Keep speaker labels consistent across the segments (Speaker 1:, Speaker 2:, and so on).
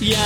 Speaker 1: 屋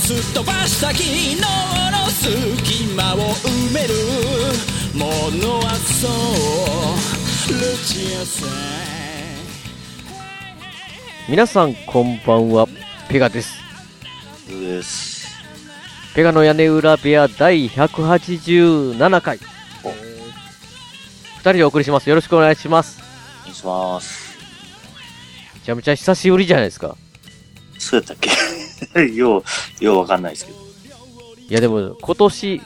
Speaker 1: すっ飛ばした昨日の隙間を埋めるものはそうルチアさん
Speaker 2: 皆さんこんばんはペガです
Speaker 3: です。
Speaker 2: ペガの屋根裏部屋第187回
Speaker 3: お
Speaker 2: 二人でお送りしますよろしくお願いします
Speaker 3: お願いします。
Speaker 2: めちゃめちゃ久しぶりじゃないですか
Speaker 3: そうやったっけ よう、ようわかんないですけど。
Speaker 2: いやでも今年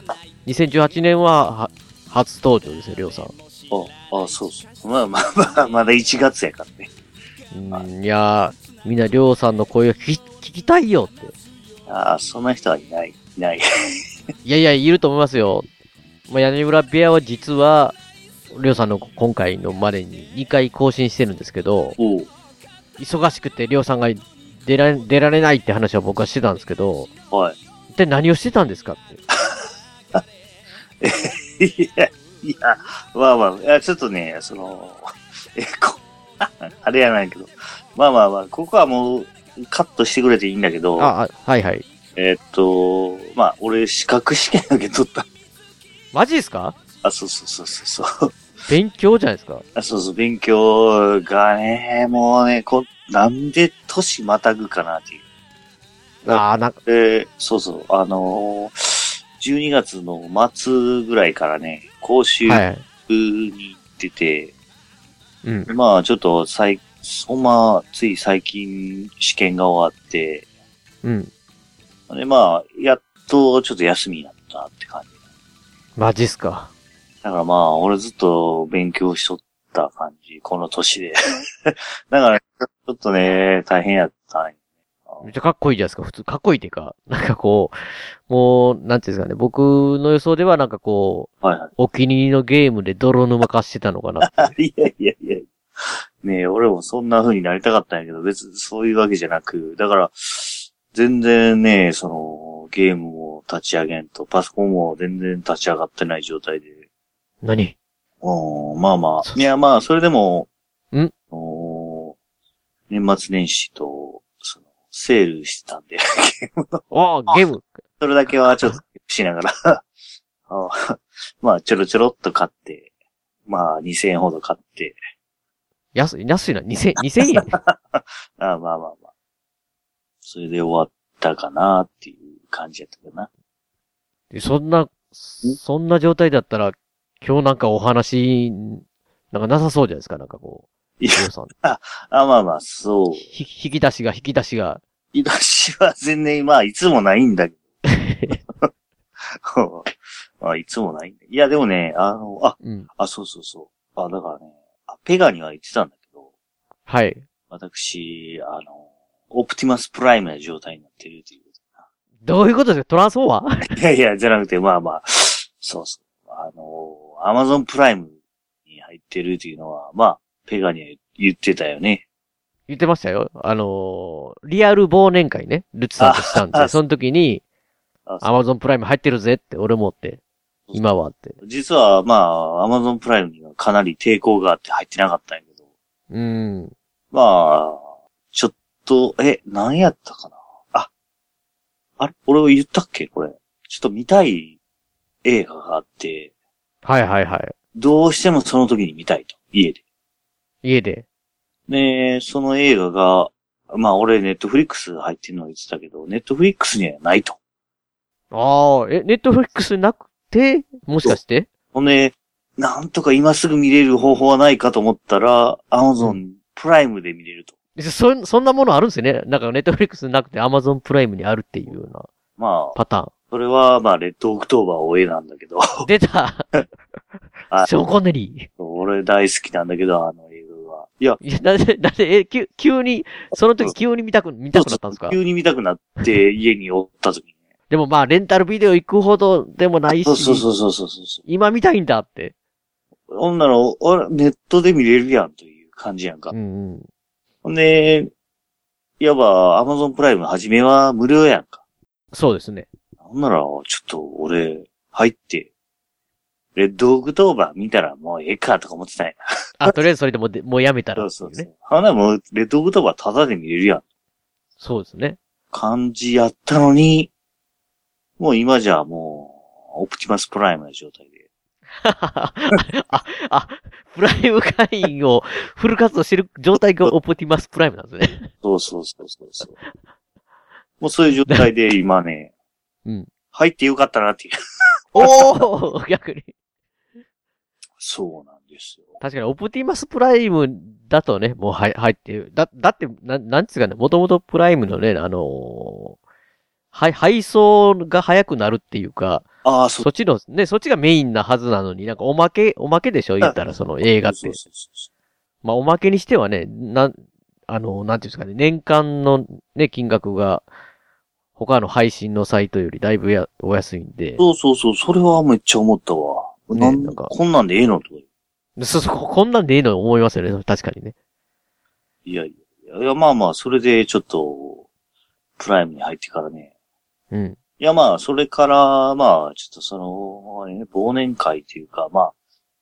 Speaker 2: 2018年はは初登場ですねりょうさん
Speaker 3: あ、あ、そうそう。まあまあまあ、まだ1月やからね。
Speaker 2: うんいやーみんなりょうさんの声を聞き聞きたいよって
Speaker 3: ああ、そんな人はいない。いない。
Speaker 2: いやいや、いると思いますよ。まあ、屋根裏部屋は実は、りょうさんの今回のまでに2回更新してるんですけど、
Speaker 3: おう
Speaker 2: 忙しくてりょうさんが出ら出られないって話は僕はしてたんですけど、
Speaker 3: はい。
Speaker 2: 一体何をしてたんですかって。
Speaker 3: いや、いや、まあまあ、いやちょっとね、その、え、こ、 あれやないけど。まあまあまあ、ここはもう、カットしてくれていいんだけど、
Speaker 2: あ、あはいはい。
Speaker 3: えーっと、まあ、俺、資格試験だけ取った。
Speaker 2: マジですか
Speaker 3: あ、そうそうそうそうそう。
Speaker 2: 勉強じゃないですか。
Speaker 3: あそうそう、勉強がね、もうね、こなんで年またぐかなっていう。
Speaker 2: ああ、なんか、
Speaker 3: で、そうそう、あのー12月の末ぐらいからね、講習に
Speaker 2: はい。
Speaker 3: 行ってて、
Speaker 2: うん。
Speaker 3: まあちょっと最、ほんま、つい最近試験が終わって、
Speaker 2: うん。
Speaker 3: で、まあ、やっとちょっと休みになったって感じ。
Speaker 2: マジっすか。
Speaker 3: だからまあ、俺ずっと勉強しとった感じ、この年で。 だから、ちょっとね、大変やったんよ
Speaker 2: めっちゃかっこいいじゃないですか、普通。かっこいいっていうか、 なんかこう、もう、なんていうんですかね、僕の予想ではなんかこう、
Speaker 3: はいは
Speaker 2: お気に入りのゲームで泥沼化してたのかなって。
Speaker 3: い。いやいやいや。ねえ、俺もそんな風になりたかったんやけど、別にそういうわけじゃなく、だから、全然ね、その、ゲームを立ち上げんと、パソコンも全然立ち上がってない状態で。
Speaker 2: 何
Speaker 3: うん、まあま
Speaker 2: そ
Speaker 3: あ。いやまあ、それでも、
Speaker 2: ん
Speaker 3: お年末年始と、その、セールしてたんで、
Speaker 2: ああ、ゲーム。
Speaker 3: それだけはちょっとしながら、 あまあ、ちょろちょろっと買って、まあ、2000円ほど買って、
Speaker 2: 安い、安いな。2000、2000円。
Speaker 3: あまあまあまあ。それで終わったかなっていう感じやったかな。
Speaker 2: でそんな、そんな状態だったら、今日なんかお話、なんかなさそうじゃないですか、なんかこう。
Speaker 3: いや
Speaker 2: りょうさん。
Speaker 3: あまあまあ、そう。
Speaker 2: ひ引き出しが、引き出しが。
Speaker 3: いらしは全然、まあ、いつもないんだけど。 まあ、いつもないんだ。いや、でもね、あの、あ、
Speaker 2: うん。
Speaker 3: あ、そうそうそう。あ、だからね、あペガには言ってたんだけど、
Speaker 2: はい。
Speaker 3: 私、あの、オプティマスプライムな状態になってるという。
Speaker 2: どういうことですかトランスフォーマー
Speaker 3: いやいや、じゃなくて、まあまあ、そうそう。あの、アマゾンプライムに入ってるっていうのは、まあ、ペガには言ってたよね。
Speaker 2: 言ってましたよ。あのーリアル忘年会ね、ルツさんとしたんで、
Speaker 3: あ
Speaker 2: その時に、
Speaker 3: あ
Speaker 2: アマゾンプライム入ってるぜって、俺もって、今はって。
Speaker 3: 実は、まあ、アマゾンプライムにはかなり抵抗があって入ってなかったんやけど、
Speaker 2: うん。
Speaker 3: まあ、ちょっと、え、何やったかなあ、あれ俺を言ったっけこれ。ちょっと見たい映画があって、
Speaker 2: はいはいはい。
Speaker 3: どうしてもその時に見たいと、家で。
Speaker 2: 家で。
Speaker 3: で、その映画が、まあ俺ネットフリックス入ってるのは言ってたけど、ネットフリックスにはないと。
Speaker 2: ああ、え、ネットフリックスなくて、もしかして
Speaker 3: ほんで、なんとか今すぐ見れる方法はないかと思ったら、アマゾンプライムで見れると。
Speaker 2: でそん、そんなものあるんですよね。なんかネットフリックスなくて Amazon プライムにあるっていうような
Speaker 3: まあ、
Speaker 2: パタ
Speaker 3: それはまあレッドオクトーバーを絵なんだ けど、
Speaker 2: ーン。出た
Speaker 3: あ
Speaker 2: ショーンコネリ
Speaker 3: 俺大好きなんだけど、あの映画は。いや、
Speaker 2: ー。いや、なんで、なんで、え、急急に、その時急に見たく、見たくなったんですか
Speaker 3: 急に見たくなって家におった時にね。
Speaker 2: でもまあ、レンタルビデオ行くほどでもないし、
Speaker 3: そうそうそうそうそうそう。
Speaker 2: 今見たいんだって。
Speaker 3: ほんなら、あらネットで見れるやんという感じやんか
Speaker 2: う。んうん。
Speaker 3: ほんで、いわば、アマゾンプライム初めは無料やんか。
Speaker 2: そうですね。
Speaker 3: ほんなら、ちょっと俺、入って、レッドオクトーバー見たらもうええかとか思ってたんや。
Speaker 2: あ、とりあえずそれでもで、もうやめたら、
Speaker 3: そ
Speaker 2: ね。
Speaker 3: うそうそう。ほんならもう、レッドオクトーバータダで見れるやん。
Speaker 2: そうですね。
Speaker 3: 感じやったのに、もう今じゃもう、オプティマスプライムの状態で。
Speaker 2: あ、あ、プライム会員をフル活動してる状態 がオプティマスプライムなんですね。
Speaker 3: そうそうそうそうそう。もうそういう状態で今ね、
Speaker 2: うん。
Speaker 3: 入ってよかったなっていう。
Speaker 2: おお 逆に。
Speaker 3: そうなんですよ。
Speaker 2: 確かに、オプティマスプライムだとね、もうはい入って、だ、だって、なん、なんつうかね、もともとプライムのね、あのーはい、配送が早くなるっていうか、
Speaker 3: ああ、そう
Speaker 2: そっちの、ね、そっちがメインなはずなのに、なんかおまけ、おまけでしょ言ったら、その映画っ
Speaker 3: そ
Speaker 2: て
Speaker 3: う。そうそうそ
Speaker 2: まあ、おまけにしてはね、なん、あの、なんていうんですかね、年間のね、金額が、他の配信のサイトよりだいぶや、お安いんで、
Speaker 3: う。そうそうそう、それはめっちゃ思ったわ。
Speaker 2: ね
Speaker 3: なん
Speaker 2: なんか
Speaker 3: こんなんでええのとか。
Speaker 2: そうそう、こんなんでいいの思いますよね、確かにね。
Speaker 3: いやいや。いや、まあまあ、それでちょっと、プライムに入ってからね。
Speaker 2: うん。
Speaker 3: いやまあ、それから、まあ、ちょっとその、ね忘年会というか、ま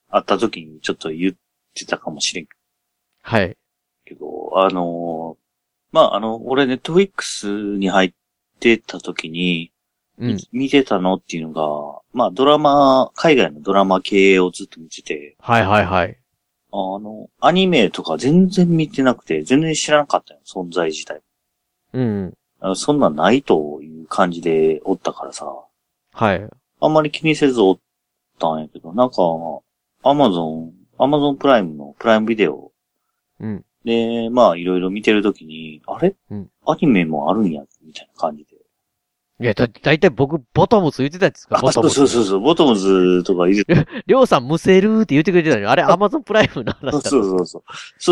Speaker 3: あ、会った時にちょっと言ってたかもしれん
Speaker 2: はい。
Speaker 3: けど、あのーまあ、あの、俺、ネットフィックスに入ってた時に、
Speaker 2: うん。
Speaker 3: 見てたのっていうのが、まあ、ドラマ、海外のドラマ系をずっと見てて、
Speaker 2: はいはいはい。
Speaker 3: あの、アニメとか全然見てなくて、全然知らなかったよ、存在自体。
Speaker 2: うん。
Speaker 3: あそんなんないという感じでおったからさ、
Speaker 2: はい。
Speaker 3: あんまり気にせずおったんやけど、なんか、アマゾン、アマゾンプライムのプライムビデオ
Speaker 2: うん。
Speaker 3: で、まあ、いろいろ見てるときに、あれ、
Speaker 2: うん
Speaker 3: アニメもあるんや、みたいな感じで。
Speaker 2: いや、だ、だいたい僕、ボトムズ言ってたんですかボト
Speaker 3: そう
Speaker 2: ムズ。
Speaker 3: そうそうそう、ボトムズとか入れて、
Speaker 2: りょうさんむせるって言ってくれてたのに、あれ、アマゾンプライムの話だ
Speaker 3: そ
Speaker 2: っ
Speaker 3: う
Speaker 2: た。
Speaker 3: そうそう。そう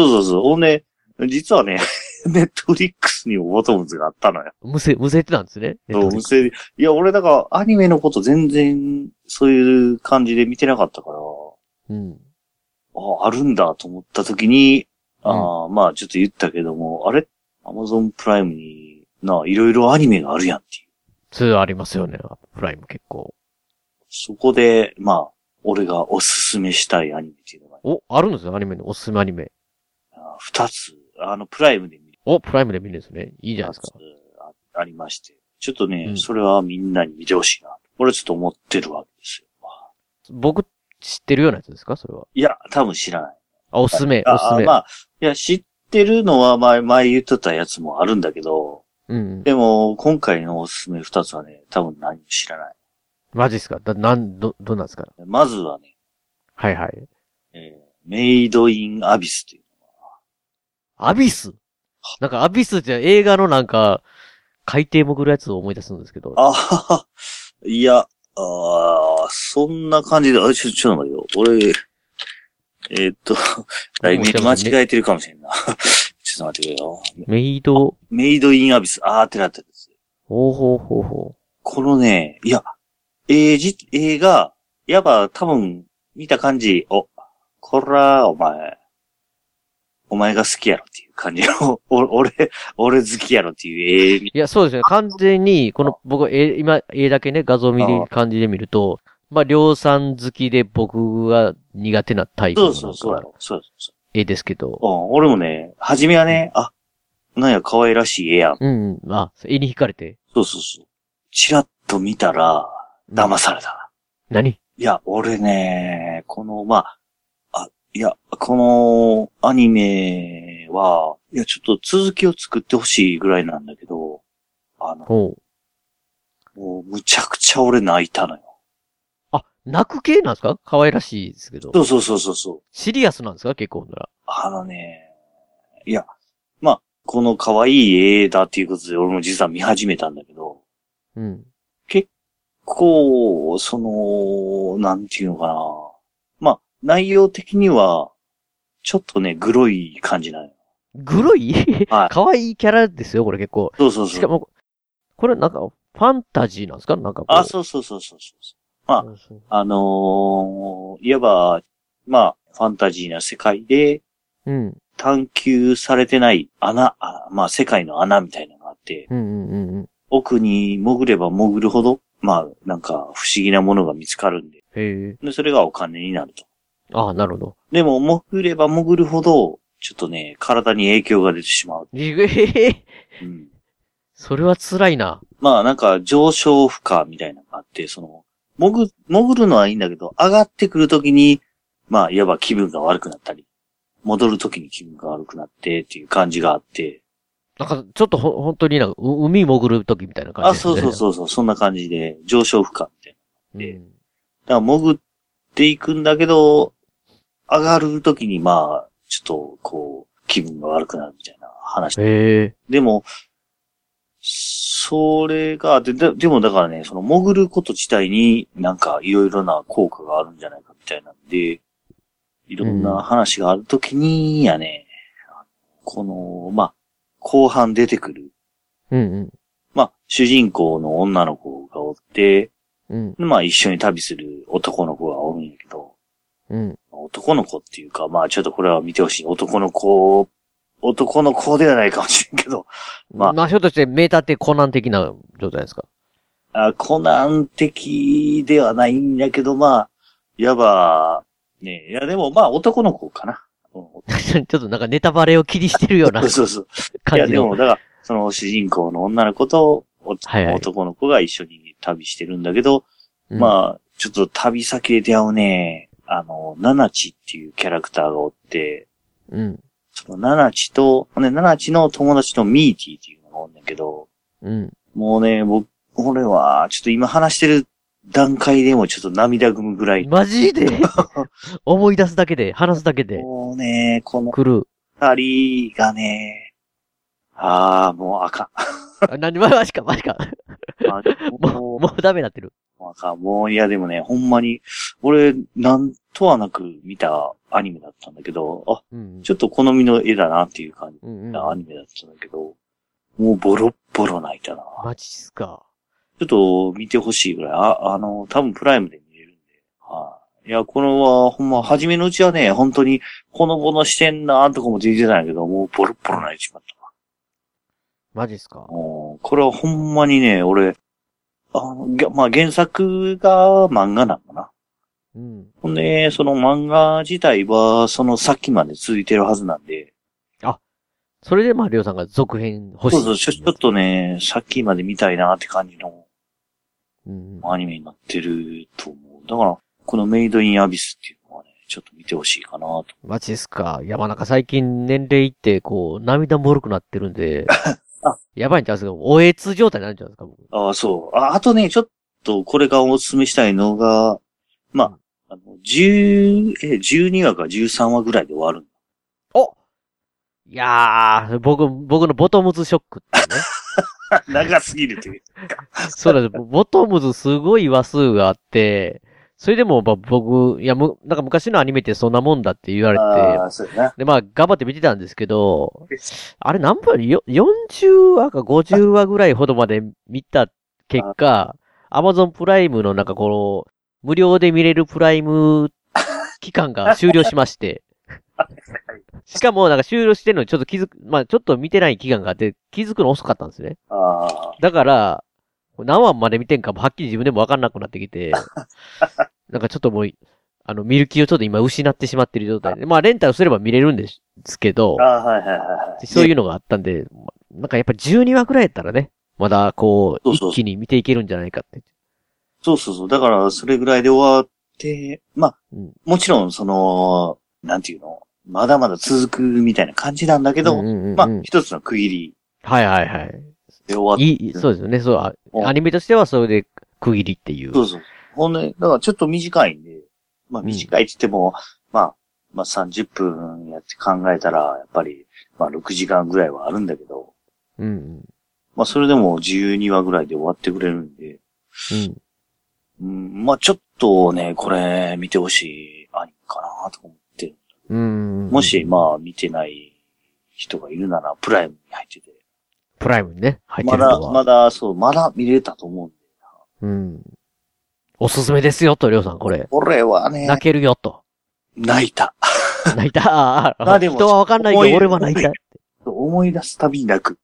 Speaker 3: そうそう。ほんで、実はね、 ネットフリックスにもボトムズがあったのよ。
Speaker 2: むせ、むせてたんですね。
Speaker 3: そう無制いや、俺だからアニメのこと全然そういう感じで見てなかったから、
Speaker 2: うん。
Speaker 3: ああるんだと思ったときに、あーまあちょっと言ったけども、あれアマゾンプライムに、なあ、いろいろアニメがあるやんっていう。
Speaker 2: そうありますよね。プライム結構。
Speaker 3: そこで、まあ、俺がおすすめしたいアニメっていうのが、
Speaker 2: お、あるんですよ、アニメの。おすすめアニメ。
Speaker 3: あ二つ、あの、プライムで見る
Speaker 2: お、プライムで見るんですね。いいじゃないで
Speaker 3: やつ
Speaker 2: すか。
Speaker 3: あありまして。ちょっとね、
Speaker 2: うん
Speaker 3: それはみんなに見てほしいな。俺はちょっと思ってるわけですよ。
Speaker 2: 僕、知ってるようなやつですかそれは。
Speaker 3: いや、多分知らない。
Speaker 2: あ、おすすめ、おす
Speaker 3: あ
Speaker 2: す
Speaker 3: あ
Speaker 2: め。
Speaker 3: まあ、いや、知ってるのは前、前言ってたやつもあるんだけど、
Speaker 2: うん。
Speaker 3: でも、今回のおすすめ二つはね、多分何も知らない。
Speaker 2: マジっすかだ、なん、ど、どんなんですか
Speaker 3: まずはね、
Speaker 2: はいはい。
Speaker 3: えーメイドインアビスという。
Speaker 2: アビスなんか、アビスって映画のなんか、海底潜るやつを思い出すんですけど。
Speaker 3: あははいや、あーそんな感じで、あ、ちょ、ちょっと待ってよ。俺、えーっと、題名間違えてるかもしれんな。 ちょっと待ってくれよ。
Speaker 2: メイド、
Speaker 3: メイドインアビス、あーってなってるんですよ。
Speaker 2: おうほうほうほ
Speaker 3: このね、いや、えー、じ、映画、やっぱ多分、見た感じ、お、こら、お前、お前が好きやろっていう感じの、 お俺、俺好きやろっていう、えー、
Speaker 2: う。いや、そうですね。完全に、この、僕、え、今、絵だけね、画像見る感じで見ると、まあ、量産好きで僕が苦手なタイプの
Speaker 3: そ
Speaker 2: な
Speaker 3: うんそうそうや
Speaker 2: か
Speaker 3: ろ。そうそうそう。
Speaker 2: 絵ですけど。
Speaker 3: うん、俺もね、初めはね、あ、なんや、可愛らしい絵やん。
Speaker 2: うん、うん。あ、絵に惹かれて。
Speaker 3: そうそうそう。チラッと見たら、騙された。
Speaker 2: 何
Speaker 3: いや、俺ね、この、まあ、あ、いや、このアニメは、いや、ちょっと続きを作ってほしいぐらいなんだけど、あの、
Speaker 2: ほう。
Speaker 3: もうむちゃくちゃ俺泣いたのよ。
Speaker 2: あ、泣く系なんですか可愛らしいですけど
Speaker 3: そ。うそうそうそうそう。
Speaker 2: シリアスなんですか結構ほんなら。
Speaker 3: あのね、いや、まあ、この可愛い絵だっていうことで俺も実は見始めたんだけど、
Speaker 2: うん。
Speaker 3: こう、その、なんていうのかな。まあ、内容的には、ちょっとね、グロい感じなのよ。
Speaker 2: グロい
Speaker 3: はい
Speaker 2: 可愛いキャラですよ、これ結構。
Speaker 3: そうそう
Speaker 2: し
Speaker 3: そ
Speaker 2: か
Speaker 3: う。
Speaker 2: も、これなんか、ファンタジーなんですかなんかこう。
Speaker 3: あ、そうそうそうそうそうそう。あ
Speaker 2: そう。
Speaker 3: あのー、いわば、まあ、ファンタジーな世界で
Speaker 2: うん。
Speaker 3: 探求されてない穴、あまあ、世界の穴みたいなのがあって、
Speaker 2: うんうんうんうん。
Speaker 3: 奥に潜れば潜るほど、まあ、なんか不思議なものが見つかるんで、
Speaker 2: へえ。
Speaker 3: でそれがお金になると。
Speaker 2: ああ、なるほど。
Speaker 3: でも、潜れば潜るほど、ちょっとね、体に影響が出てしまう。
Speaker 2: ええ
Speaker 3: うん、
Speaker 2: それは辛いな。
Speaker 3: まあ、なんか、上昇負荷みたいなのがあって、その、潜、潜るのはいいんだけど、上がってくるときに、まあ、いわば気分が悪くなったり、戻るときに気分が悪くなってっていう感じがあって、
Speaker 2: なんか、ちょっとほ、本当になんか、う海潜るときみたいな感じ
Speaker 3: あ、
Speaker 2: です
Speaker 3: そ
Speaker 2: ね。
Speaker 3: うそうそうそう、そんな感じで、上昇負荷って。
Speaker 2: うん。
Speaker 3: だから、潜っていくんだけど、上がるときに、まあ、ちょっと、こう、気分が悪くなるみたいな話
Speaker 2: へえ。
Speaker 3: でも、それが、で、ででもだからね、その潜ること自体になんかいろいろな効果があるんじゃないかみたいなんで、いろんな話があるときに、やね、この、まあ、後半出てくる、
Speaker 2: うん
Speaker 3: まあ、主人公の女の子がおって、
Speaker 2: うん。うん。
Speaker 3: まあ一緒に旅する男の子がおるんやけど、
Speaker 2: うん。
Speaker 3: 男の子っていうか、まあちょっとこれは見てほしい。男の子、男の子ではないかもしれんけど、
Speaker 2: ま
Speaker 3: まあ
Speaker 2: あ、まあ、ひょっとして、名探偵コナン的な状態ですか。
Speaker 3: あコナン的ではないんだけど、まあ、いわば、ね、いやでもまあ男の子かな。うん
Speaker 2: ちょっとなんかネタバレを気にしてるような
Speaker 3: そうそう。いや
Speaker 2: 感じ
Speaker 3: で
Speaker 2: の。
Speaker 3: も、だから、その主人公の女の子とお
Speaker 2: はいはい
Speaker 3: 男の子が一緒に旅してるんだけど、
Speaker 2: うん
Speaker 3: まあ、ちょっと旅先で出会うね、あの、ナナチっていうキャラクターがおって、
Speaker 2: うん。
Speaker 3: そのナナチと、ね、ナナチの友達のミーティーっていうのがおんだけど、
Speaker 2: うん。
Speaker 3: もうね、僕、俺は、ちょっと今話してる段階でもちょっと涙ぐむぐらい
Speaker 2: マジ で思い出すだけで、話すだけで、
Speaker 3: もうね、この
Speaker 2: 来る。
Speaker 3: 二人がね、ああ、もうあか
Speaker 2: あ何、 ま、マジか、マジか。
Speaker 3: ん。あ
Speaker 2: も
Speaker 3: も
Speaker 2: う、もうダメになってる。
Speaker 3: うあかん。もういやでもね、ほんまに、俺、なんとはなく見たアニメだったんだけど、あ、
Speaker 2: うん。
Speaker 3: ちょっと好みの絵だなっていう感じ
Speaker 2: うんうん。
Speaker 3: のア
Speaker 2: マ
Speaker 3: ニメだったんだけど、もうボロッボロ泣いたな。
Speaker 2: ジっすか。
Speaker 3: ちょっと見てほしいぐらい。あ、あの、多分プライムで見れるんで。はい。いや、これは、ほんま、初めのうちはね、本当に、ほのぼのしてんなーとかも出てたんやけど、もうボロッボロ泣いちまった。
Speaker 2: マジっすか。
Speaker 3: もうこれはほんまにね、俺、あの、ぎゃまあ、原作が漫画なのかな。
Speaker 2: うん。
Speaker 3: ほんで、その漫画自体は、そのさっきまで続いてるはずなんで、
Speaker 2: それで、まあ、りょうさんが続編欲しい。
Speaker 3: そうそう、ちょちょっとね、さっきまで見たいなって感じの
Speaker 2: うん。
Speaker 3: アニメになってると思う。だから、このメイドインアビスっていうのはね、ちょっと見てほしいかなと。
Speaker 2: マジっすか。山中最近年齢いって、こう、涙もろくなってるんで、やばいんちゃうんですかおえつ状態になるんじゃないですか僕。
Speaker 3: ああ、そう。あ、あとね、ちょっとこれがお勧めしたいのが、まあ、あの、10、え、12話か13話ぐらいで終わる。
Speaker 2: おいやー、僕、僕のボトムズショックってね。
Speaker 3: 長すぎるという。
Speaker 2: そうなんです。ボトムズすごい話数があって、それでも、まあ、僕、いや、む、なんか昔のアニメってそんなもんだって言われて
Speaker 3: あ、あ、そうやな。
Speaker 2: で、まあ、頑張って見てたんですけど、あれ何分よ ?40 話か50話ぐらいほどまで見た結果、アマゾンプライムのなんかこの、無料で見れるプライム期間が終了しまして、しかもなんか終了してるのにちょっと気づく、まあちょっと見てない期間があって、気づくの遅かったんですね。
Speaker 3: ああ、
Speaker 2: だから、何話まで見てんかもはっきり自分でもわかんなくなってき て、なんかちょっともう、あの、見る気をちょっと今失ってしまってる状態で、まあレンタルすれば見れるんですけど、
Speaker 3: ああ、はいはいはいはい。。
Speaker 2: そういううのがあったんで、なんかやっぱ12話くらいやったらね、まだこう、
Speaker 3: そうそう
Speaker 2: 一気に見ていけるんじゃないかって。
Speaker 3: そうそうそう。だから、それぐらいで終わって、まあ、
Speaker 2: うん
Speaker 3: もちろん、その、なんていうの、まだまだ続くみたいな感じなんだけど、
Speaker 2: うんうんうんうん
Speaker 3: まあ、一つの区切り
Speaker 2: はいはいはい。
Speaker 3: で終わっ
Speaker 2: いい、そうですよね。そう、あ
Speaker 3: うん
Speaker 2: アニメとしてはそれで区切りっていう。
Speaker 3: そうそう。ほんで、だからちょっと短いんで、まあ
Speaker 2: うん
Speaker 3: 短いって言っても、まあ、まあ30分やって考えたら、やっぱり、まあ6時間ぐらいはあるんだけど、
Speaker 2: うんうん。
Speaker 3: まあそれでも12話ぐらいで終わってくれるん
Speaker 2: う
Speaker 3: で、
Speaker 2: ん。
Speaker 3: うん、まあちょっとね、これ見てほしいアニメかなと思ってる。
Speaker 2: うんうんうん。
Speaker 3: もし、まあ見てない人がいるなら、プライムに入ってて、
Speaker 2: プライムにね、入って
Speaker 3: ま
Speaker 2: るの
Speaker 3: だ、
Speaker 2: は。
Speaker 3: まだ、そう、まだ見れたと思うんで。
Speaker 2: うん。おすすめですよ、と、りょうさん、これ。
Speaker 3: 俺はね、
Speaker 2: 泣けるよ、と。
Speaker 3: 泣いた。
Speaker 2: 泣いた。
Speaker 3: まあでも
Speaker 2: 人はわかんないけ
Speaker 3: 思い
Speaker 2: ど、俺は泣いた。
Speaker 3: 思い出すたび泣く。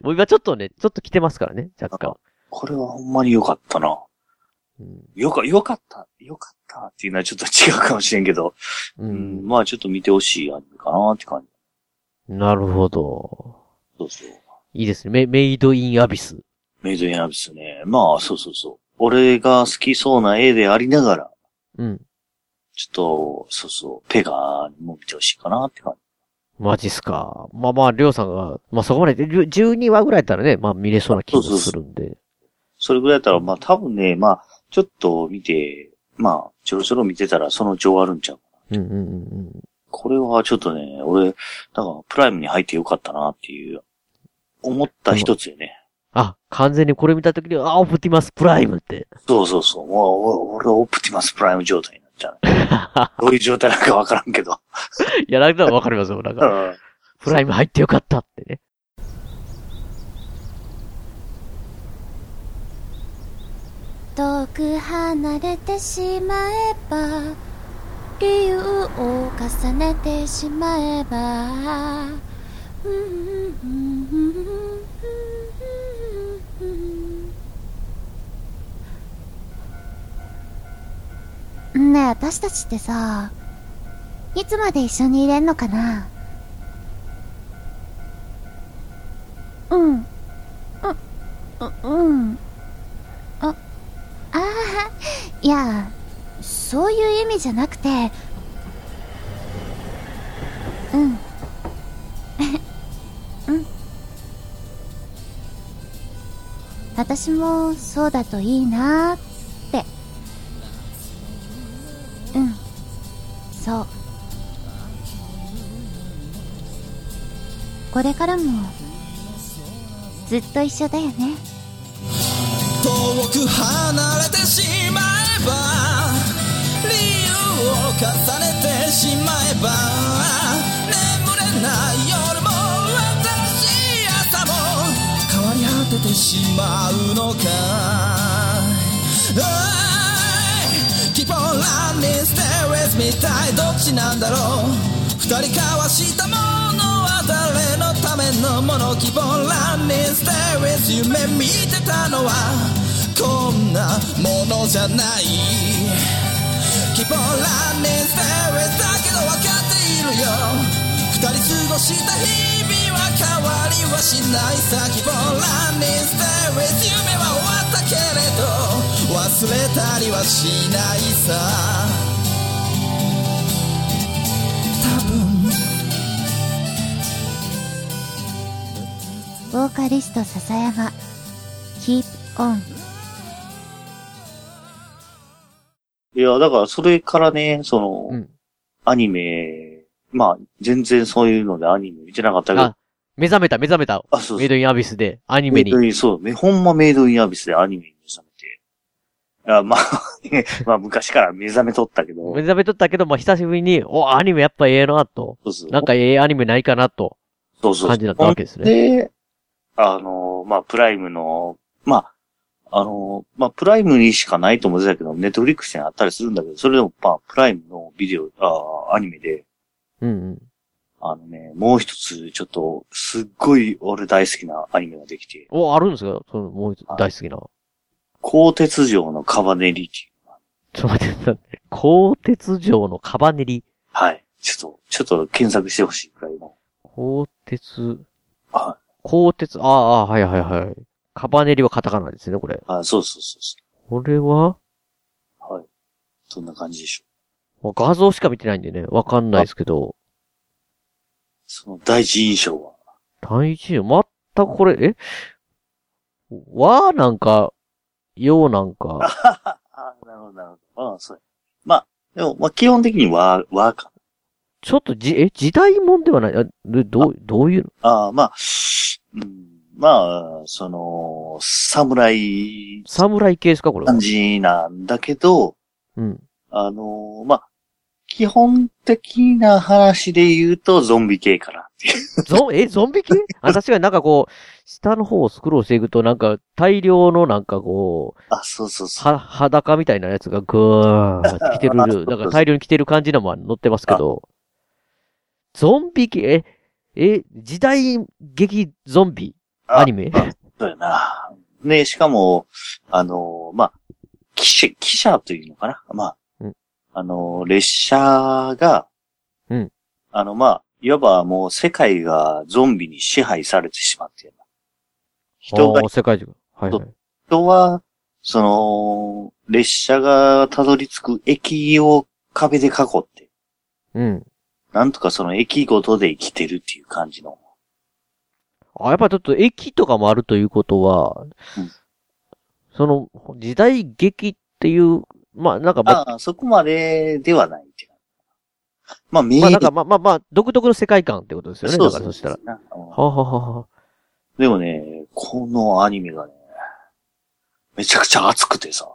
Speaker 2: もう今ちょっとね、ちょっと来てますからね、若干。
Speaker 3: これはほんまに良かったな。
Speaker 2: うん。
Speaker 3: よか、良かった、良かったっていうのはちょっと違うかもしれんけど、
Speaker 2: う
Speaker 3: うんん、まあちょっと見てほしいアニメかなって感じ。
Speaker 2: なるほど。
Speaker 3: そうそう。
Speaker 2: いいですね。メメイドインアビス。
Speaker 3: メイドインアビスね。まあ、そうそうそう。俺が好きそうな絵でありながら、
Speaker 2: うん。
Speaker 3: ちょっと、そうそう、ペガーにも見てほしいかなって感じ。
Speaker 2: マジっすか。まあまあ、りょうさんが、まあそこまで、りゅ12話ぐらいだったらね、まあ見れそうな気がするんで。
Speaker 3: それぐらいだったら、まあ多分ね、まあ、ちょっと見て、まあ、ちょろちょろ見てたらその情あるんちゃう
Speaker 2: うんうんうんうん。
Speaker 3: これはちょっとね、俺、だからプライムに入ってよかったなっていう、思った一つよね。
Speaker 2: あ、完全にこれ見たときに、あ、オプティマスプライムって。
Speaker 3: そうそうそう。もうお俺はオプティマスプライム状態になっちゃう。 どういう状態なんかわからんけど。
Speaker 2: いや、なんかわかりますよ。なん
Speaker 3: う
Speaker 2: か、
Speaker 3: ん
Speaker 2: プライム入ってよかったってね。
Speaker 4: 遠く離れてしまえば理由を重ねてしまえばねえ私たちってさいつまで一緒にいれんのかなうんうううんああいやそういう意味じゃなくてうん うん私もそうだといいなーってうんそうこれからもずっと一緒だよね
Speaker 1: 遠く離れてしまえば理由を重ねてしまえば眠れない夜も私朝も変わり果ててしまうのかい Keep on running, stay with me 一体どっちなんだろう二人交わしたものは誰のためのもの希望 Running, stay with you 夢見てたのはこんなものじゃない希望 Running, stay with だけど分かっているよ二人過ごした日々は変わりはしないさ希望 Running, stay with 夢は終わったけれど忘れたりはしないさ多分
Speaker 4: ボーカリスト笹山 Keep on
Speaker 3: いや、だからそれからね、その、
Speaker 2: うん
Speaker 3: アニメ、まあ、全然そういうのでアニメ見てなかったけど、
Speaker 2: あ、目覚めた、目覚めた。
Speaker 3: あそう
Speaker 2: メイ
Speaker 3: そう。
Speaker 2: ドインアビスで、アニ
Speaker 3: メ
Speaker 2: メ
Speaker 3: イ
Speaker 2: に
Speaker 3: ド。イン、そう、めほんまメイドインアビスでアニメに目覚めて。あまあ、 まあ昔から目覚めとったけど
Speaker 2: 目、覚めとったけど、まあ、久しぶりに、お、アニメやっぱええな、と。
Speaker 3: そうそう
Speaker 2: なんかええアニメないかな、と。
Speaker 3: そうそう
Speaker 2: 感じだったわけですね
Speaker 3: で、あの、まあ、プライムの、まあ、あの、まあ、プライムにしかないと思ってたけど、ネットフリックスにあったりするんだけど、それでも、まあ、プライムのビデオ、あアニメで、
Speaker 2: うんうん。
Speaker 3: あのね、もう一つ、ちょっと、すっごい俺大好きなアニメができて、
Speaker 2: お、あるんですかその、もう一つ大好きな。
Speaker 3: 鋼鉄城のカバネリっていう。
Speaker 2: ちょっと待って、なんで鋼鉄城のカバネリ。
Speaker 3: はい。ちょっと、ちょっと検索してほしいくらいの。
Speaker 2: 鋼鉄。
Speaker 3: は
Speaker 2: 鋼鉄、ああ、ああはいはいはい。カバネリはカタカナですね、これ。
Speaker 3: あ、そうそうそうそ
Speaker 2: これは、
Speaker 3: う。はい。そんな感じでしょう。
Speaker 2: もう画像しか見てないんでね、わかんないですけど。
Speaker 3: その第一印象は。
Speaker 2: 第一位、全くこれ、えわーなんか、ようなんか、
Speaker 3: あ、なるほど、なるほど。あそうやまあ、でも、まあ、基本的には、和か。
Speaker 2: ちょっとじ、え、時代もんではない、あでどう、どういうの
Speaker 3: ああ、まあ、うん、まあ、その、侍、
Speaker 2: 侍系ですか、これは
Speaker 3: 感。じなんだけど、
Speaker 2: うん。
Speaker 3: あの、まあ、基本的な話で言うと、ゾンビ系かな。
Speaker 2: ゾン、え、ゾン ビ系あ、確かになんかこう、下の方をスクロールしていくと、なんか大量のなんかこう、
Speaker 3: あ、そうそうそう。
Speaker 2: は、裸みたいなやつがぐーんって来てる、
Speaker 3: あ
Speaker 2: な
Speaker 3: そうそ
Speaker 2: ん
Speaker 3: う
Speaker 2: か大量に来てる感じのも載ってますけど、ゾンビ系、え、え、時代劇ゾンビ
Speaker 3: あ
Speaker 2: アニメ
Speaker 3: そうやな。ね、しかも、あの、まあ、汽車、汽車というのかなまあ、
Speaker 2: うん
Speaker 3: あの、列車が、
Speaker 2: うん
Speaker 3: あの、まあ、いわばもう世界がゾンビに支配されてしまってる。人が
Speaker 2: あー、世界中。はい、はい。
Speaker 3: 人は、その、列車がたどり着く駅を壁で囲って、
Speaker 2: うん。
Speaker 3: なんとかその駅ごとで生きてるっていう感じの。
Speaker 2: あ、やっぱちょっと駅とかもあるということは、
Speaker 3: うん
Speaker 2: その、時代劇っていう、まあなんか、まあ、
Speaker 3: ああ、そこまでではないっていう。まあ、見え
Speaker 2: まあなんか、まあまあまあ、独特の世界観ってことですよね。だからそしたら。は
Speaker 3: なうん
Speaker 2: あ、はあはあはあ
Speaker 3: でもね、このアニメがね、めちゃくちゃ熱くてさ。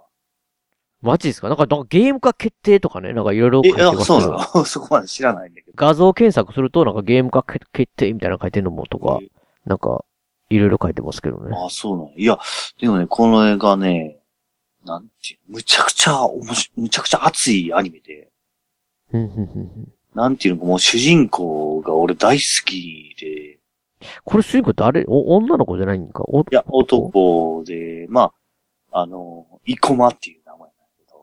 Speaker 2: マジですかなんか、なんかゲーム化決定とかね、なんかいろいろ書
Speaker 3: え、
Speaker 2: いてますけ
Speaker 3: あ
Speaker 2: ど
Speaker 3: そうなの そこまで知らないんだけど。
Speaker 2: 画像検索すると、なんかゲーム化決決定みたいなの書いてるのもとか、なんか、いろいろ書いてますけどね。
Speaker 3: あ、そうなの。いや、でもね、この映画ね、なんていう、むちゃくちゃ面白い、むちゃくちゃ熱いアニメで、
Speaker 2: うんうんうんうん
Speaker 3: なんていうのか、もう主人公が俺大好きで、
Speaker 2: これ主人公誰お、女の子じゃないんかおい
Speaker 3: いや、。男で、まあ、あの、生駒っていう名前なんだけど、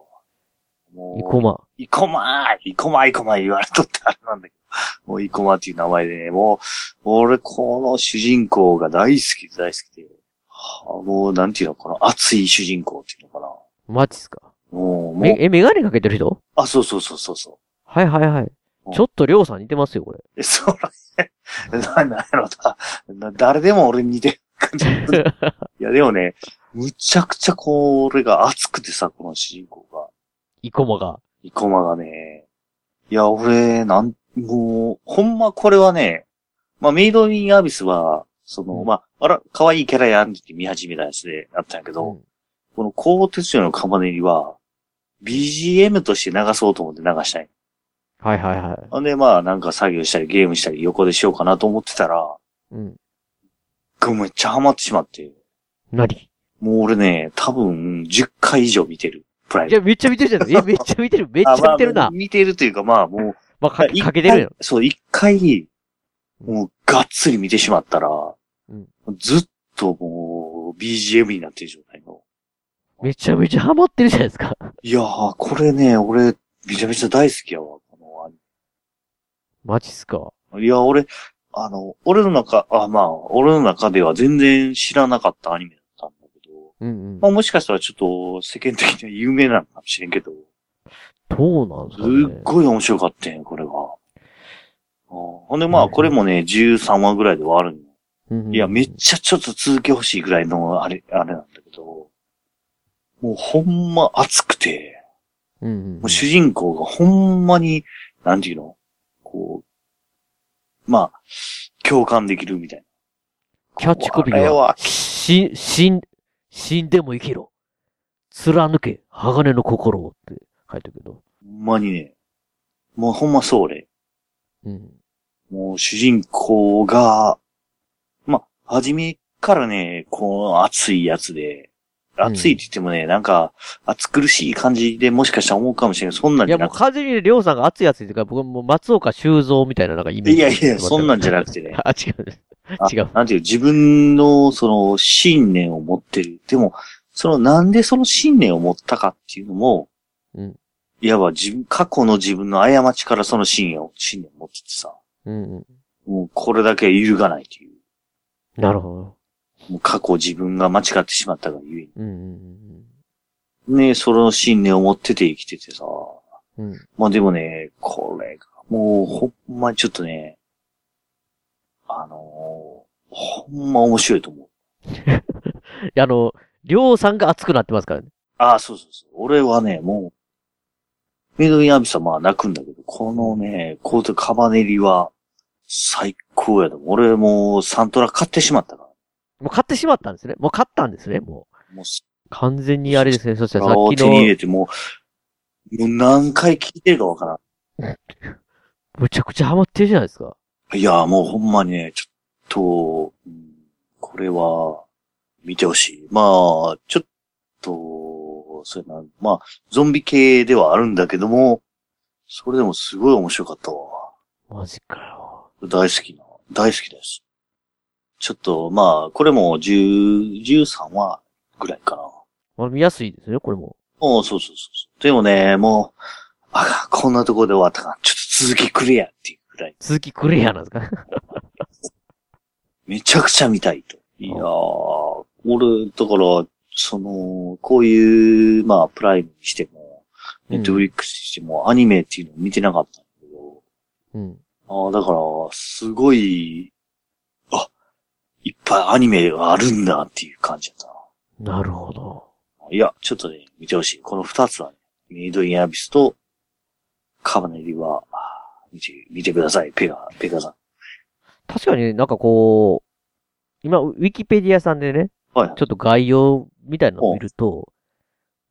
Speaker 3: もう
Speaker 2: 生駒。
Speaker 3: イコマーイコマイコマ言われとってあれなんだけど、もうイコマっていう名前でね、もう、俺この主人公が大好きで大好きで、はあもうなんていうの、この熱い主人公っていうのかな。
Speaker 2: マジっすか
Speaker 3: もう、も
Speaker 2: め
Speaker 3: う、
Speaker 2: え、メガネかけてる人
Speaker 3: あ、そうそうそうそうそ
Speaker 2: はいはいはい
Speaker 3: うん。
Speaker 2: ちょっとりょうさん似てますよ、これ。
Speaker 3: う。え、それ、な、なんやろなな、誰でも俺に似てる感じ。いや、でもね、むちゃくちゃこう、俺が熱くてさ、この主人公が。
Speaker 2: 生駒が。
Speaker 3: 生駒がね、いや、俺、なん、もう、ほんまこれはね、まあ、メイドインアビスは、その、
Speaker 2: うん
Speaker 3: まあ、あら、可愛いキャラやんって見始めたやつであったんやけど、
Speaker 2: うん
Speaker 3: この高鉄用のカバネリは、BGM として流そうと思って流したい。
Speaker 2: はいはいはい。
Speaker 3: ほんで、まあ、なんか作業したりゲームしたり横でしようかなと思ってたら、
Speaker 2: うん。
Speaker 3: ぐめっちゃハマってしまって、
Speaker 2: 何
Speaker 3: もう俺ね、多分、10回以上見てる。プライ
Speaker 2: い
Speaker 3: ム。
Speaker 2: や、めっちゃ見てるじゃ ないえ、めっちゃ見てる。めっち
Speaker 3: あ
Speaker 2: ゃ見てる
Speaker 3: まあ
Speaker 2: な。
Speaker 3: 見てるというか、まあ、もう、
Speaker 2: まあ、か
Speaker 3: 一回
Speaker 2: かけてるよ。
Speaker 3: そう、一回、もう、がっつり見てしまったら、
Speaker 2: ん
Speaker 3: ずっともう、BGM になってる状態の。
Speaker 2: めちゃめちゃハマってるじゃないですか。
Speaker 3: いやー、これね、俺、めちゃめちゃ大好きやわ、このアニ
Speaker 2: マジっすか。
Speaker 3: メ。いや、俺、あの、俺の中、あ、まあ、俺の中では全然知らなかったアニメだったんだけど、
Speaker 2: うんうん
Speaker 3: ま。あもしかしたらちょっと、世間的には有名なのかもしれんけど、
Speaker 2: どうなんです
Speaker 3: す
Speaker 2: かね
Speaker 3: っ。ごい面白かったんやこれが。あーほんでまあ、これもね、13話ぐらいで終わるんよ
Speaker 2: うんうん
Speaker 3: いや、めっちゃちょっと続けほしいぐらいの、あれ、あれなんだけど、もうほんま熱くて、
Speaker 2: うんうん
Speaker 3: もう主人公がほんまに、なんていうのこう、まあ、共感できるみたいな。
Speaker 2: キャッチコピー
Speaker 3: これ
Speaker 2: は
Speaker 3: は、
Speaker 2: し、死ん、死んでも生きろ。貫け、鋼の心をって書いてるけど。
Speaker 3: ほんまにね、もうほんまそうれ。
Speaker 2: うん。
Speaker 3: もう主人公が、まあ、初めからね、この熱いやつで、熱いって言ってもね、なんか、熱苦しい感じでもしかしたら思うかもしれない。そんなん
Speaker 2: い
Speaker 3: じゃ
Speaker 2: や、
Speaker 3: な
Speaker 2: も
Speaker 3: く
Speaker 2: う
Speaker 3: て
Speaker 2: 完全にりょうさんが熱いやつっていうか、僕はもう松岡修造みたいななんかイメージ。
Speaker 3: いやいやそんなんじゃなくてね
Speaker 2: あ、違う。
Speaker 3: あ
Speaker 2: 違う。
Speaker 3: なんていう、自分の、その、信念を持ってる。でも、その、なんでその信念を持ったかっていうのも、
Speaker 2: うん
Speaker 3: いわば自分、過去の自分の過ちからその信念を、信念を持っててさ、
Speaker 2: うんうん。
Speaker 3: もうこれだけ揺るがないとい
Speaker 2: なるほ
Speaker 3: う、もう過去自分が間違ってしまったがゆえ
Speaker 2: ど。うんうん
Speaker 3: に。ねその信念を持ってて生きててさ、
Speaker 2: うんうん。うん。
Speaker 3: まあでもね、これが、もうほんまにちょっとね、あのーほんま面白いと思う。
Speaker 2: いや、あの、りょうさんが熱くなってますからね。
Speaker 3: ああ、そうそうそう。俺はね、もう、メイドインアビスはまあ泣くんだけど、このね、コートカバネリは最高やで。俺もうサントラ買ってしまったか
Speaker 2: もう買ってしまったんですね。もう買ったんですね、もう。
Speaker 3: ら。もうサ
Speaker 2: 完全にあれですね。そした
Speaker 3: ン
Speaker 2: らさ
Speaker 3: ト
Speaker 2: っ
Speaker 3: ラを
Speaker 2: き
Speaker 3: 手に入
Speaker 2: の、
Speaker 3: れてもう、もう何回聞いてるかわからん。
Speaker 2: むちゃくちゃハマってるじゃないですか。
Speaker 3: いや、もうほんまにね、ちょっと、うんこれは、見てほしい。まあ、ちょっと、そうやな、まあ、ゾンビ系ではあるんだけども、それでもすごい面白かったわ。
Speaker 2: マジかよ。
Speaker 3: 大好きな、大好きです。ちょっと、まあ、これも10、13話ぐらいかな。
Speaker 2: まあ、見やすいですね、これも。
Speaker 3: おうそうそうそうそう。でもね、もう、あ、こんなところで終わったか。ちょっと続きくれやっていうぐらい。
Speaker 2: 続きくれやなんですか
Speaker 3: めちゃくちゃ見たいと。いやー、俺、だから、その、こういう、まあ、プライムにしても、
Speaker 2: うん
Speaker 3: ネットフリックスにしても、アニメっていうのを見てなかったんだけど、
Speaker 2: うん。
Speaker 3: あーだから、すごい、あ、いっぱいアニメがあるんだっていう感じだったな。
Speaker 2: なるほど。
Speaker 3: いや、ちょっとね、見てほしい。この二つはね、メイドインアビスと、カバネリは、あー見て、見てください。ペガ、ペガさ
Speaker 2: 確かになんかこう、今、ウィキペディアさんでね、
Speaker 3: ん。はいはい
Speaker 2: ちょっと概要みたいなのを見ると、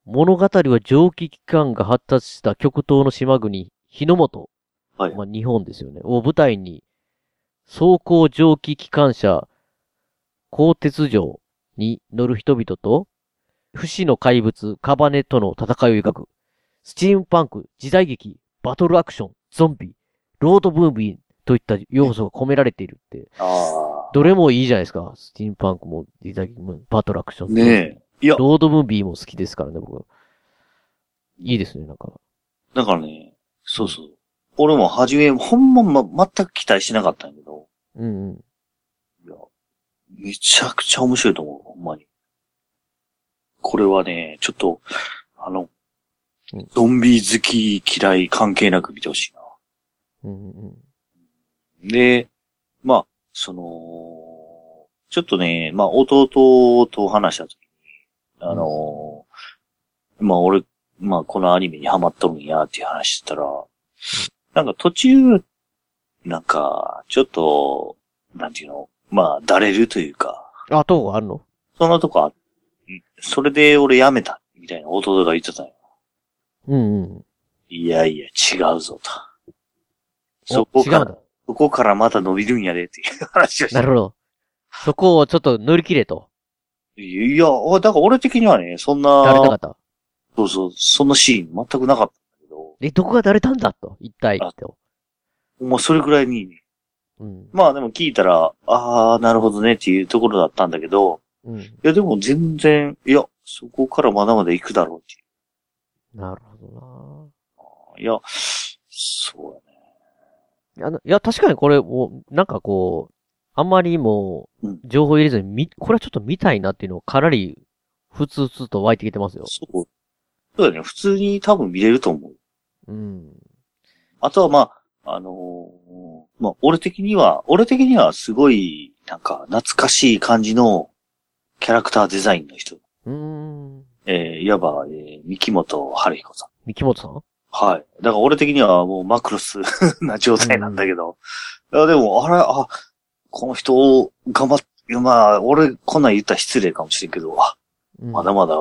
Speaker 2: 物語は蒸気機関が発達した極東の島国、日の本。
Speaker 3: はい
Speaker 2: まあ、日本ですよね。を舞台に、走行蒸気機関車、鋼鉄城に乗る人々と、不死の怪物、カバネとの戦いを描く、スチームパンク、時代劇、バトルアクション、ゾンビ、ロードブービーといった要素が込められているって。
Speaker 3: あ
Speaker 2: どれもいいじゃないですか。スチームパンクも、リザギも、バトルアクショ
Speaker 3: あ。
Speaker 2: ン。
Speaker 3: ねえ。いや、
Speaker 2: ロードムービーも好きですからね、僕。いいですね、なんか。
Speaker 3: だからね、そうそう。俺も初め、ほんま、ま、全く期待してなかったんやけど、
Speaker 2: うんうん。
Speaker 3: いや、めちゃくちゃ面白いと思う、ほんまに。これはね、ちょっと、あの
Speaker 2: うん、
Speaker 3: ゾンビ好き嫌い関係なく見てほしいな。
Speaker 2: うんうんうん。
Speaker 3: で、まあ、その、ちょっとね、まあ、弟と話したときに、あのーまあ、俺、まあ、このアニメにハマっとるんや、っていう話してたら、なんか途中、なんか、ちょっと、なんていうの、まあ、だれるというか、
Speaker 2: あ、とこあるの
Speaker 3: そんなとこあうんそれで俺やめた、みたいな弟が言ってたよ。
Speaker 2: うんうん。
Speaker 3: いやいや、違うぞ、と。
Speaker 2: お
Speaker 3: そこ
Speaker 2: 違うん
Speaker 3: から、
Speaker 2: だ。
Speaker 3: そこからまた伸びるんやで、っていう話をして
Speaker 2: なるほど。そこをちょっと乗り切れと。
Speaker 3: いや、あだから俺的にはね、そん
Speaker 2: だれなか
Speaker 3: な、
Speaker 2: った。
Speaker 3: そうそう、そんなシーン全くなかったんだけど、
Speaker 2: え、どこがだれたんだと。一体
Speaker 3: あ
Speaker 2: と。
Speaker 3: もうそれくらいに、
Speaker 2: うん。
Speaker 3: まあでも聞いたら、ああ、なるほどねっていうところだったんだけど、
Speaker 2: うん。
Speaker 3: いやでも全然、いや、そこからまだまだ行くだろうってい
Speaker 2: なるほ
Speaker 3: う。いや、そうやね。
Speaker 2: どなあの、いや、確かにこれ、もう、なんかこう、あんまりも
Speaker 3: う、
Speaker 2: うん情報入れずに、み、これはちょっと見たいなっていうのをかなり、ふつふつと湧いてきてますよ。
Speaker 3: そう。そうだね、普通に多分見れると思う。
Speaker 2: うん。
Speaker 3: あとはまあ、あのーまあ俺的には、俺的にはすごい、なんか懐かしい感じのキャラクターデザインの人。
Speaker 2: うーん。
Speaker 3: えーいわば、えー、三木本春彦さん。
Speaker 2: 三木本さん
Speaker 3: はい。だから俺的にはもうマクロス な状態なんだけど。いやでも、あれ、あ、この人を頑張っ、いやまあ、俺こんなん言ったら失礼かもしれんけど、あ
Speaker 2: うん
Speaker 3: まだまだ、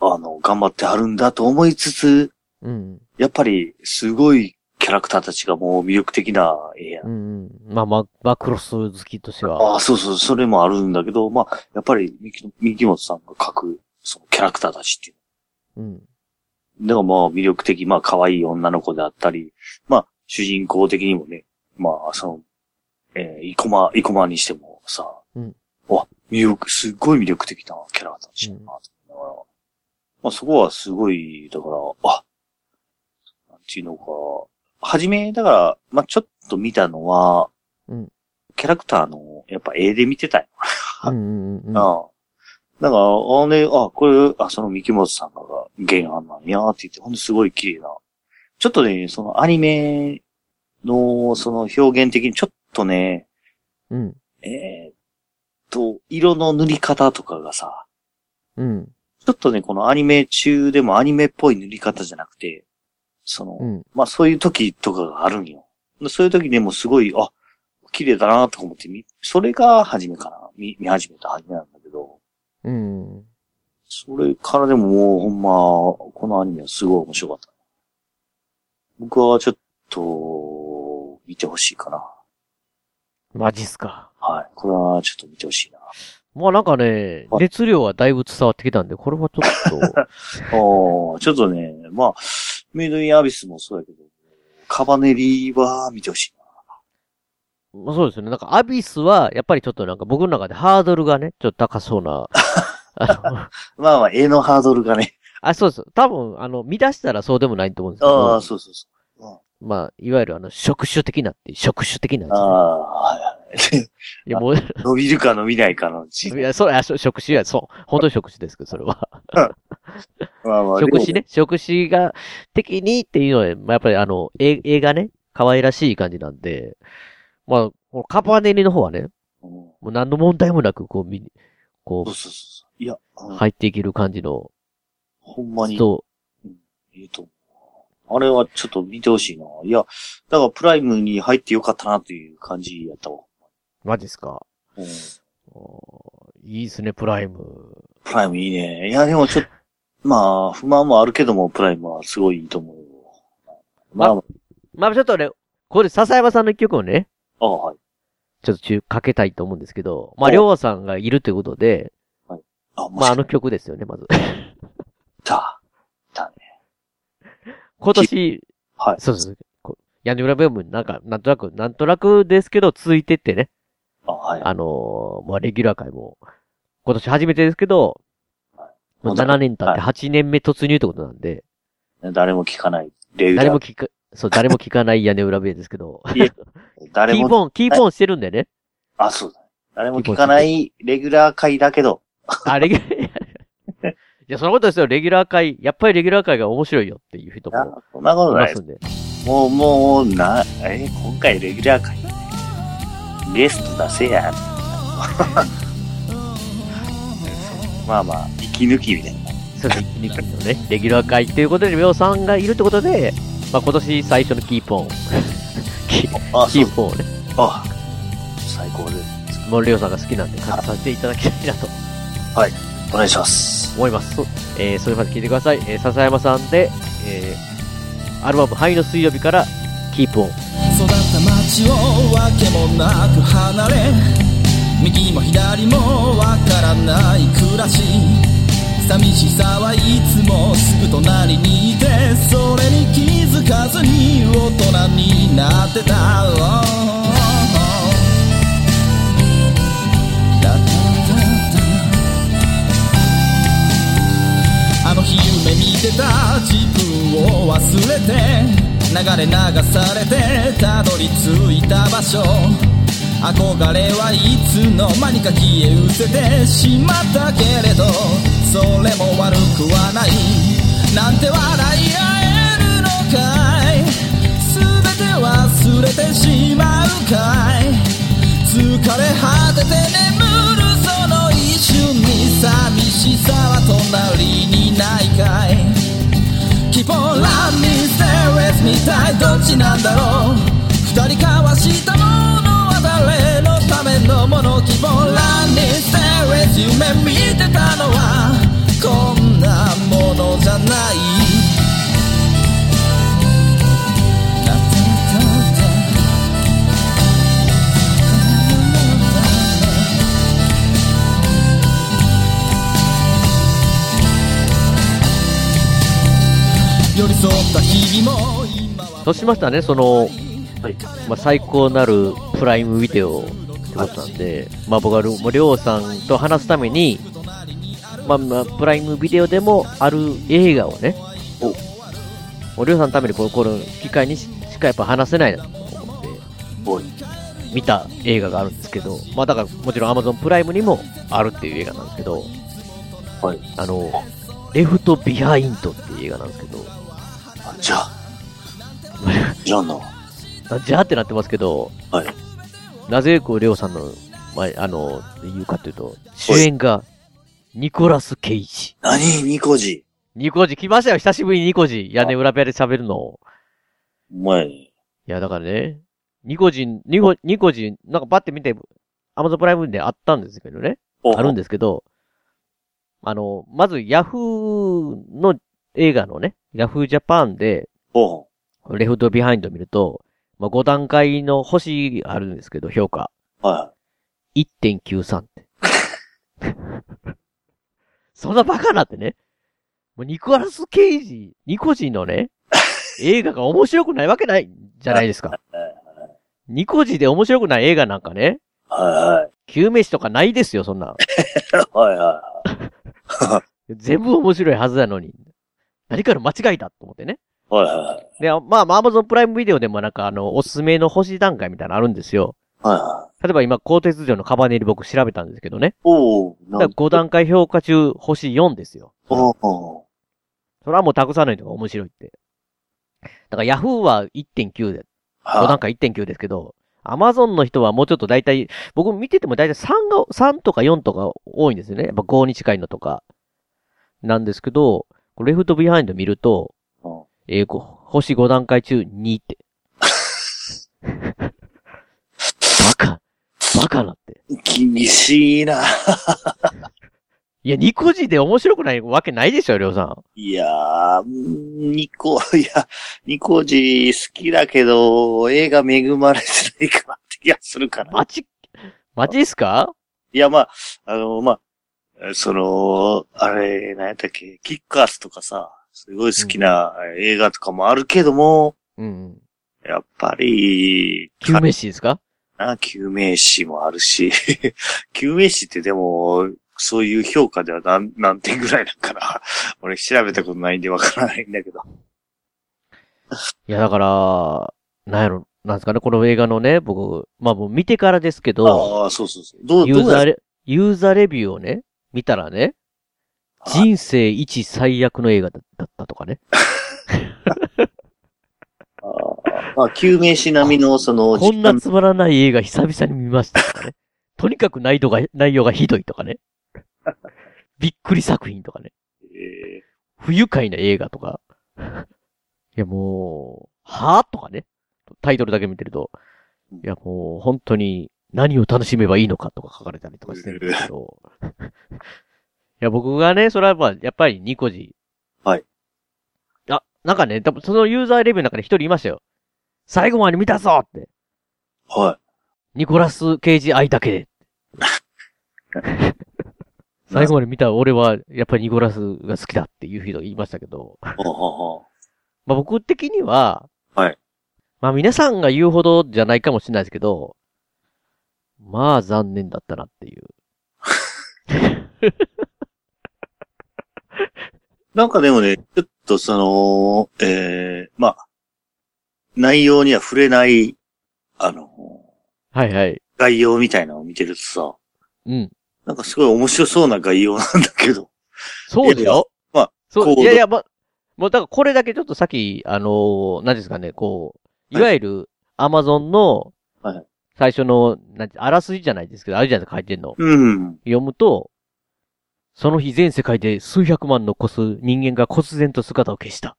Speaker 3: あの、頑張ってはるんだと思いつつ、
Speaker 2: うん。
Speaker 3: やっぱりすごいキャラクターたちがもう魅力的な絵やん。
Speaker 2: うんうん。まあ、ママクロス好きとしては。
Speaker 3: ああ、そうそう、それもあるんだけど、まあ、やっぱり三木三木本さんが描く、そのキャラクターたちっていうのは
Speaker 2: うん。
Speaker 3: だからまあ魅力的、まあ可愛い女の子であったり、まあ主人公的にもね、まあその、えー、イコマ、イコマにしてもさ、
Speaker 2: うん
Speaker 3: わ、魅力、すっごい魅力的なキャラだしな、
Speaker 2: うん
Speaker 3: と思いながらまあそこはすごい、だから、あ、なんていうのか、はじめ、だから、まあちょっと見たのは、
Speaker 2: うん
Speaker 3: キャラクターの、やっぱ絵で見てたよ
Speaker 2: うんうんうんうん。
Speaker 3: ああ。だから、あね、あ、これ、あ、その三木本さんが原案なんやって言って、ほんですごい綺麗な。ちょっとね、そのアニメの、その表現的にちょっとね、
Speaker 2: うん。
Speaker 3: えーっと、色の塗り方とかがさ、
Speaker 2: うん。
Speaker 3: ちょっとね、このアニメ中でもアニメっぽい塗り方じゃなくて、その、
Speaker 2: うん。
Speaker 3: まあそういう時とかがあるんよ。でそういう時でもすごい、あ、綺麗だなとか思って見、それが初めかな。見、見始めた初めなんだけど。
Speaker 2: うん。
Speaker 3: それからでももうほんま、このアニメはすごい面白かった。僕はちょっと、見てほしいかな。
Speaker 2: マジっすか。
Speaker 3: はい。これはちょっと見てほしいな。
Speaker 2: まあなんかね、
Speaker 3: はい
Speaker 2: 熱量はだいぶ伝わってきたんで、これはちょっと、
Speaker 3: おーちょっとね、まあ、メイドインアビスもそうやけど、カバネリは見てほしいな。
Speaker 2: まあそうですよね。なんかアビスは、やっぱりちょっとなんか僕の中でハードルがね、ちょっと高そう な。あの
Speaker 3: まあまあ、絵のハードルがね。
Speaker 2: あ、そうです。多分、あの、見出したらそうでもないと思うんですけ
Speaker 3: あ
Speaker 2: ど
Speaker 3: あ、、そうそうそ
Speaker 2: まあ、いわゆるあの、触手的なって、触手的な
Speaker 3: う。あ
Speaker 2: や
Speaker 3: あ、はいはい。
Speaker 2: つ。いや、もう、い
Speaker 3: 伸びるか伸びないかの違い。
Speaker 2: や、それ、あ、そ触手や、そう。本当に触手ですけど、それは。
Speaker 3: まあまあ、
Speaker 2: 触手
Speaker 3: でも。
Speaker 2: ね。触手が、的にっていうのは、まあ、やっぱりあの、え映画ね、可愛らしい感じなんで、まあ、このカパネリの方はね、
Speaker 3: うん
Speaker 2: もう何の問題もなく、こう、み、こ
Speaker 3: そう
Speaker 2: う、
Speaker 3: そうそうそう。いや、あの
Speaker 2: 入っていける感じの、
Speaker 3: ほんまに
Speaker 2: と、
Speaker 3: いいと思う。あれはちょっと見てほしいな。いや、だからプライムに入ってよかったなっていう感じやったわ。
Speaker 2: マジっすか。
Speaker 3: うん
Speaker 2: おーいいですね、プライム。
Speaker 3: プライムいいね。いや、でもちょっと、まあ、不満もあるけども、プライムはすごいいいと思うよ。まあ、ま
Speaker 2: まあちょっとね、ここで笹山さんの一曲をね、
Speaker 3: あ、あはい。
Speaker 2: ちょっと中かけたいと思うんですけど、まあ
Speaker 3: お
Speaker 2: りょうさんがいるということで、
Speaker 3: あ、も
Speaker 2: まあ
Speaker 3: し
Speaker 2: あ
Speaker 3: か
Speaker 2: の
Speaker 3: し
Speaker 2: 曲ですよね、まず。
Speaker 3: た。だね。
Speaker 2: 今年、
Speaker 3: はい。
Speaker 2: そうそうこうヤンニョムラブーム、なんか、なんとなく、なんとなくですけど、続いてってね、
Speaker 3: あ、はい。
Speaker 2: あのーまあレギュラー会も、今年初めてですけど、もう7年経って8年目突入ってことなんで、
Speaker 3: 誰も聞かない。レギュラー
Speaker 2: 誰も聞か、そう、誰も聞かない屋 根裏部屋ですけど、キ
Speaker 3: 誰
Speaker 2: ー
Speaker 3: も、
Speaker 2: ポン、キーポンしてるんでね。
Speaker 3: あ、そうだ。誰も聞かないレギュラー会だけど、
Speaker 2: あ、レギュラー、いや、そんなことですよ。レギュラー会、やっぱりレギュラー会が面白いよっていう人
Speaker 3: な
Speaker 2: も
Speaker 3: そんなこ
Speaker 2: い
Speaker 3: と
Speaker 2: ま
Speaker 3: ない
Speaker 2: す。んで。
Speaker 3: もう、もう、な、え、今回レギュラー会ゲスト出せや。 まあまあ、息抜きみたいな。
Speaker 2: そうですね。日本のね、レギュラー会ということで、みょうさんがいるってことで、まあ、今年最初のキーポン、キ
Speaker 3: あ、そ
Speaker 2: キ
Speaker 3: う
Speaker 2: ー。ポンをね、
Speaker 3: あ、最高で。
Speaker 2: もうりょうさんが好きなんで、かけさせていただきたいなと
Speaker 3: お願いします。
Speaker 2: 思います。そうえー、それまで聞いてください。えー、笹山さんで、えー、アルバム、灰の水曜日から、キーポン。
Speaker 1: 育った街をわけもなく離れ右も左もわからない暮らし寂しさはいつもすぐ隣にいてそれに気づかずに大人になってたラタタタあの日夢見てた自分を忘れて流れ流されてたどり着いた場所憧れはいつの間にか消え失せてしまったけれどそれも悪くはないなんて笑い合えるのかい全て忘れてしまうかい疲れ果てて眠るその一瞬に寂しさは隣にないかい Keep on loving me, stay with me 一体どっちなんだろう二人交わしたものは誰のためのもの Keep on loving me, stay with you 夢見てたのはこんなものじゃないラタタタ寄り添った日々も今は
Speaker 2: としましたね、その、
Speaker 3: はい。
Speaker 2: まあ、最高なるプライムビデオってことなんで、まあ、僕はりょもうりょうさんと話すために、まあまあ、プライムビデオでもある映画をね、
Speaker 3: お
Speaker 2: もうりょうさんのためにこのこの機会にししかやっぱ話せないなと思って、
Speaker 3: おい。
Speaker 2: 見た映画があるんですけど、まあだからもちろん Amazon プライムにもあるっていう映画なんですけど、
Speaker 3: はい。
Speaker 2: あの、レフトビハインドっていう映画なんですけど、
Speaker 3: あじゃあ。 じゃあな。は
Speaker 2: あじゃあってなってますけど、
Speaker 3: い。
Speaker 2: なぜこう、レオさんの、まあ、あの、言うかというと、主演が、ニコラス・ケイジ。
Speaker 3: 何ニコジ。
Speaker 2: ニコジ来ましたよ、久しぶりにニコジ。屋根裏部屋で喋るの。
Speaker 3: お前。
Speaker 2: いや、だからね、ニコジ、ニコ、ニコジ、なんかパッて見て、アマゾンプライムであったんですけどね。あるん
Speaker 3: で。
Speaker 2: ですけど、あの、まず、ヤフーの映画のね、ヤフージャパンで、
Speaker 3: おう
Speaker 2: レフトビハインド見ると、まあ、5段階の星あるんですけど、評価。
Speaker 3: は
Speaker 2: 1.93って。 そんなバカなってね。もうニコラス・ケイジ、ニコジのね、映画が面白くないわけない、じゃないです か。ニコジで面白くない映画なんかね、
Speaker 3: い。は
Speaker 2: 救命士とかないですよ、そんな。
Speaker 3: いはい。はいは
Speaker 2: 全部面白いはずなのに。何かの間違いだと思ってね。
Speaker 3: い。はいはいはい。
Speaker 2: で、あまあ、アマゾンプライムビデオでもなんかあの、おすすめの星段階みたいなのあるんですよ。
Speaker 3: はいはい。
Speaker 2: 例えば今、鋼鉄城のカバネリ僕調べたんですけどね。
Speaker 3: おー、
Speaker 2: だから5段階評価中、星4ですよ。
Speaker 3: おー。
Speaker 2: それはもうたくさんの人が面白いって。だからヤフーは1.9で、5段
Speaker 3: は
Speaker 2: 階1.9ですけど、アマゾンの人はもうちょっと大体、僕見てても大体3が、3とか4とか多いんですよね。やっぱ5に近いのとか。なんですけど、レフトビハインド見ると、
Speaker 3: うん
Speaker 2: えーこう星5段階中2って。バカ、バカなって。
Speaker 3: い。厳しいな。
Speaker 2: いや、ニコジで面白くないわけないでしょ、りょうさん。
Speaker 3: いやー、うんニコ、 いや、ニコジ好きだけど、映画恵まれてないかなって気がするかな。
Speaker 2: マジ、マジですか
Speaker 3: いや、まあ、あの、まあ、その、あれ、何やったっけ、キッカースとかさ、すごい好きな映画とかもあるけども、
Speaker 2: うん。
Speaker 3: やっぱり、
Speaker 2: 救命士ですか
Speaker 3: な、救命士もあるし、 救命士ってでも、そういう評価では何、何点ぐらいなんかな。俺調べたことないんでわからないんだけど。
Speaker 2: いや、だから、なんやろ、なんですかね、この映画のね、僕、まあもう見てからですけど、
Speaker 3: ああ、そうそうそう。どう、
Speaker 2: ユー
Speaker 3: どう
Speaker 2: ザー
Speaker 3: や
Speaker 2: レ、ユーザーレビューをね、見たらね、
Speaker 3: はい
Speaker 2: 人生一最悪の映画だだったとかね。
Speaker 3: あーまあ、救命士並みの、その、
Speaker 2: こんな
Speaker 3: 時
Speaker 2: つまらない映画久々に見ましたと かね。とにかく内容が、内容がひどいとかね。びっくり作品とかね。
Speaker 3: 間え
Speaker 2: 不愉快な映画とか。 いや、もう、はぁとかね。タイトルだけ見てると、いや、もう、本当に、何を楽しめばいいのかとか書かれたりとかしてるんですけど。 いや、僕がね、それはまあ、やっぱりニコジ。
Speaker 3: はい。
Speaker 2: あ、なんかね、多分そのユーザーレビューの中で一人いましたよ。最後まで見たぞって。
Speaker 3: ーは
Speaker 2: ニコラス・ケイジ愛だけ で。
Speaker 3: い。
Speaker 2: 最後
Speaker 3: ま
Speaker 2: まで見た俺は、やっぱりニコラスが好きだっていう人が言いましたけど。
Speaker 3: で。ははは
Speaker 2: まあ、僕的には、
Speaker 3: はい。
Speaker 2: まあ、皆さんが言うほどじゃないかもしれないですけど、まあ、残念だったなっていう。
Speaker 3: なんかでもね、ちょっとその、ええまあ、内容には触れない、あの、
Speaker 2: はいはい。
Speaker 3: 概要みたいなのを見てるとさ、
Speaker 2: うん。
Speaker 3: なんかすごい面白そうな概要なんだけど。
Speaker 2: そうでしょ
Speaker 3: まあ、
Speaker 2: そ
Speaker 3: こう
Speaker 2: う、いやいや、まあ、もうだからこれだけちょっとさっき、あのー何ですかね、こう、いわゆる、アマゾンの
Speaker 3: はい、
Speaker 2: 最初の、なんてあらすじじゃないですけど、あるじゃないですか、書いてんの。
Speaker 3: うん。
Speaker 2: 読むと、その日全世界で数百万のコス人間が忽然と姿を消した。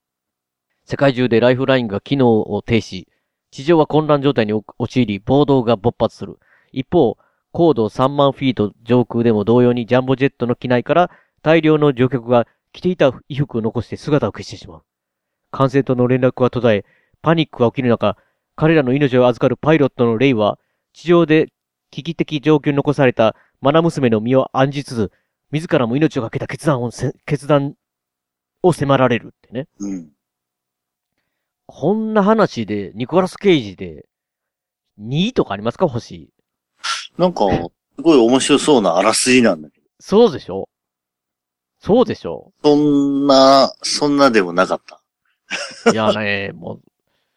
Speaker 2: 世界中でライフラインが機能を停止。地上は混乱状態に陥り、暴動が勃発する。一方、高度3万フィート上空でも同様にジャンボジェットの機内から大量の乗客が着ていた衣服を残して姿を消してしまう。管制との連絡は途絶え、パニックが起きる中、彼らの命を預かるパイロットのレイは、地上で危機的状況に残されたマナ娘の身を案じつつ、自らも命を懸けた決断をせ、決断を迫られるってね。
Speaker 3: うん。
Speaker 2: こんな話で、ニコラス・ケイジで、2位とかありますか星。
Speaker 3: なんか、すごい面白そうなあらすじなんだけど。
Speaker 2: そうでしょそうでしょ
Speaker 3: そんな、そんなでもなかった。
Speaker 2: いやね、 も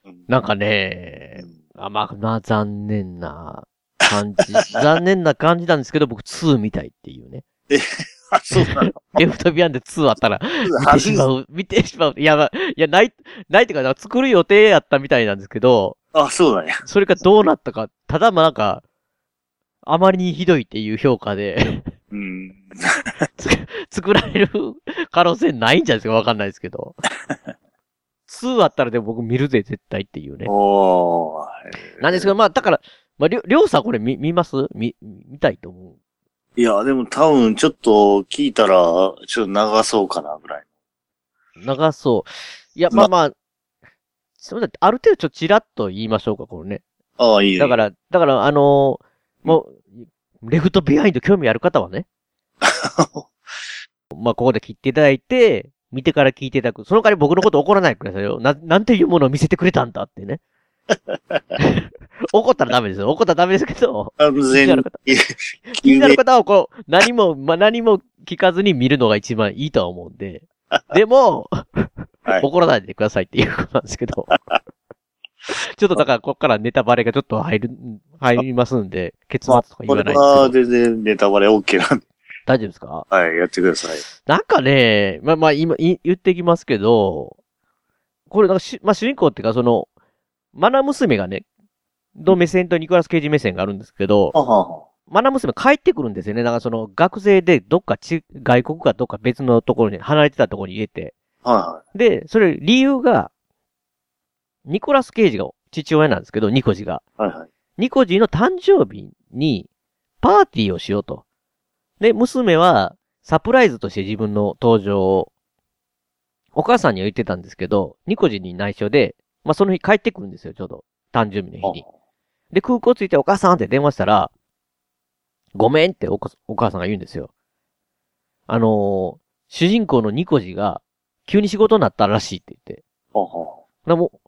Speaker 3: う
Speaker 2: う、なんか
Speaker 3: う
Speaker 2: ね、
Speaker 3: ん
Speaker 2: あまあ、まあ、残念な感じ。残念な感じなんですけど、僕2みたいっていうね。
Speaker 3: あ、そうな の。
Speaker 2: レフトビアンで2あったら、見てしまう、見てしまう。いや、まあいや、ない、ないっていうか、なんか作る予定やったみたいなんですけど、
Speaker 3: あ、そうだね。
Speaker 2: それがどうなったか、ただまあなんか、あまりにひどいっていう評価で
Speaker 3: うん。
Speaker 2: 作られる 可能性ないんじゃないですかわかんないですけど。2あったらでも僕見るぜ、絶対っていうね。
Speaker 3: おー。
Speaker 2: なんですけど、まあだから、まあ、りょりょうさんこれ見、見ます見、見たいと思う。
Speaker 3: いや、でも多分ちょっと聞いたら、ちょっと流そうかな、ぐらい。
Speaker 2: 長そう。いや、まあまあ、そうだってある程度ちょっとチラッと言いましょうか、これね。
Speaker 3: ああ、いいよ。、
Speaker 2: だからら、だから、あのーもう、レフトビハインド興味ある方はね。まあ、ここで切っていただいて、見てから聞いていただく。その代わり僕のこと怒らないでくださいよ。な、なんていうものを見せてくれたんだってね。 怒ったらダメですよ。怒ったらダメですけど、
Speaker 3: 完全に。
Speaker 2: 気になる方はこう、何も、まあ、何も聞かずに見るのが一番いいとは思うんで。でも、
Speaker 3: はい
Speaker 2: 怒らないでくださいっていうことなんですけど。ちょっとだから、ここからネタバレがちょっと入る、入りますんで、結末
Speaker 3: まあ、
Speaker 2: とか言
Speaker 3: こ
Speaker 2: わな
Speaker 3: れ
Speaker 2: いですけ
Speaker 3: は
Speaker 2: ど。
Speaker 3: 全然ネタバレ OK なんで。
Speaker 2: 大丈夫ですか
Speaker 3: はい、やってください。
Speaker 2: なんかね、まあまあ今い言っていきますけど、これなんかし、まあ主人公っていうかその、マナ娘がね、の目線とニコラス・ケイジ目線があるんですけど、
Speaker 3: ははは
Speaker 2: マナ娘帰ってくるんですよね。なんかその学生でどっかち、外国かどっか別のところに、離れてたところに入れて。
Speaker 3: は
Speaker 2: で、それ理由が、ニコラス・ケイジが父親なんですけど、ニコジが。
Speaker 3: いはい。はいはい。
Speaker 2: ニコジの誕生日にパーティーをしようと。で、娘はサプライズとして自分の登場をお母さんには言ってたんですけど、ニコジに内緒で、まあ、その日帰ってくるんですよ、ちょうど。誕生日の日に。で、空港着いてお母さんって電話したら、ごめんっておこお母さんが言うんですよ。あのー主人公のニコジが急に仕事になったらしいって言って。
Speaker 3: はは
Speaker 2: なもう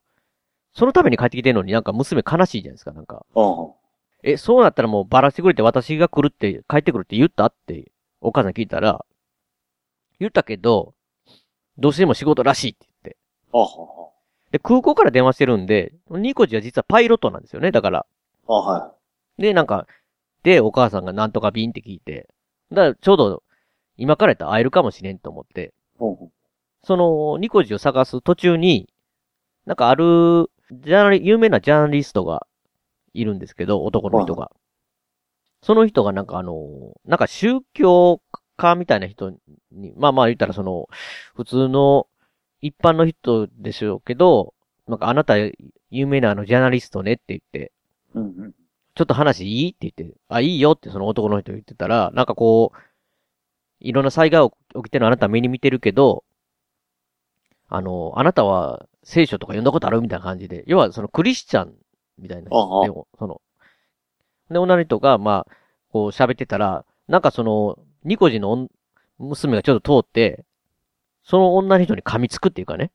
Speaker 2: そのために帰ってきてるのになんか娘悲しいじゃないですか、なんか。
Speaker 3: はは。
Speaker 2: え、そうなったらもうバラしてくれて私が来るって、帰ってくるって言ったって、お母さんに聞いたら、言ったけど、どうしても仕事らしいって言って。
Speaker 3: はは
Speaker 2: で、空港から電話してるんで、ニコジは実はパイロットなんですよね、だから。
Speaker 3: は。は
Speaker 2: で、なんか、で、お母さんがなんとかビンって聞いて、だからちょうど、今からやったら会えるかもしれんと思って、
Speaker 3: いはい。
Speaker 2: その、ニコジを探す途中に、なんかある、ジャーナリ、有名なジャーナリストがいるんですけど、男の人が。その人がなんかあの、なんか宗教家みたいな人に、まあまあ言ったらその、普通の一般の人でしょうけど、なんかあなた有名なあのジャーナリストねって言って、
Speaker 3: うんうん。
Speaker 2: ちょっと話いいって言って、あ、いいよってその男の人が言ってたら、なんかこう、いろんな災害を起きてるのあなたは目に見てるけど、あの、あなたは聖書とか読んだことあるみたいな感じで、要はそのクリスチャンみたいな人
Speaker 3: ああ
Speaker 2: でも、その、で、女の人が、まあ、こう喋ってたら、なんかその、ニコジの女娘がちょっと通って、その女の人に噛みつくっていうかね、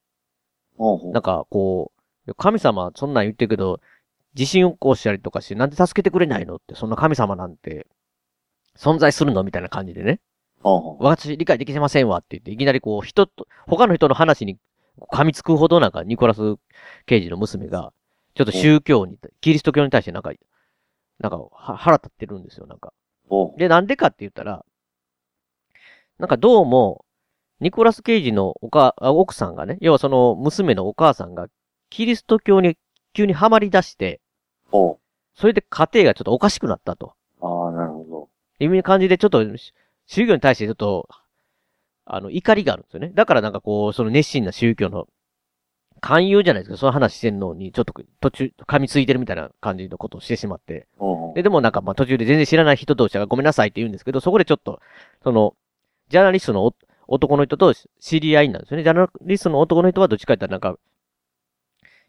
Speaker 3: はは
Speaker 2: なんかこう、神様そんなん言ってるけど、地震を起こしたりとかして、なんで助けてくれないのって、そんな神様なんて、存在するのみたいな感じでね。
Speaker 3: は
Speaker 2: 私理解できてませんわって言って、いきなりこう、人と、他の人の話に噛みつくほどなんか、ニコラス・ケイジの娘が、ちょっと宗教に、キリスト教に対してなんか、なんか、は腹立ってるんですよ、なんか。
Speaker 3: は。
Speaker 2: で、なんでかって言ったら、なんかどうも、ニコラス・ケイジのおか、あ奥さんがね、要はその娘のお母さんが、キリスト教に急にはまり出して、
Speaker 3: は
Speaker 2: それで家庭がちょっとおかしくなったと。
Speaker 3: ああ、なるほ
Speaker 2: いう感じで、ちょっと、し宗教に対してちょっと、あの、怒りがあるんですよね。だからなんかこう、その熱心な宗教の、勧誘じゃないですか、その話してんのに、ちょっと途中、噛みついてるみたいな感じのことをしてしまって、
Speaker 3: ど。は
Speaker 2: で、でもなんか、まあ途中で全然知らない人同士がごめんなさいって言うんですけど、そこでちょっと、その、ジャーナリストのお男の人と知り合いなんですよね。ジャーナリストの男の人はどっちか言ったらなんか、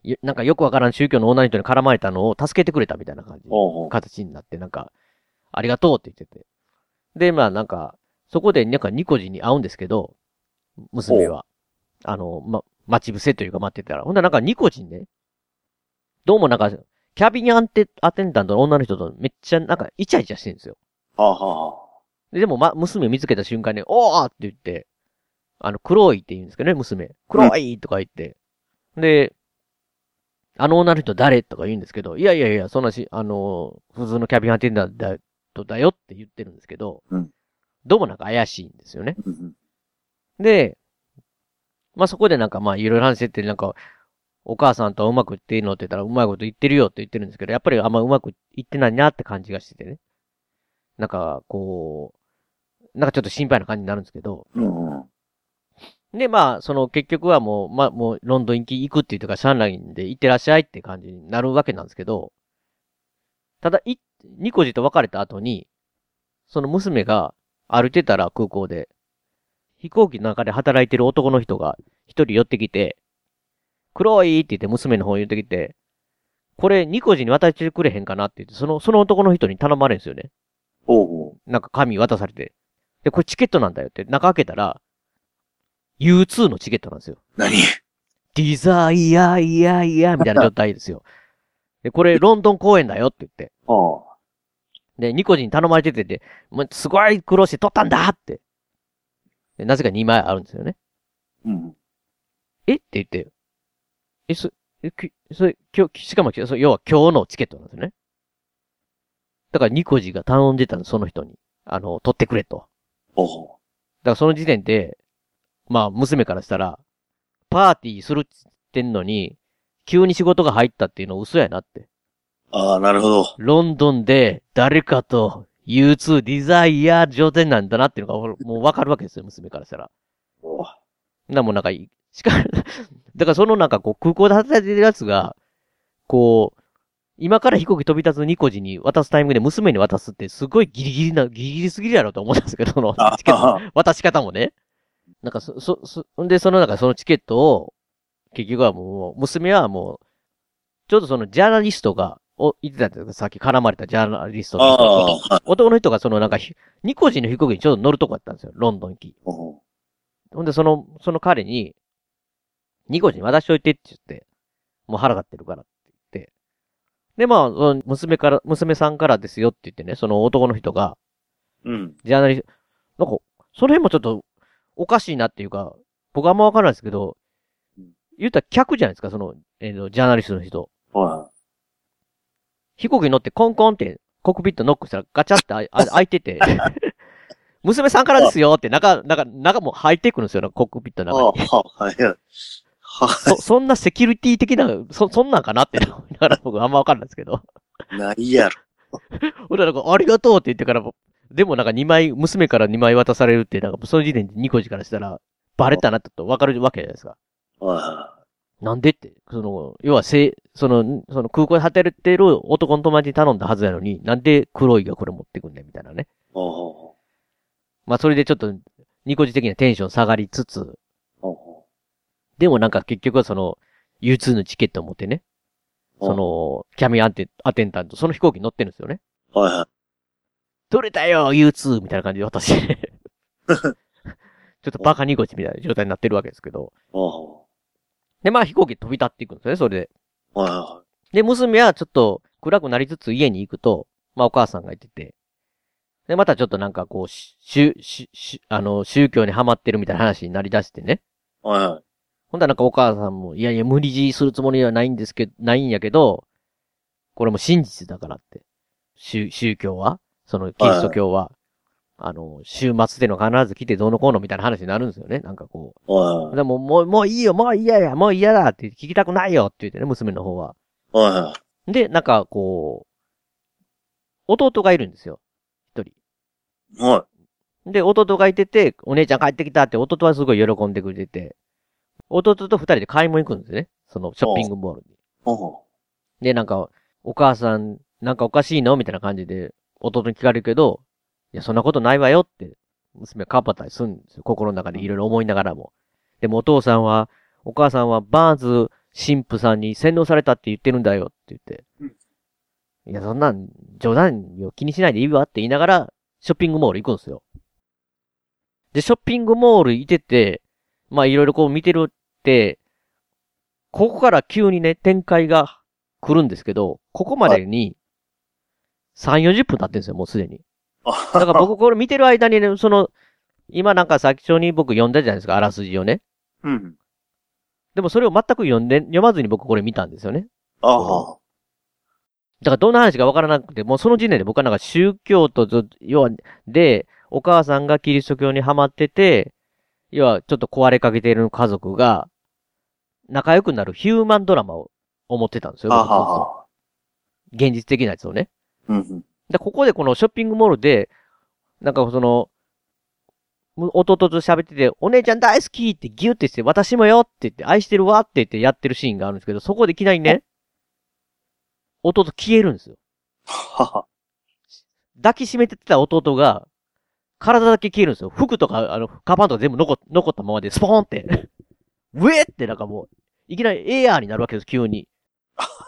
Speaker 2: よなんかよくわからん宗教の女の人に絡まれたのを助けてくれたみたいな感じ、
Speaker 3: は。は
Speaker 2: 形になって、なんか、ありがとうって言ってて。で、まあなんか、そこでなんかニコジに会うんですけど、娘は。あの、ま、待ち伏せというか待ってたら。ほんならなんかニコジにね、どうもなんか、キャビンアンテ、アテンダントの女の人とめっちゃなんかイチャイチャしてるんですよ。
Speaker 3: は。はは。
Speaker 2: で、でもま、娘見つけた瞬間に、おーって言って、あの、黒いって言うんですけどね、娘。黒いとか言って。で、あの女の人誰とか言うんですけど、いやいやいや、そんなし、あの、普通のキャビンアテンダントだよって言ってるんですけど、
Speaker 3: うん
Speaker 2: どうもなんか怪しいんですよね。
Speaker 3: うんうん。
Speaker 2: で、まあ、そこでなんかまあ、いろいろ話してって、なんか、お母さんとはうまくいっていいのって言ったら、うまいこと言ってるよって言ってるんですけど、やっぱりあんまうまくいってないなって感じがしててね。なんか、こう、なんかちょっと心配な感じになるんですけど。
Speaker 3: うんうん。
Speaker 2: で、まあ、その結局はもう、まあ、もうロンドン行き行くっていうとか、シャンラインで行ってらっしゃいって感じになるわけなんですけど、ただ、い、ニコジと別れた後に、その娘が歩いてたら空港で、飛行機の中で働いてる男の人が一人寄ってきて、黒いって言って娘の方に寄ってきて、これ、ニコジに渡してくれへんかなって言って、その、その男の人に頼まれるんですよね。
Speaker 3: おうおう。
Speaker 2: なんか紙渡されて。で、これチケットなんだよって、中開けたら、U2 のチケットなんですよ。
Speaker 3: 何
Speaker 2: ディザイアイアイアみたいな状態ですよ。で、これロンドン公演だよって言って。
Speaker 3: ああ。
Speaker 2: で、ニコジに頼まれててて、もうすごい苦労して撮ったんだって。でなぜか2枚あるんですよね。
Speaker 3: うん。
Speaker 2: えって言って。え、そ、え、き、それ、今日、しかも、そ要は今日のチケットなんですよね。だからニコジが頼んでたんです、その人に。あの、撮ってくれと。
Speaker 3: おうお
Speaker 2: だからその時点で、まあ、娘からしたら、パーティーするって言ってんのに、急に仕事が入ったっていうの嘘やなって。
Speaker 3: う。ああ、なるほど。
Speaker 2: ロンドンで誰かと U2 デザイア状態なんだなっていうのがもうわかるわけですよ、娘からしたら。
Speaker 3: おう
Speaker 2: な、もうなんかいい、しか、 だからそのなんかこう空港で働いてるやつが、こう、今から飛行機飛び立つニコジに渡すタイミングで娘に渡すってすごいギリギリな、ギリギリすぎるやろと思ったんですけど、その
Speaker 3: あ
Speaker 2: チケット
Speaker 3: あ、
Speaker 2: 渡し方もね。なんか、そ、そ、そ、んで、その中、そのチケットを、結局はもう、娘はもう、ちょうどそのジャーナリストが、お、言ってたんですよ。さっき絡まれたジャーナリストの人
Speaker 3: ああ、はい。
Speaker 2: 男の人がそのなんかひ、ニコジの飛行機にちょうど乗るとこやったんですよ。ロンドン行き。
Speaker 3: おうおう
Speaker 2: ほんで、その、その彼に、ニコジに渡しといてって言って、もう腹立ってるからって言って。で、まあ、その娘から、娘さんからですよって言ってね、その男の人が、
Speaker 3: うん。
Speaker 2: ジャーナリスト、なんか、その辺もちょっと、おかしいなっていうか、僕あんまわからないですけど、言ったら客じゃないですか、その、えっ、と、ジャーナリストの人。
Speaker 3: は
Speaker 2: 飛行機に乗ってコンコンって、コックピットノックしたらガチャってあ あ開いて て、娘さんからですよって中、中、中もう入ってくるんですよ、なんかコックピット
Speaker 3: い。
Speaker 2: の
Speaker 3: ああ、
Speaker 2: 中に。
Speaker 3: はい。は
Speaker 2: そ、そんなセキュリティ的な、そ、そんなんかなって思いながら僕あんまわかんないですけど。
Speaker 3: い。ないやろ。
Speaker 2: 俺らなんか、ありがとうって言ってからも、でもなんか2枚、娘から2枚渡されるって、なんかその時点でニコジからしたら、バレたなってことわかるわけじゃないですか。
Speaker 3: は
Speaker 2: なんでって、その、要はせい、その、その空港で働いてる男の友達に頼んだはずなのに、なんで黒いがこれ持ってくんねんみたいなね。
Speaker 3: い。おうおう
Speaker 2: まあそれでちょっと、ニコジ的にはテンション下がりつつ、
Speaker 3: おうおう
Speaker 2: でもなんか結局はその、U2 のチケットを持ってね、その、キャミアンテ、アテンタント、その飛行機に乗ってるんですよね。
Speaker 3: はいはい。
Speaker 2: 取れたよ !U2! みたいな感じで渡して。ちょっとバカニコチみたいな状態になってるわけですけど。
Speaker 3: おうお
Speaker 2: で、まあ飛行機飛び立っていくんですよね、それで。
Speaker 3: うはいは
Speaker 2: で、娘はちょっと暗くなりつつ家に行くと、まあお母さんがいてて、で、またちょっとなんかこう、し、し、し、しあの、宗教にハマってるみたいな話になりだしてね。
Speaker 3: い。はいはい。
Speaker 2: ほんだらなんかお母さんも、いやいや無理強いするつもりはないんですけど、ないんやけど、これも真実だからって。宗、宗教はその、キリスト教は、あの、週末での必ず来てどうのこうのみたいな話になるんですよね。なんかこう。
Speaker 3: はい
Speaker 2: でもう、もう、もういいよ、もう嫌や、もう嫌だって聞きたくないよって言ってね、娘の方は。
Speaker 3: はい。はいはい。
Speaker 2: で、なんか、こう、弟がいるんですよ。一
Speaker 3: は
Speaker 2: 人。で、弟がいてて、お姉ちゃん帰ってきたって、弟はすごい喜んでくれてて、弟と二人で買い物行くんですね。その、ショッピングモールに。
Speaker 3: い。おう
Speaker 2: で、なんか、お母さん、なんかおかしいのみたいな感じで、弟に聞かれるけど、いや、そんなことないわよって、娘はカパったりするんですよ。心の中でいろいろ思いながらも。でもお父さんは、お母さんはバーンズ神父さんに洗脳されたって言ってるんだよって言って。いや、そんなん、冗談よ、気にしないでいいわって言いながら、ショッピングモール行くんですよ。で、ショッピングモール行ってて、まあいろいろこう見てるって、ここから急にね、展開が来るんですけど、ここまでに、3、40分経ってるんですよ、もうすでに。だから僕これ見てる間にね、その、今なんか先ほに僕読んだじゃないですか、あらすじをね。
Speaker 3: うん。
Speaker 2: でもそれを全く読んで、読まずに僕これ見たんですよね。
Speaker 3: ああ。
Speaker 2: だからどんな話かわからなくて、もうその時点で僕はなんか宗教とず、要は、で、お母さんがキリスト教にハマってて、要はちょっと壊れかけている家族が、仲良くなるヒューマンドラマを思ってたんですよ。
Speaker 3: あ
Speaker 2: 僕ずっと
Speaker 3: あ。
Speaker 2: 現実的なやつをね。
Speaker 3: うんうん。
Speaker 2: で、ここでこのショッピングモールで、なんかその、む弟と喋ってて、お姉ちゃん大好きってギュってして、私もよって言って、愛してるわって言ってやってるシーンがあるんですけど、そこでいきなりね、弟消えるんですよ。
Speaker 3: はは。
Speaker 2: 抱きしめてた弟が、体だけ消えるんですよ。服とか、あの、カバンとか全部残っ残 ったままで、スポーンって。ウェーってなんかもう、いきなりエアーになるわけです、急に。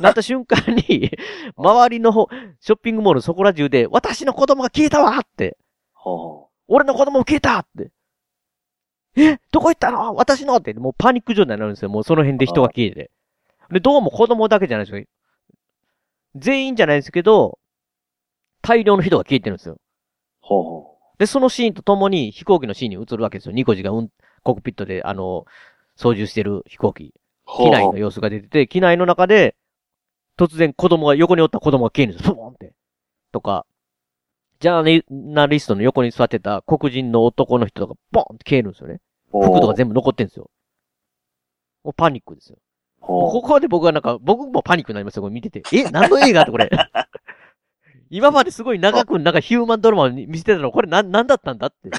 Speaker 2: なった瞬間に、周りの方ショッピングモールのそこら中で、私の子供が消えたわって、
Speaker 3: は
Speaker 2: 俺の子供消えたって、え、どこ行ったの私のって、もうパニック状態になるんですよ。もうその辺で人が消えて。で、どうも子供だけじゃないですよ。全員じゃないですけど、大量の人が消えてるんですよ。
Speaker 3: あ、は
Speaker 2: で、そのシーンとともに飛行機のシーンに移るわけですよ。ニコジがうんコックピットで、あの、操縦してる飛行機。
Speaker 3: あ、はあ。
Speaker 2: 機内の様子が出てて、機内の中で、突然子供が、横におった子供が消えるんですよ。ボーンって。とか、ジャーナリストの横に座ってた黒人の男の人とか、ボーンって消えるんですよね。服とか全部残ってんですよ。もうパニックですよ。こ
Speaker 3: は
Speaker 2: こで僕はなんか、僕もパニックになりました、これ見てて。え何の映画ってこ れ。今まですごい長く、なんかヒューマンドラマを見せてたの、これな、なんだったんだって。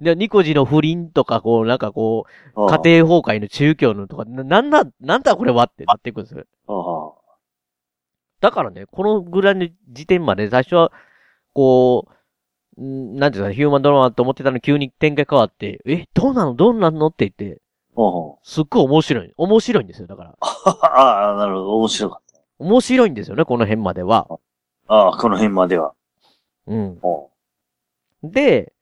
Speaker 2: で、ニコジの不倫とか、こう、なんかこう、
Speaker 3: あはあ
Speaker 2: 家庭崩壊の中共のとか、ななんだ、なんだこれはってなっていくんですよ。
Speaker 3: はあ
Speaker 2: だからね、このぐらいの時点まで最初は、こう、んなんていうか、ヒューマンドラマと思ってたのに急に展開変わって、え、どうなのどうなんのって言って、
Speaker 3: は
Speaker 2: すっごい面白い。面白いんですよ、だから。
Speaker 3: あ。ああ、なるほど。面白かっ
Speaker 2: 面白いんですよね、この辺までは。
Speaker 3: た。ああ、この辺までは。
Speaker 2: うん。
Speaker 3: は
Speaker 2: で、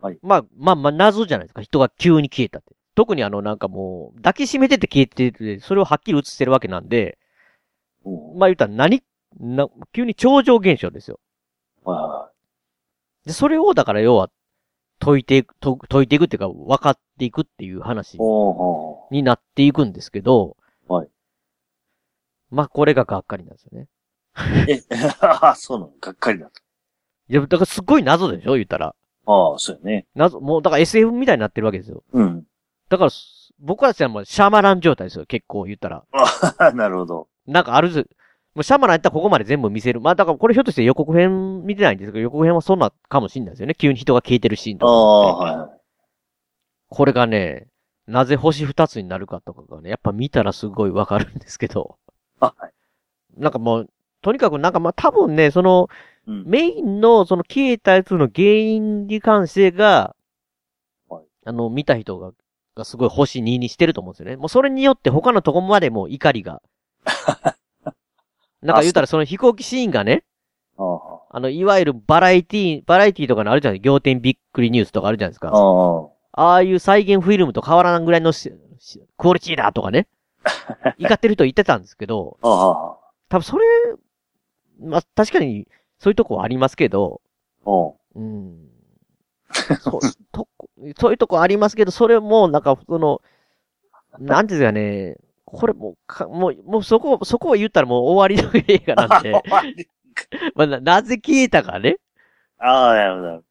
Speaker 3: はい
Speaker 2: まあ、まあ、まあ、謎じゃないですか。人が急に消えたって。特にあの、なんかもう、抱きしめてて消えてて、それをはっきり映してるわけなんで、
Speaker 3: あ。うん。
Speaker 2: まあ言ったら何、な、急に超常現象ですよ。
Speaker 3: はいは
Speaker 2: で、それを、だから要は、解いていく、と解いていくっていうか、分かっていくっていう話
Speaker 3: い。は
Speaker 2: になっていくんですけど、
Speaker 3: はい。
Speaker 2: まあ、これががっかりなんですよね。
Speaker 3: あ。え、ああ、そうなの。がっかりだっ
Speaker 2: いや、だからすっごい謎でしょ言ったら。
Speaker 3: た。ああ、そうやね。
Speaker 2: 謎、もう、だから SF みたいになってるわけですよ。
Speaker 3: うん。
Speaker 2: だからす、僕らしたらもうシャーマラン状態ですよ、結構言ったら。
Speaker 3: ああ、なるほど。
Speaker 2: なんかあるず、もうシャーマランやったらここまで全部見せる。まあだからこれひょっとして予告編見てないんですけど、予告編はそんなかもしんないですよね。急に人が消えてるシーンと
Speaker 3: あ
Speaker 2: か。
Speaker 3: あ、はいはい。
Speaker 2: これがね、なぜ星二つになるかとかがね、やっぱ見たらすごいわかるんですけど。
Speaker 3: あ、はい。
Speaker 2: なんかもう、とにかくなんかまあ多分ね、その
Speaker 3: うん。
Speaker 2: メインのその消えたやつの原因に関してが、
Speaker 3: はい
Speaker 2: あの、見た人が、がすごい星2にしてると思うんですよね。もうそれによって他のとこまでもう怒り が。なんか言うたらその飛行機シーンがね、
Speaker 3: ああ、
Speaker 2: あの、いわゆるバラエティバラエティとかのあるじゃない仰天びっくりニュースとかあるじゃないですか。
Speaker 3: ああ。
Speaker 2: ああいう再現フィルムと変わらんぐらいのししクオリティだとかね。怒ってる人言ってたんですけど、
Speaker 3: ああ、あ
Speaker 2: 多分それ、まあ確かにそういうとこはありますけど、
Speaker 3: あ。
Speaker 2: うん。そうとこそういうとこありますけど、それもなんかその、なんていうんですかね、これもうか、もう、もうそこ、そこを言ったらもう終わりの映画なんで、 まあな、なぜ消えたかね。
Speaker 3: ああ、なるほど。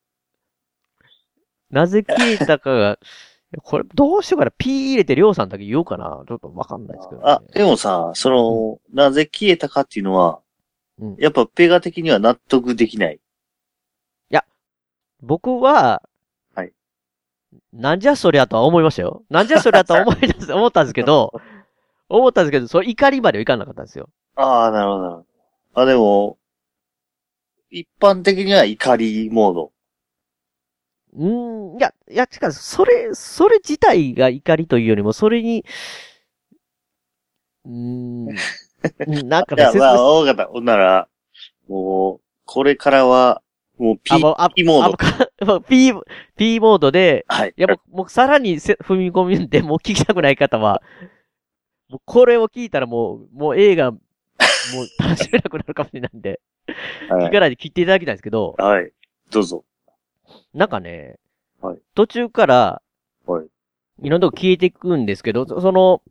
Speaker 2: なぜ消えたかが、 これ、どうしようかな。P 入れてりょうさんだけ言おうかな。ちょっとわかんないですけど、ね。
Speaker 3: あ、でもさ、その、なぜ消えたかっていうのは、
Speaker 2: うん
Speaker 3: やっぱペガ的には納得できない。
Speaker 2: 僕は、
Speaker 3: はい。
Speaker 2: なんじゃそりゃとは思いましたよ。なんじゃそりゃとは思い出 す、思ったんですけど、思ったんですけど、それ怒りまではいかなかったんですよ。
Speaker 3: ああ、なるほどなるほど。あ、でも、一般的には怒りモード。
Speaker 2: うーん、いや、いや、しかし、それ、それ自体が怒りというよりも、それに、うー ん、なんか
Speaker 3: じ
Speaker 2: ね
Speaker 3: ゃあ、
Speaker 2: 説
Speaker 3: ま
Speaker 2: 明し
Speaker 3: あ、大方、ほんなら、もう、これからは、もう
Speaker 2: あ、
Speaker 3: P
Speaker 2: もう、あ、
Speaker 3: モード。
Speaker 2: あもう P、P モードで、
Speaker 3: はい
Speaker 2: い。や、もう、もうさらにせ踏み込みんで、もう聞きたくない方は、もうこれを聞いたらもう、もう映画、もう楽しめなくなるかもしれないんで、
Speaker 3: は
Speaker 2: 聞
Speaker 3: い。
Speaker 2: かないで切っていただきたいんですけど、
Speaker 3: はい。どうぞ。
Speaker 2: なんかね、
Speaker 3: はい
Speaker 2: 途中から、
Speaker 3: はい。
Speaker 2: いろんなとこ消えていくんですけど、そその、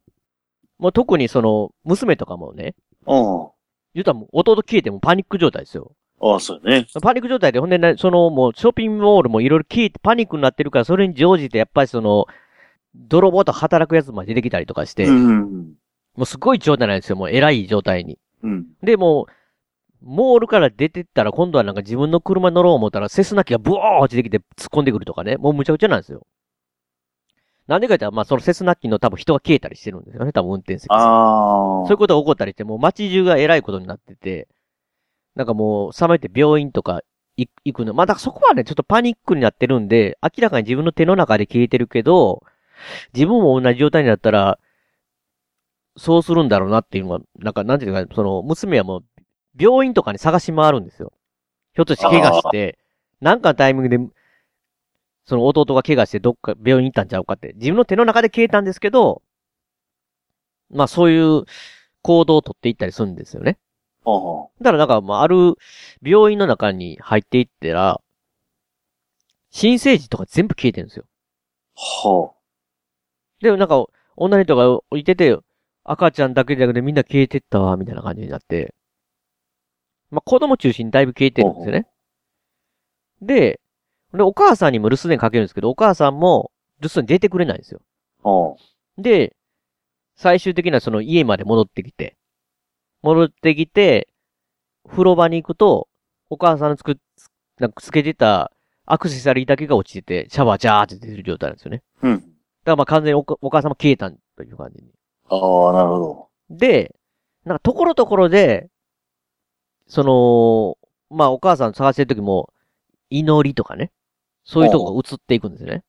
Speaker 2: もう特にその、娘とかもね、
Speaker 3: うん。
Speaker 2: 言うたらもう弟消えてもパニック状態ですよ。
Speaker 3: ああ、そうよね。
Speaker 2: パニック状態で、ほんでね、そのもうショッピングモールもいろいろ消えてパニックになってるから、それに乗じてやっぱりその、泥棒と働くやつまで出てきたりとかして、
Speaker 3: うん。
Speaker 2: もうすごい状態なんですよ。もう偉い状態に。
Speaker 3: うん。
Speaker 2: で、もう、モールから出てったら今度はなんか自分の車乗ろう思ったらセスナ機がブワー落ちてきて突っ込んでくるとかね。もうむちゃくちゃなんですよ。なんでか言ったら、まあそのセスナ機の多分人が消えたりしてるんですよね。多分運転席。そう
Speaker 3: ああ。
Speaker 2: いうことが起こったりして、もう街中が偉いことになってて、なんかもう冷めて病院とか行行くの。まあだからそこはね、ちょっとパニックになってるんで、明らかに自分の手の中で消えてるけど、自分も同じ状態になったら、そうするんだろうなっていうのは、なんか、なんていうか、その、娘はもう、病院とかに探し回るんですよ。ひょっとして怪我して、なんかのタイミングで、その弟が怪我してどっか病院行ったんちゃうかって、自分の手の中で消えたんですけど、まあそういう行動をとっていったりするんですよね。
Speaker 3: ほうほ
Speaker 2: だからなんか、まあある病院の中に入っていったら、新生児とか全部消えてるんですよ。
Speaker 3: う。ほ
Speaker 2: で、なんか、女の人がいてて、赤ちゃんだけじゃなくてみんな消えてったわ、みたいな感じになって。まあ、子供中心にだいぶ消えてるんですよね。で、で、お母さんにも留守電かけるんですけど、お母さんも留守電出てくれないんですよ。
Speaker 3: う。ほう。
Speaker 2: で、最終的にはその家まで戻ってきて、戻ってきて、風呂場に行くと、お母さんのつく、つなんかつけてたアクセサリーだけが落ちてて、シャワージャーって出てる状態なんですよね。
Speaker 3: うん。
Speaker 2: だからまあ完全におかお母さんも消えたという感じに。
Speaker 3: ああ、なるほど。
Speaker 2: で、なんかところどころで、その、まあお母さん探してる時も、祈りとかね、そういうとこが映っていくんですよね。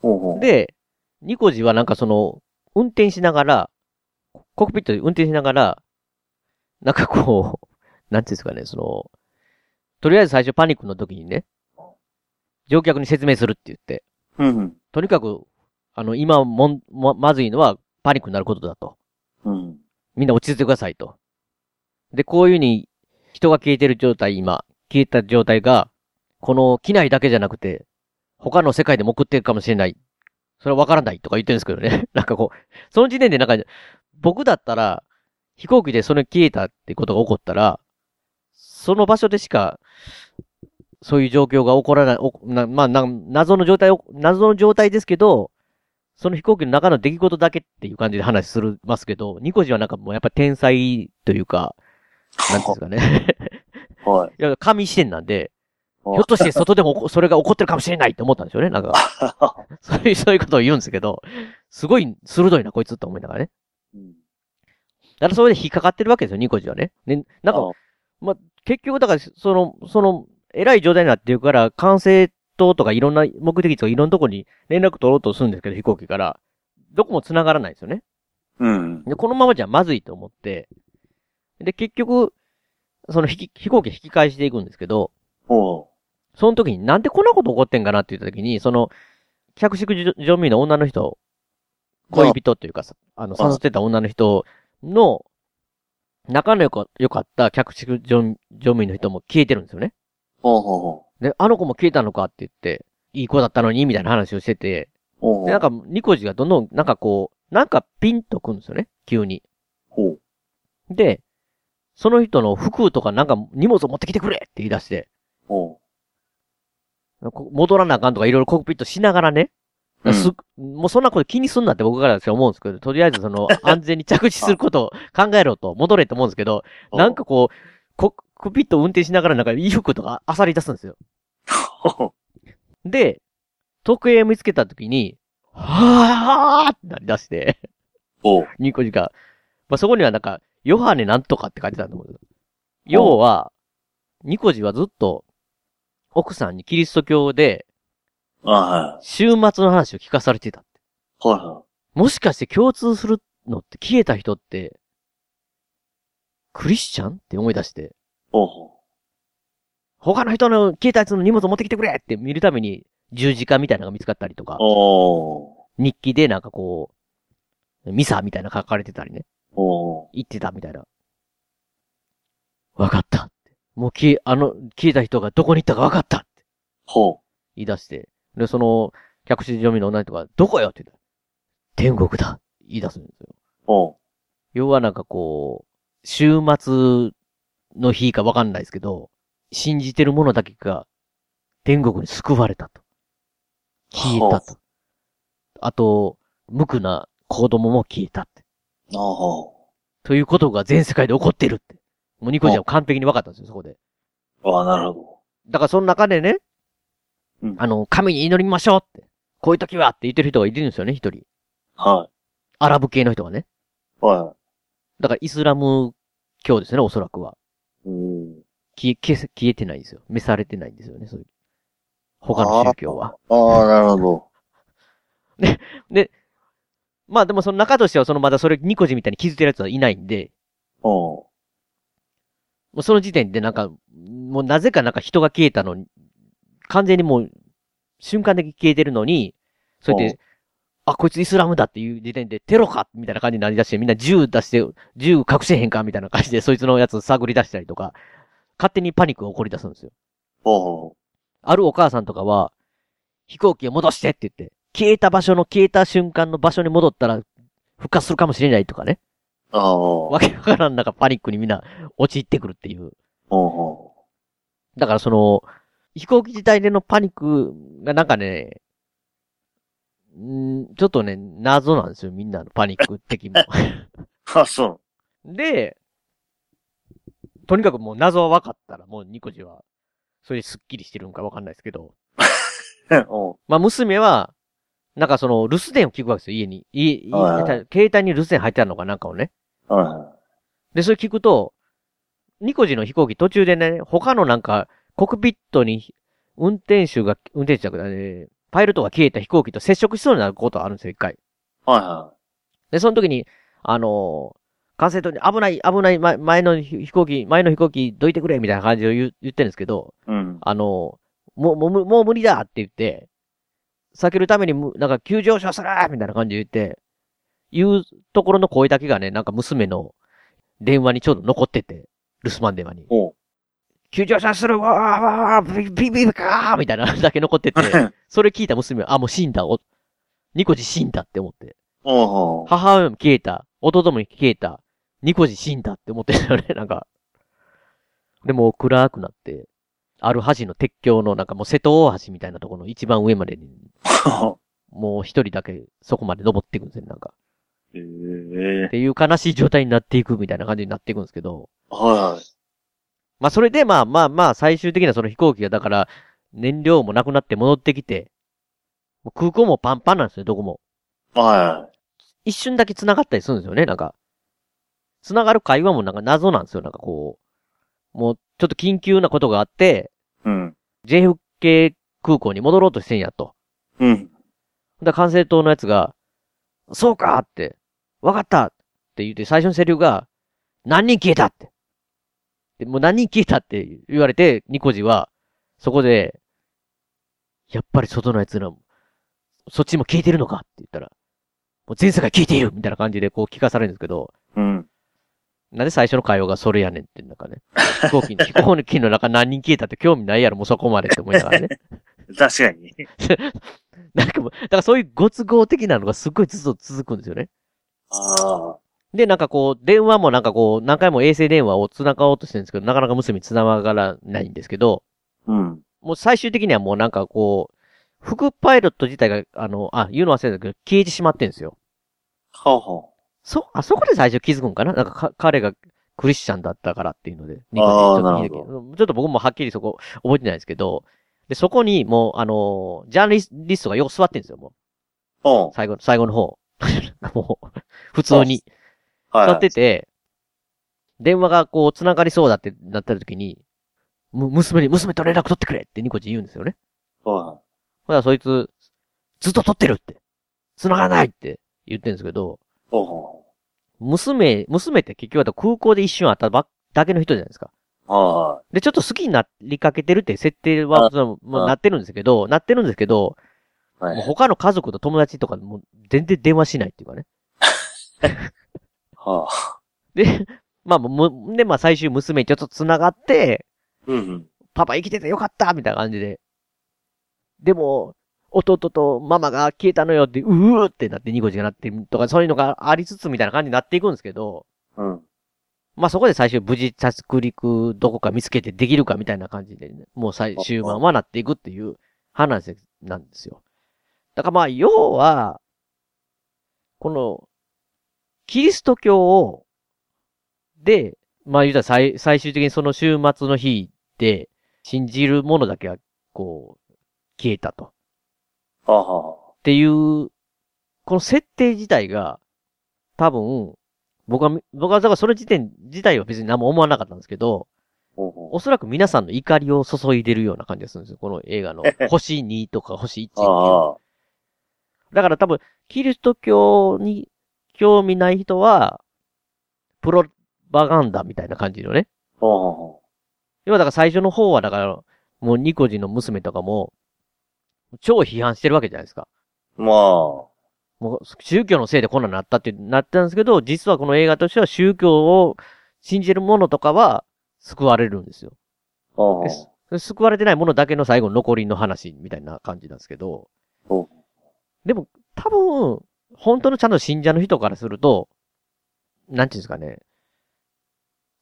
Speaker 3: ほうほう。、
Speaker 2: で、ニコジはなんかその、運転しながら、コックピットで運転しながら、なんかこう、なんていうんですかね、その、とりあえず最初パニックの時にね、乗客に説明するって言って、
Speaker 3: うん。
Speaker 2: とにかく、あの、今もん、ま、まずいのはパニックになることだと。
Speaker 3: うん。
Speaker 2: みんな落ち着いてくださいと。で、こういうふうに人が消えてる状態、今、消えた状態が、この機内だけじゃなくて、他の世界でも送ってるかもしれない。それはわからないとか言ってるんですけどね。 なんかこう、その時点でなんか、僕だったら、飛行機でそれ消えたってことが起こったら、その場所でしか、そういう状況が起こらない、おなまあな、謎の状態を、謎の状態ですけど、その飛行機の中の出来事だけっていう感じで話するますけど、ニコジはなんかもうやっぱ天才というか、なんていうんですかね。
Speaker 3: はい。
Speaker 2: いや、神視点なんで、ひ
Speaker 3: あ
Speaker 2: ょっとして外でもおこそれが起こってるかもしれないって思ったんですよね、なんか。そういう、そういうことを言うんですけど、すごい鋭いな、こいつって思いながらね。
Speaker 3: うん
Speaker 2: だからそれで引っかかってるわけですよ、ニコジはね。ね、なんか、
Speaker 3: あ
Speaker 2: 結局だから、その、その、偉い状態になってるから、管制塔とかいろんな目的地とかいろんなとこに連絡取ろうとするんですけど、飛行機から。どこも繋がらないんですよね。
Speaker 3: うん。
Speaker 2: で、このままじゃまずいと思って、で、結局、その引き、飛行機引き返していくんですけど、
Speaker 3: ほ
Speaker 2: その時になんでこんなこと起こってんかなって言った時に、その、客宿乗務員の女の人、恋人というかさ、あの、
Speaker 3: あ
Speaker 2: 誘ってた女の人の、仲の良か良かった客宿乗務員の人も消えてるんですよね。
Speaker 3: う。ほうほうほ
Speaker 2: で、あの子も消えたのかって言って、いい子だったのに、みたいな話をしてて、
Speaker 3: う。ほうほう。
Speaker 2: で、なんか、ニコジがどんどん、なんかこう、なんかピンとくんですよね、急に。
Speaker 3: ほう。
Speaker 2: で、その人の服とかなんか荷物を持ってきてくれって言い出して、
Speaker 3: ほ
Speaker 2: こ戻らなあかんとかいろいろコックピットしながらね、
Speaker 3: う。
Speaker 2: すもうそんなこと気にすんなって僕からは思うんですけど、とりあえずその安全に着地することを考えろと、戻れと思うんですけど、
Speaker 3: うん
Speaker 2: なんか、こう、コックピットを運転しながらなんか衣服とか漁り出すんですよ。
Speaker 3: ほう
Speaker 2: で、時計を見つけた時に、はぁーってなり出して、
Speaker 3: ほう。
Speaker 2: ニコジが、まあ、そこにはなんか、ヨハネなんとかって書いてたと思うんですよ。要は、ニコジはずっと、奥さんにキリスト教で、
Speaker 3: あは
Speaker 2: 週末の話を聞かされてたって。
Speaker 3: い。はいは
Speaker 2: もしかして共通するのって消えた人って、クリスチャンって思い出して、
Speaker 3: い。ほうほう。
Speaker 2: 他の人の消えたやつの荷物を持ってきてくれって見るために、十字架みたいなのが見つかったりとか、
Speaker 3: お
Speaker 2: 日記でなんかこう、ミサみたいなの書かれてたりね。
Speaker 3: ー。お
Speaker 2: 言ってたみたいな。わかったって。もう消え、あの、消えた人がどこに行ったかわかったって
Speaker 3: ー。ほ
Speaker 2: 言い出して。で、その、客室乗務員の女の人が、どこよって言った天国だって言い出すんですよ。
Speaker 3: う。ほ
Speaker 2: 要はなんかこう、週末の日かわかんないですけど、信じてる者だけが、天国に救われたと。消えたと。あと、無垢な子供も消えたって。
Speaker 3: う。ああ、ほ
Speaker 2: ということが全世界で起こってるって。もうニコちゃんは完璧に分かったんですよ、そこで。
Speaker 3: う。ああ、なるほ
Speaker 2: だからその中でね、
Speaker 3: うん
Speaker 2: あの、神に祈りましょうって。こういう時はって言ってる人がいるんですよね、一人。
Speaker 3: ど。は
Speaker 2: アラブ系の人がね。
Speaker 3: い。は
Speaker 2: だからイスラム教ですね、おそらくは。
Speaker 3: い。うん。
Speaker 2: 消え、消え、消えてないんですよ。召されてないんですよね、そういう。他の宗教は。
Speaker 3: ああ、なるほど。
Speaker 2: まあでもその中としては、そのまだそれ、ニコジみたいに気づいてる奴はいないんで、
Speaker 3: おう
Speaker 2: もうその時点でなんか、もうなぜかなんか人が消えたのに、完全にもう、瞬間的に消えてるのに、そうやっ
Speaker 3: うん
Speaker 2: て、あ、こいつイスラムだっていう時点で、テロかみたいな感じになりだして、みんな銃出して、銃隠せへんかみたいな感じで、そいつのやつ探り出したりとか、勝手にパニックが起こり出すんですよ。
Speaker 3: おう
Speaker 2: あるお母さんとかは、飛行機を戻してって言って、消えた場所の消えた瞬間の場所に戻ったら、復活するかもしれないとかね。
Speaker 3: あおう
Speaker 2: わけわからんなんかパニックにみんな陥ってくるっていう。
Speaker 3: おう
Speaker 2: だからその、飛行機自体でのパニックがなんかね、んーちょっとね、謎なんですよ、みんなのパニック的も。
Speaker 3: あ、そう。
Speaker 2: で、とにかくもう謎は分かったら、もうニコジは、それですっきりしてるんか分かんないですけど、
Speaker 3: おう
Speaker 2: まあ娘は、なんかその、留守電を聞くわけですよ、家に。家、家
Speaker 3: はいはい
Speaker 2: 携帯に留守電入ってあるのかなんかをね。
Speaker 3: はいは
Speaker 2: で、それ聞くと、ニコジの飛行機途中でね、他のなんか、コクピットに、運転手が、運転手だね、パイロットが消えた飛行機と接触しそうになることがあるんですよ、一回。
Speaker 3: い。はいは
Speaker 2: で、その時に、あのー、管制塔に危ない、危ない、前前の飛行機、前の飛行機どいてくれ、みたいな感じを言う言ってるんですけど、
Speaker 3: い。うん。
Speaker 2: あのー、もう、もう無、もう無理だって言って、避けるためにむ、なんか急上昇するみたいな感じで言って、言うところの声だけがね、なんか娘の電話にちょうど残ってて、留守番電話に。
Speaker 3: おう。
Speaker 2: 急上昇するわーわーわービビビビカーみたいなのだけ残ってて、それ聞いた娘は、あ、もう死んだ、お、ニコジ死んだって思って。
Speaker 3: おう。
Speaker 2: 母親も消えた、弟も消えた、ニコジ死んだって思ってたよね、 なんか。で、もう暗くなって、ある橋の鉄橋のなんかもう瀬戸大橋みたいなところの一番上までに、もう一人だけそこまで登っていくんですよ、なんか。
Speaker 3: ええ
Speaker 2: っていう悲しい状態になっていくみたいな感じになっていくんですけど、
Speaker 3: は
Speaker 2: まあそれでまあまあまあ最終的にはその飛行機がだから燃料もなくなって戻ってきて、もう空港もパンパンなんですよ、どこも。
Speaker 3: い。は
Speaker 2: 一瞬だけ繋がったりするんですよね、なんか。繋がる会話もなんか謎なんですよ、なんかこう。もうちょっと緊急なことがあって、
Speaker 3: い。うん。
Speaker 2: JFK 空港に戻ろうとしてんやと。
Speaker 3: うん。
Speaker 2: だから管制塔のやつが、そうかって、わかったって言って最初のセリフが、何人消えたって。で、もう何人消えたって言われて、ニコジは、そこで、やっぱり外のやつらも、そっちも消えてるのかって言ったら、もう全世界消えているみたいな感じでこう聞かされるんですけど、
Speaker 3: うん。
Speaker 2: なんで最初の会話がそれやねんって、なんかね。飛行機の、飛行機の中何人消えたって興味ないやろ、もうそこまでって思いながらね。
Speaker 3: 確かに。
Speaker 2: なんかもう、だからそういうご都合的なのがすっごいずっと続くんですよね。
Speaker 3: ああ。
Speaker 2: で、なんかこう、電話もなんかこう、何回も衛星電話を繋がおうとしてるんですけど、なかなか娘に繋がらないんですけど、
Speaker 3: うん。
Speaker 2: もう最終的にはもうなんかこう、副パイロット自体が、あの、あ、言うの忘れたけど、消えてしまってるんですよ。
Speaker 3: はあは
Speaker 2: そ、あそこで最初気づくんかななんかか、彼がクリスチャンだったからっていうので。
Speaker 3: あー
Speaker 2: ニコニコちょっと
Speaker 3: なるほ
Speaker 2: ちょっと僕もはっきりそこ覚えてないですけど、で、そこにもう、あのージャーナリストがよく座ってるんですよ、も
Speaker 3: あ。お
Speaker 2: う。最後の、最後の方。 もう、普通に。
Speaker 3: はい。
Speaker 2: 座ってて、電話がこう、繋がりそうだってなった時に、む、娘に、娘と連絡取ってくれってニコチ言うんですよね。
Speaker 3: は
Speaker 2: ほら、そいつ、ずっと取ってるって。繋がらないって言ってるんですけど、
Speaker 3: い。おお。
Speaker 2: 娘、娘って結局は空港で一瞬会ったばっだけの人じゃないですか。
Speaker 3: は
Speaker 2: で、ちょっと好きになりかけてるって設定は、
Speaker 3: あ
Speaker 2: そのまあ
Speaker 3: あ
Speaker 2: なってるんですけど、なってるんですけど、
Speaker 3: い。は
Speaker 2: もう
Speaker 3: い。
Speaker 2: 他の家族と友達とかもう全然電話しないっていうかね。
Speaker 3: はあ。
Speaker 2: で、 まあ、もうで、まあ最終娘にちょっと繋がって、
Speaker 3: うん。
Speaker 2: パパ生きててよかったみたいな感じで。でも、弟とママが消えたのよって、うーってなってニコジがなってとか、そういうのがありつつみたいな感じになっていくんですけど、
Speaker 3: うん。
Speaker 2: まあそこで最終無事着陸どこか見つけてできるかみたいな感じで、ね、もう最終盤はなっていくっていう話なんですよ。だからまあ要は、この、キリスト教を、で、まあ言うたら最最終的にその週末の日で、信じるものだけは、こう、消えたと。
Speaker 3: はあはあ。
Speaker 2: っていう、この設定自体が、多分、僕はみ、僕はだからその時点自体は別に何も思わなかったんですけど、
Speaker 3: おお。
Speaker 2: おそらく皆さんの怒りを注いでるような感じがするんですよ。この映画の星2とか星1っていう
Speaker 3: ああ。
Speaker 2: だから多分、キリスト教に興味ない人は、プロパガンダみたいな感じのね。
Speaker 3: ほうほうほ
Speaker 2: 要はだから最初の方はだから、もうニコジンの娘とかも、超批判してるわけじゃないですか。
Speaker 3: う。まあ、
Speaker 2: もう宗教のせいでこんなんなったってなったんですけど、実はこの映画としては宗教を信じる者とかは救われるんですよ。
Speaker 3: ほうほう
Speaker 2: です救われてないものだけの最後の残りの話みたいな感じなんですけど
Speaker 3: お。
Speaker 2: でも、多分、本当のちゃんと信者の人からすると、なんていうんですかね。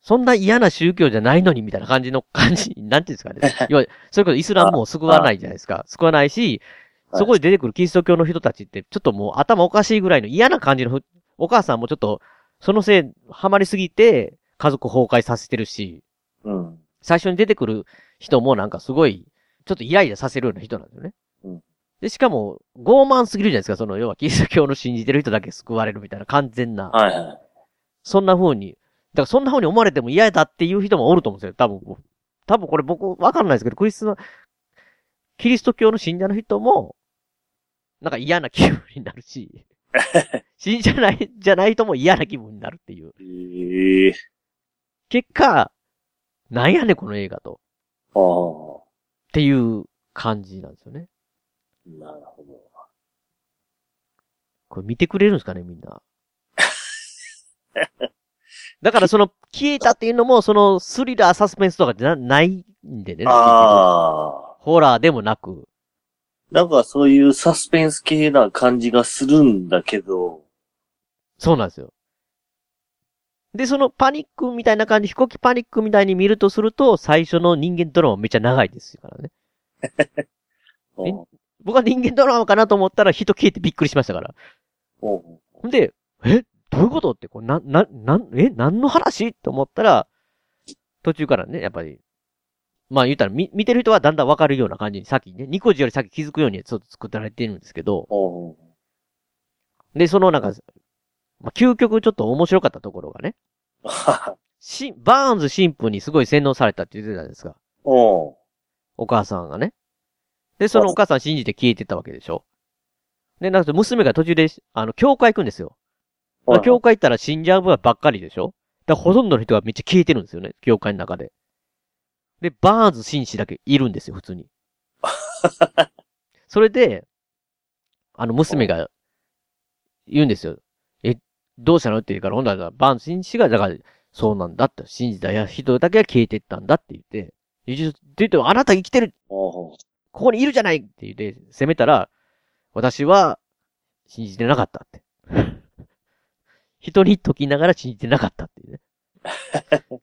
Speaker 2: そんな嫌な宗教じゃないのにみたいな感じの感じ、なんていうんですかね。要は、それこそイスラムも救わないじゃないですか。救わないし、
Speaker 3: はい
Speaker 2: そこで出てくるキリスト教の人たちって、ちょっともう頭おかしいぐらいの嫌な感じのふ、お母さんもちょっと、そのせい、ハマりすぎて、家族崩壊させてるし、
Speaker 3: うん。
Speaker 2: 最初に出てくる人もなんかすごい、ちょっとイライラさせるような人なんだよね。
Speaker 3: うん
Speaker 2: で、しかも、傲慢すぎるじゃないですか、その、要はキリスト教の信じてる人だけ救われるみたいな完全な。
Speaker 3: はいはい。
Speaker 2: そんな風に、だからそんな風に思われても嫌だっていう人もおると思うんですよ、多分。多分これ僕、わかんないですけど、クリスの、キリスト教の信者の人も、なんか嫌な気分になる し、信者ない、じゃない人も嫌な気分になるっていう。
Speaker 3: ええ
Speaker 2: 結果、なんやねんこの映画と。
Speaker 3: あ
Speaker 2: っていう感じなんですよね。
Speaker 3: あ、なるほど。
Speaker 2: これ見てくれるんですかね、みんな。だからその、消えたっていうのも、その、スリラー、サスペンスとかじゃなないんでね。
Speaker 3: ああ、
Speaker 2: ホラーでもなく。
Speaker 3: なんかそういうサスペンス系な感じがするんだけど、
Speaker 2: そうなんですよ。で、そのパニックみたいな感じ、飛行機パニックみたいに見るとすると、最初の人間ドラマめっちゃ長いですからね。
Speaker 3: うん
Speaker 2: え僕は人間ドラマかなと思ったら人消えてびっくりしましたから。
Speaker 3: うん
Speaker 2: ほんで、えどういうことって、これ、な、な、なん、え何の話と思ったら、途中からね、やっぱり、まあ言ったら、み、見てる人はだんだんわかるような感じに、先にね、ニコジより先気づくようにちょっと作られてるんですけど、
Speaker 3: うん
Speaker 2: で、そのなんか、まあ、究極ちょっと面白かったところがね、し、バーンズ神父にすごい洗脳されたって言ってたじゃないですか。
Speaker 3: うん
Speaker 2: お母さんがね。で、そのお母さん信じて消えてったわけでしょ。で、なんか娘が途中で、あの、教会行くんですよ。まあ
Speaker 3: うん。
Speaker 2: 教会行ったら死んじゃう分ばっかりでしょだからほとんどの人がめっちゃ消えてるんですよね、教会の中で。で、バーンズ紳士だけいるんですよ、普通に。それで、あの、娘が言うんですよ。え、どうしたのって言うから、ほんなら、バーンズ紳士が、だから、そうなんだって、信じた人だけが消えてったんだって言って、でで言っても、あなた生きてる
Speaker 3: うん
Speaker 2: ここにいるじゃないって言って、攻めたら、私は、信じてなかったって。 人に解きながら信じてなかったっていうね。ちょっ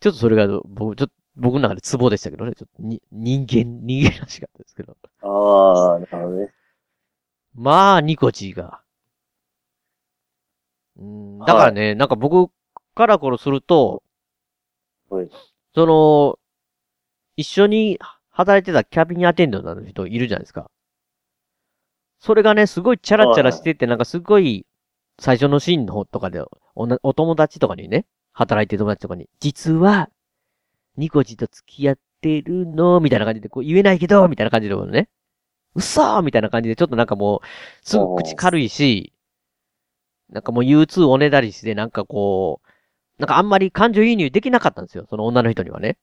Speaker 2: とそれが、僕、ちょっと、僕の中でツボでしたけどね。ちょっとに、人間、人間らしかったですけど。
Speaker 3: ああ、なるほどね。
Speaker 2: まあ、ニコチーが。うんだからね、なんか僕からこすると、
Speaker 3: はい
Speaker 2: その、一緒に働いてたキャビンアテンダントの人いるじゃないですか。それがね、すごいチャラチャラしてて、なんかすごい、最初のシーンの方とかでおな、お友達とかにね、働いてる友達とかに、実は、ニコジと付き合ってるの、みたいな感じで、こう言えないけど、みたいな感じでね、嘘みたいな感じで、ちょっとなんかもう、すぐ口軽いし、なんかもう U2 おねだりして、なんかこう、なんかあんまり感情移入できなかったんですよ、その女の人にはね。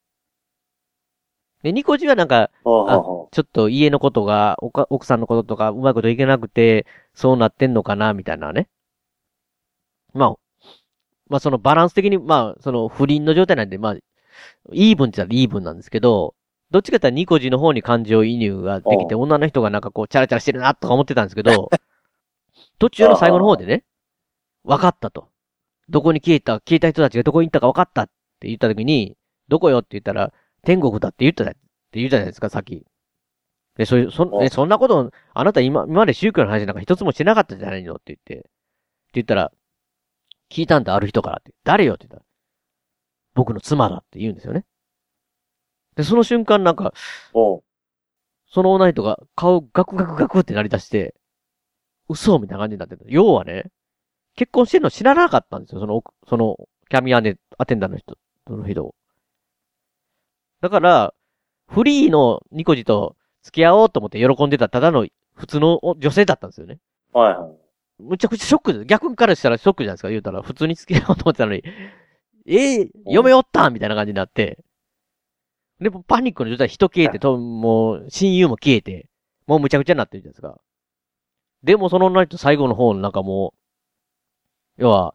Speaker 2: で、ニコジはなんか、
Speaker 3: うん
Speaker 2: あちょっと家のことが、おか奥さんのこととか、うまいこといけなくて、そうなってんのかな、みたいなね。まあ、まあそのバランス的に、まあその不倫の状態なんで、まあ、イーブンって言ったらイーブンなんですけど、どっちかって言ったらニコジの方に感情移入ができて、女の人がなんかこう、チャラチャラしてるな、とか思ってたんですけど、途中の最後の方でね、分かったと。どこに消えた、消えた人たちがどこに行ったか分かったって言った時に、どこよって言ったら、天国だって言ったじゃって言うじゃないですか、さっき。で、そういう、そん、
Speaker 3: お
Speaker 2: えそんなこと、あなた今、今まで宗教の話なんか一つもしてなかったじゃないのって言って。って言ったら、聞いたんだ、ある人からって。誰よって言ったら、僕の妻だって言うんですよね。で、その瞬間なんか、
Speaker 3: うん
Speaker 2: その女の人が顔ガクガクガクってなり出して、嘘みたいな感じになってた。要はね、結婚してるの知らなかったんですよ、その奥、その、キャミアネ、アテンダーの人、その人を。だから、フリーのニコジと付き合おうと思って喜んでた、ただの普通の女性だったんですよね。
Speaker 3: はいはい。
Speaker 2: むちゃくちゃショックです。逆からしたらショックじゃないですか、言うたら。普通に付き合おうと思ってたのに、えー、嫁おったんみたいな感じになって。で、パニックの状態、人消えて、と、もう、親友も消えて、もうむちゃくちゃになってるじゃないですか。でも、その女と最後の方、なんかもう、要は、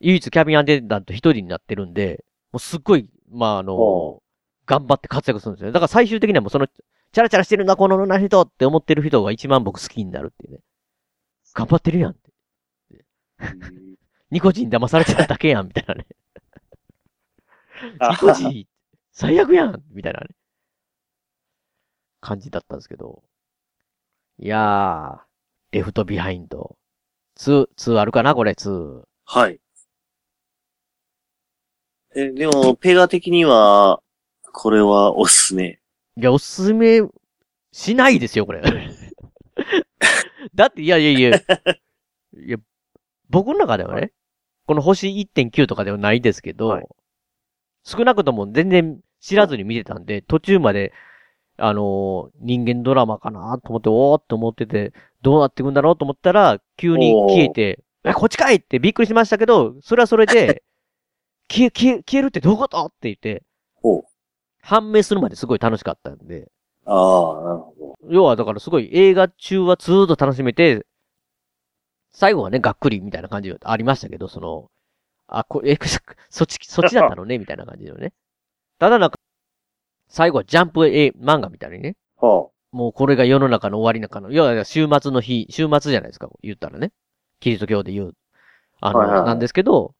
Speaker 2: 唯一キャビンアンデンダント一人になってるんで、もうすっごい、まあ、あの
Speaker 3: お、
Speaker 2: 頑張って活躍するんですよね。だから最終的にはもうその、チャラチャラしてるな、この女の人って思ってる人が一番僕好きになるっていうね。頑張ってるやんって。ニコジン騙されてただけやん、みたいなね。ニコジン、最悪やんみたいなね。感じだったんですけど。いやー、レフトビハインド。2、2あるかなこれ、2。
Speaker 3: はい。え、でも、ペガ的には、これはおすすめ。
Speaker 2: いや、おすすめしないですよ、これ。だって、いやいやいや。いや、僕の中ではね、この星1.9とかではないですけど、
Speaker 3: はい
Speaker 2: 少なくとも全然知らずに見てたんで、途中まで、あのー人間ドラマかなと思って、おーっと思ってて、どうなっていくんだろうと思ったら、急に消えて、え、こっちかいってびっくりしましたけど、それはそれで、消え、消え、消えるってどういうことって言って
Speaker 3: ほう、
Speaker 2: 判明するまですごい楽しかったんで、
Speaker 3: ああ、なるほど。
Speaker 2: 要はだからすごい映画中はずーっと楽しめて、最後はね、がっくりみたいな感じはありましたけど、その、あ、こえ、そそっち、そっちだったのね、みたいな感じのね。ただなんか、最後はジャンプ絵漫画みたいにね、
Speaker 3: は
Speaker 2: もうこれが世の中の終わりなかの、要は週末の日、週末じゃないですか、言ったらね。キリスト教で言う。あの、
Speaker 3: はいはいはい
Speaker 2: なんですけど、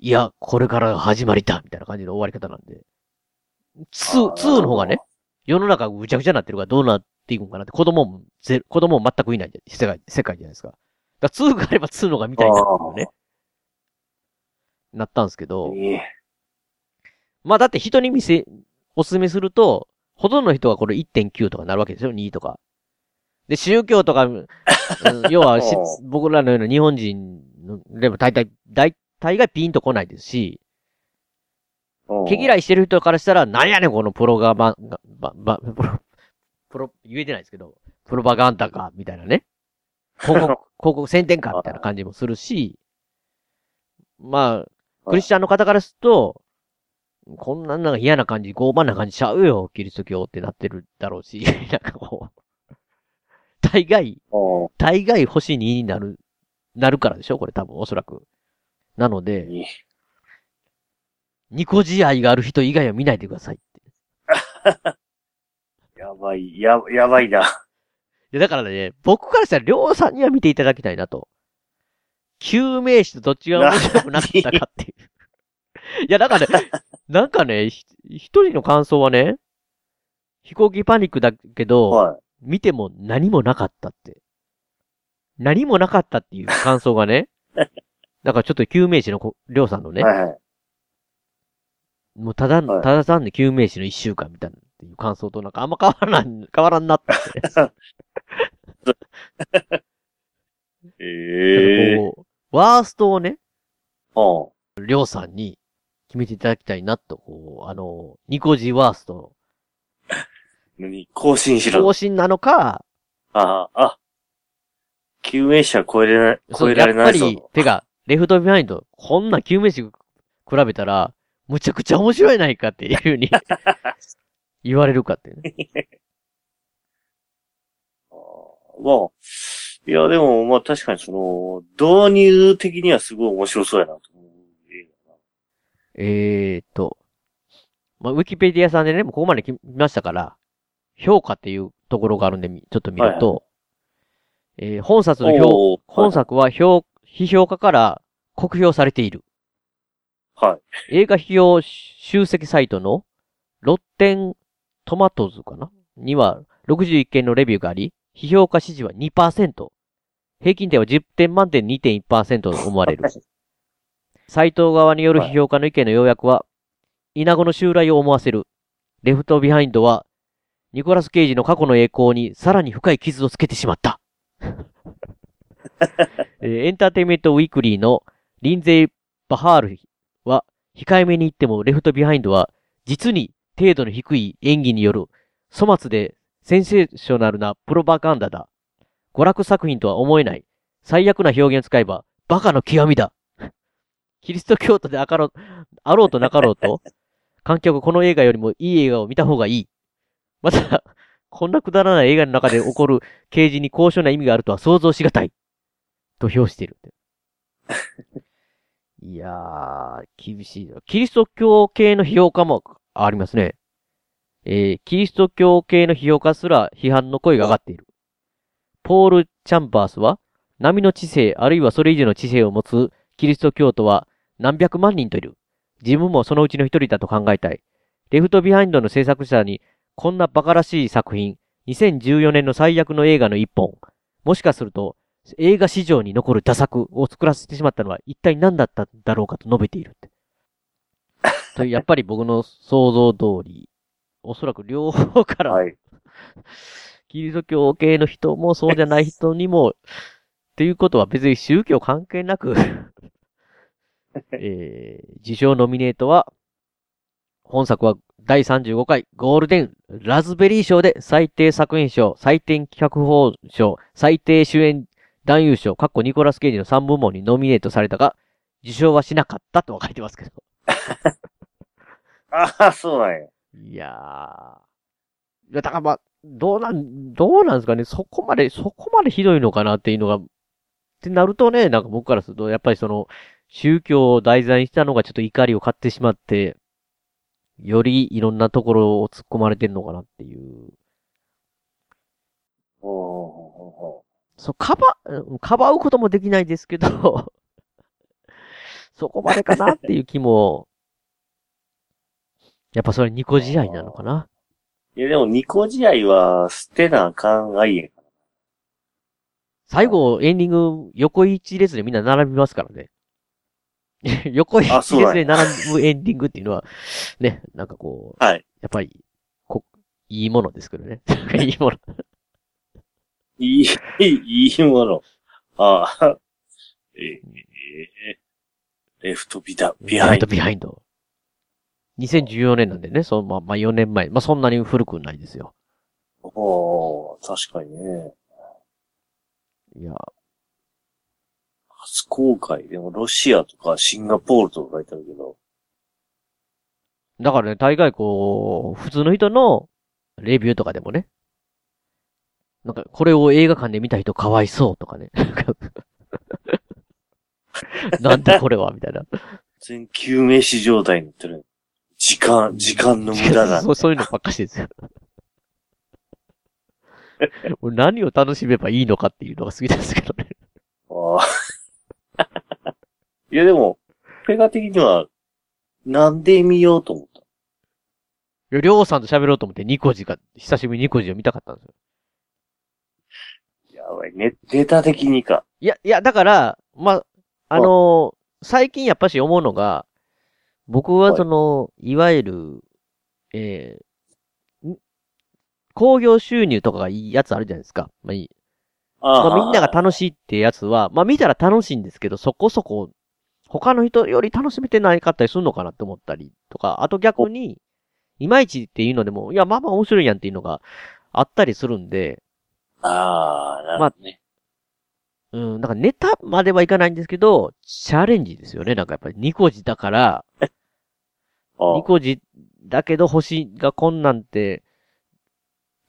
Speaker 2: いや、これから始まりだ、みたいな感じの終わり方なんで。2、
Speaker 3: あー
Speaker 2: 2の方がね、世の中ぐちゃぐちゃになってるからどうなっていくんかなって、子供もゼロ、子供も全くいないじゃ世界、世界じゃないですか。だから2があれば2の方が見たいなっていうね。なったんですけど
Speaker 3: あ。。ね
Speaker 2: まあだって人に見せ、おすすめすると、ほとんどの人がこれ1.9とかなるわけですよ、2とか。で、宗教とか、うん要はし
Speaker 3: お
Speaker 2: 僕らのような日本人の、でも大体、大体がピンとこないですし、
Speaker 3: うん
Speaker 2: 毛嫌いしてる人からしたら、なんやねん、このプロガバン、ば、ば、プロ、プロ、言えてないですけど、プロパガンダか、みたいなね。 広告、広告宣伝か、みたいな感じもするし、まあ、クリスチャンの方からすると、こんなんなんか嫌な感じ、傲慢な感じちゃうよ、キリスト教ってなってるだろうし、 なんかこう、大概、
Speaker 3: うん
Speaker 2: 大概星2になる、なるからでしょこれ多分、おそらく。なので、
Speaker 3: いい
Speaker 2: ニコジ愛がある人以外は見ないでくださいって。
Speaker 3: やばい、や、やばいな。
Speaker 2: いや、だからね、僕からしたら、りょうさんには見ていただきたいなと。救命士とどっちが面白くなかったかって いう。いや、だからね、なんかね、ひ一人の感想はね、飛行機パニックだけど、
Speaker 3: は
Speaker 2: 見ても何もなかったって。何もなかったっていう感想が ね、だからちょっと救命士のこりょうさんの
Speaker 3: い。
Speaker 2: ね、
Speaker 3: はいはい。
Speaker 2: もうただ、
Speaker 3: はい
Speaker 2: ただ単に救命士の一週間みたいなっていう感想となんかあんま変わらん、変わらんなって。
Speaker 3: ええ。
Speaker 2: こうワーストをね、
Speaker 3: うん
Speaker 2: りょうさんに決めていただきたいなと、こう、あの、ニコジワースト
Speaker 3: 何更新し
Speaker 2: の
Speaker 3: ろ。
Speaker 2: 更新なのか、
Speaker 3: ああ、あ。救命者超えれない、
Speaker 2: そ
Speaker 3: 超
Speaker 2: う
Speaker 3: え
Speaker 2: や
Speaker 3: られ
Speaker 2: っ
Speaker 3: な
Speaker 2: ぱ
Speaker 3: いぞ。
Speaker 2: り、てか、レフトビハインド、こんな救命士比べたら、むちゃくちゃ面白いないかっていうふう に言われるかっていうね。
Speaker 3: まあ、いや、でも、まあ確かにその、導入的にはすごい面白そうやなと思う。
Speaker 2: えーっと、まあ、ウィキペディアさんでね、もうここまで来ましたから、評価っていうところがあるんで、みちょっと見ると、えー本冊の評、
Speaker 3: おー
Speaker 2: 本作は評、批評家から酷評されている。
Speaker 3: はい。
Speaker 2: 映画批評集積サイトのロッテントマトズかなには61件のレビューがあり、批評家支持は2%。平均点は10点満点2.1%と思われる。サイト側による批評家の意見の要約は、イナゴの襲来を思わせる。レフトビハインドは、ニコラス・ケイジの過去の栄光にさらに深い傷をつけてしまった。えーエンターテインメントウィークリーのリンゼイ・バハールは、控えめに言ってもレフトビハインドは、実に程度の低い演技による、粗末でセンセーショナルなプロパガンダだ。娯楽作品とは思えない。最悪な表現を使えば、バカの極みだ。キリスト教徒であかろう、あろうとなかろうと、観客はこの映画よりもいい映画を見た方がいい。また、こんなくだらない映画の中で起こる刑事に高尚な意味があるとは想像しがたい。と評している。いやー、厳しいぞ。キリスト教系の評価もありますね。えー、キリスト教系の批評家すら批判の声が上がっている。ポール・チャンバースは、波の知性あるいはそれ以上の知性を持つキリスト教徒は何百万人といる。自分もそのうちの一人だと考えたい。レフトビハインドの制作者に、こんな馬鹿らしい作品、2014年の最悪の映画の一本、もしかすると、映画史上に残る打作を作らせてしまったのは一体何だったんだろうかと述べているって。というやっぱり僕の想像通り、おそらく両方から
Speaker 3: はい。
Speaker 2: キリスト教系の人もそうじゃない人にも、っていうことは別に宗教関係なく、えー、受賞ノミネートは、本作は第35回ゴールデンラズベリー賞で最低作品賞、最低脚本賞、最低主演男優賞、かっこニコラス・ケイジの3部門にノミネートされたが、受賞はしなかったとは書いてますけど。
Speaker 3: ああ、そうなんや。
Speaker 2: いやー。いや、だからまあ、どうなん、どうなんですかね。そこまで、そこまでひどいのかなっていうのが、ってなるとね、なんか僕からすると、やっぱりその、宗教を題材にしたのがちょっと怒りを買ってしまって、よりいろんなところを突っ込まれてんのかなっていう。
Speaker 3: おーお
Speaker 2: そう、かば、うんかばうこともできないですけど、そこまでかなっていう気も、やっぱそれニコ試合なのかな。
Speaker 3: ーおーおーいや、でも、ニコ試合は捨てなあかんがいいやん。
Speaker 2: 最後、エンディング、横一列でみんな並びますからね。 横一
Speaker 3: あそうな
Speaker 2: 列
Speaker 3: んや
Speaker 2: で並ぶエンディングっていうのは、ね、なんかこう、
Speaker 3: はい
Speaker 2: やっぱり、こ、いいものですけどね。 いいもの。
Speaker 3: いい、いいもの。ああ。ええレフトビダ、ビハイン
Speaker 2: ト
Speaker 3: ド。
Speaker 2: ビハインド。2014年なんでね、そのまあ、まあ、4年前。まあ、そんなに古くないですよ。
Speaker 3: おー確かにね。
Speaker 2: いや、
Speaker 3: 初公開。でも、ロシアとかシンガポールとか書いてあるけど。
Speaker 2: だからね、大概こう、普通の人のレビューとかでもね、なんか、これを映画館で見た人かわいそうとかね。 なんかなんでこれはみたいな。
Speaker 3: 全救命士状態になってる。時間、時間の無駄だ。
Speaker 2: そうそういうのばっかしですよ。もう何を楽しめばいいのかっていうのが好きですけどね。
Speaker 3: ああ。 いや、でも、ペガ的には、なんで見ようと思った
Speaker 2: いやりょうさんと喋ろうと思ってニコジが、久しぶりにニコジを見たかったんですよ。
Speaker 3: やばい、ネ、ネタ的にか。
Speaker 2: いや、いや、だから、まあ、あのー最近やっぱし思うのが、僕はその、い、わゆる、えー、ん興行収入とかがいいやつあるじゃないですか。まあいい。
Speaker 3: あ
Speaker 2: まあみんなが
Speaker 3: た
Speaker 2: 楽しいってやつは、まあ見たら楽しいんですけど、そこそこ、他の人より楽しめてないかったりするのかなって思ったりとか、あと逆に、いまいちっていうのでも、いや、まあまあ面白いやんっていうのがあったりするんで、
Speaker 3: ああ、なるほどね。
Speaker 2: うん、なんかネタまではいかないんですけど、チャレンジですよね。なんかやっぱりニコジだから、
Speaker 3: ああ
Speaker 2: ニコジだけど星がこんなんて、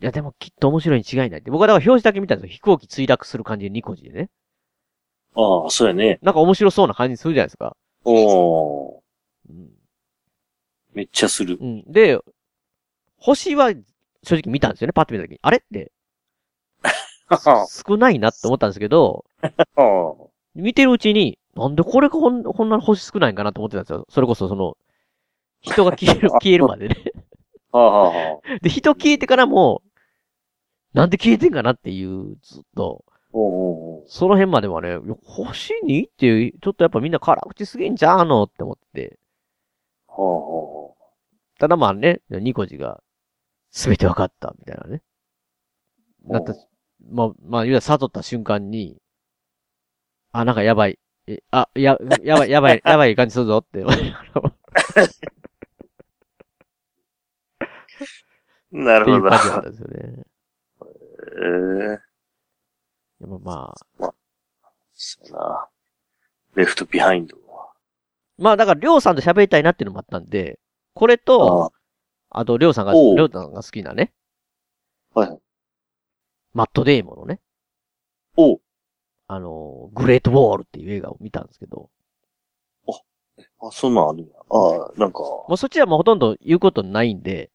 Speaker 2: いやでもきっと面白いに違いないって。僕はだから表紙だけ見たんですよ。飛行機墜落する感じでニコジでね。
Speaker 3: ああ、そうやね。
Speaker 2: なんか面白そうな感じするじゃないですか。
Speaker 3: おお、
Speaker 2: うん
Speaker 3: めっちゃする。
Speaker 2: うん。で、星は正直見たんですよね、パッと見た時に。あれって、少ないなって思ったんですけど、
Speaker 3: ああ
Speaker 2: 見てるうちに、なんでこれがほん、こんなに星少ないんかなと思ってたんですよ。それこそその、人が消える、消えるまでね。
Speaker 3: ああ、
Speaker 2: で、人消えてからも、なんで消えてんかなっていう、ずっと、
Speaker 3: おお
Speaker 2: その辺まではね、いや星にっていう、ちょっとやっぱみんな辛口すぎんじゃーのって思って。
Speaker 3: おお、
Speaker 2: ただまあね、ニコジが、すべて分かった、みたいなね。
Speaker 3: おう
Speaker 2: なった、まあ、まあ、言うたら悟った瞬間に、あ、なんかやばい。え、あ、や、やばい、やばい、やばい感じするぞって。
Speaker 3: なる
Speaker 2: ってい
Speaker 3: ほ
Speaker 2: う
Speaker 3: ど
Speaker 2: 感じだったんですよね。
Speaker 3: ええ
Speaker 2: でもまあ、
Speaker 3: そうな。レフトビハインド。
Speaker 2: まあだから、りょうさんと喋りたいなっていうのもあったんで、これと、
Speaker 3: あ
Speaker 2: あと、りょうさんが、り
Speaker 3: おう
Speaker 2: ょうさんが好きなね、
Speaker 3: あ、はい。
Speaker 2: マットデイモンのね、
Speaker 3: おう
Speaker 2: あのー、グレートウォールっていう映画を見たんですけど、
Speaker 3: あ、そんなんあるんや。ああ、なんか、
Speaker 2: もうそっちはもうほとんど言うことないんで、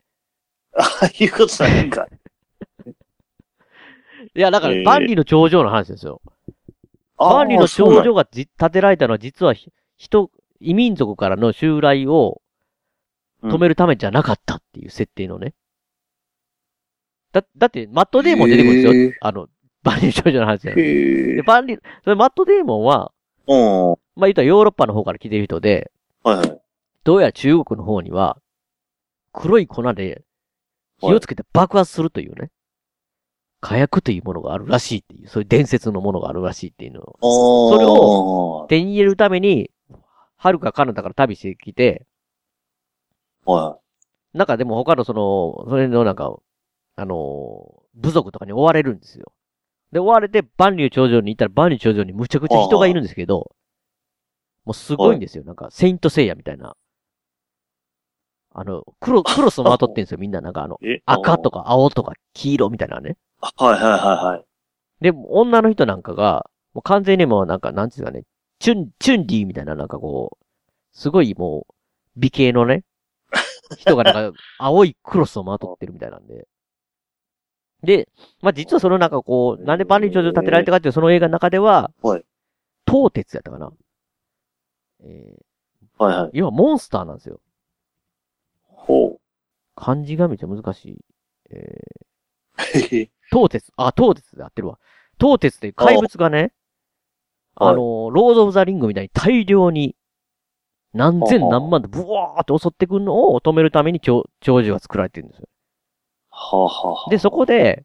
Speaker 3: ああいうことないんかい。
Speaker 2: いや、だか
Speaker 3: え
Speaker 2: ら、
Speaker 3: ー
Speaker 2: 万里の頂上の話ですよ。
Speaker 3: あ
Speaker 2: 万
Speaker 3: あ
Speaker 2: 里の
Speaker 3: そう
Speaker 2: 頂
Speaker 3: なんや
Speaker 2: 上がじ建てられたのは実はひ、人、異民族からの襲来を止めるためじゃなかったっていう設定のね。だ、だって、マットデーモン出てくるんですよ。
Speaker 3: へー
Speaker 2: あの、万里の頂上の話じゃない。
Speaker 3: へ
Speaker 2: で、
Speaker 3: え。
Speaker 2: 万里、それマットデーモンは、
Speaker 3: うん。はい
Speaker 2: まあ言ったらヨーロッパの方から来てる人で、
Speaker 3: はい。
Speaker 2: どうやら中国の方には、黒い粉で火をつけて爆発するというね、火薬というものがあるらしいっていう、そういう伝説のものがあるらしいっていうのを
Speaker 3: お
Speaker 2: それ
Speaker 3: を、
Speaker 2: 手に入れるために、はるか彼方から旅してきて、
Speaker 3: は
Speaker 2: なんかでも他のその、それのなんか、あのー部族とかに追われるんですよ。で、追われて万竜頂上に行ったら万竜頂上にむちゃくちゃ人がいるんですけど、もうすごいんですよ。なんか、セイントセイヤみたいな。あの、黒、黒スまとってんですよ、みんな。なんかあの、
Speaker 3: い。え
Speaker 2: 赤と。か青とか黄色みたいなね。
Speaker 3: ああはいはいはいはい。
Speaker 2: で、女の人なんかが、もう完全にもうなんか、なんていうんですかね、チュン、チュンディみたいななんかこう、すごいもう、美形の ね、人がなんか、青いクロスをまとってるみたいなんで。で、まあ、実はそのなんかこう、なんで万里長城建てられたかっていうその映画の中では、
Speaker 3: はい
Speaker 2: 東鉄やったかな。えー、
Speaker 3: はいはい。
Speaker 2: 要はモンスターなんですよ。
Speaker 3: ほう。
Speaker 2: 漢字がめっちゃ難しい。えー、
Speaker 3: へへ
Speaker 2: 東鉄、あ、東鉄で合ってるわ。東鉄っていう怪物がね、
Speaker 3: はい
Speaker 2: あの、ロード・オブ・ザ・リングみたいに大量に、何千何万でブワーって襲ってくるのを止めるために長長寿が作られてるんですよ。
Speaker 3: はあはあ。
Speaker 2: で、そこで、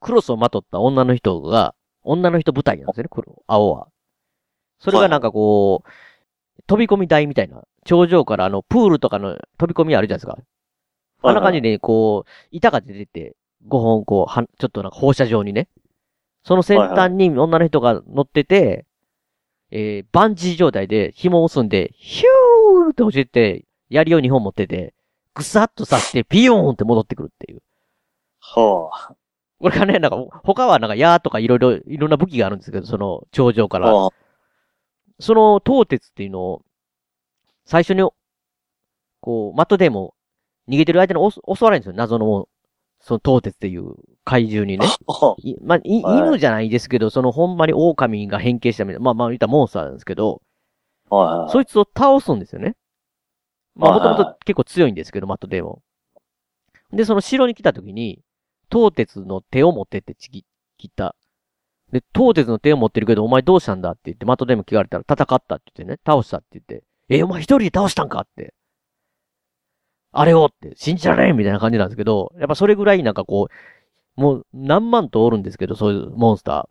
Speaker 2: クロスをまとった女の人が、女の人舞台なんですよね、黒、青は。それがなんかこう、飛び込み台みたいな、頂上からあの、プールとかの飛び込みあるじゃないですか。あんな感じ
Speaker 3: で。
Speaker 2: で、こう、板が出てて、5本、こう、はん、ちょっとなんか放射状にね。その先端に女の人が乗ってて、えー、バンジー状態で紐を結んで、ヒューって落ちてって、槍を2本持ってて、ぐさっと刺して、ビヨーンって戻ってくるっていう。
Speaker 3: はあ。
Speaker 2: これがね、なんか、他はなんか、矢とかいろいろ、いろんな武器があるんですけど、その、頂上から。
Speaker 3: ああ
Speaker 2: その、東鉄っていうのを、最初に、こう、マットデーも逃げてる間におそ襲われるんですよ。謎の、その東鉄っていう怪獣にね。
Speaker 3: はい
Speaker 2: まあ、い
Speaker 3: はい
Speaker 2: 犬じゃないですけど、そのほんまに狼が変形したみたいな、まあまあ言ったらモンスターなんですけど、
Speaker 3: あ。はいはい。
Speaker 2: そいつを倒すんですよね。まあ
Speaker 3: は
Speaker 2: も
Speaker 3: いはい
Speaker 2: と
Speaker 3: はい
Speaker 2: もと結構強いんですけど、マットデーモン。で、その城に来た時に、東鉄の手を持ってってちぎ、切った。で、東鉄の手を持ってるけど、お前どうしたんだって言って、マットデーモン聞かれたら戦ったって言ってね、倒したって言って、え、お前一人で倒したんかって。あれをって、信じられんみたいな感じなんですけど、やっぱそれぐらいなんかこう、もう何万とおるんですけど、そういうモンスタ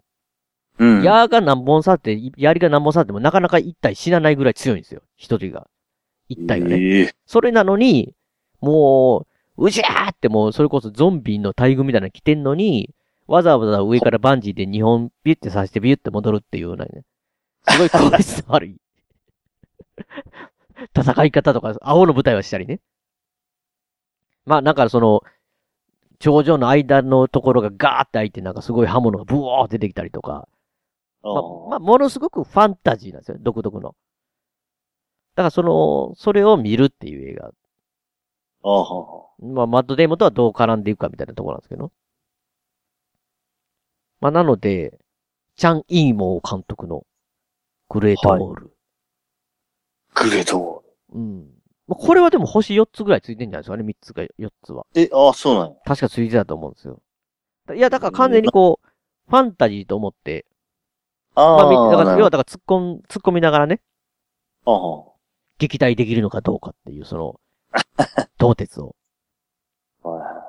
Speaker 2: ー。
Speaker 3: うん。
Speaker 2: 矢が何本刺って、槍が何本刺ってもなかなか一体死なないぐらい強いんですよ。一人が。一体がね。
Speaker 3: ええ
Speaker 2: それなのに、もう、うじゃーってもう、それこそゾンビの大群みたいなの来てんのに、わざわざ上からバンジーで2本ビュって刺してビュって戻るっていうようなね。すごい効率の悪い。 戦い方とか、青の舞台はしたりね。まあ、なんかその、頂上の間のところがガーって開いて、なんかすごい刃物がブワーって出てきたりとか。
Speaker 3: あ
Speaker 2: ま
Speaker 3: あ
Speaker 2: あ、まあ、ものすごくファンタジーなんですよ、独特の。だからその、それを見るっていう映画。
Speaker 3: ああは
Speaker 2: まあ、マッドデイモンとはどう絡んでいくかみたいなところなんですけど。まあ、なので、チャン・イーモー監督のグレートボール。
Speaker 3: あ。グレートボ
Speaker 2: うん。まあ、これはでも星4つぐらいついてんじゃないですかね、3つか4つは。
Speaker 3: ール。え、ああ、そうなんや。
Speaker 2: 確かついてたと思うんですよ。いや、だから完全にこう、ファンタジーと思って、ま
Speaker 3: あ
Speaker 2: あ、
Speaker 3: あ。
Speaker 2: みだか
Speaker 3: な
Speaker 2: ら、要
Speaker 3: るほ
Speaker 2: は
Speaker 3: ど
Speaker 2: だから突っ込ん、突っ込みながらね、
Speaker 3: ああ。
Speaker 2: 撃退できるのかどうかっていう、その、東鉄を。
Speaker 3: はいは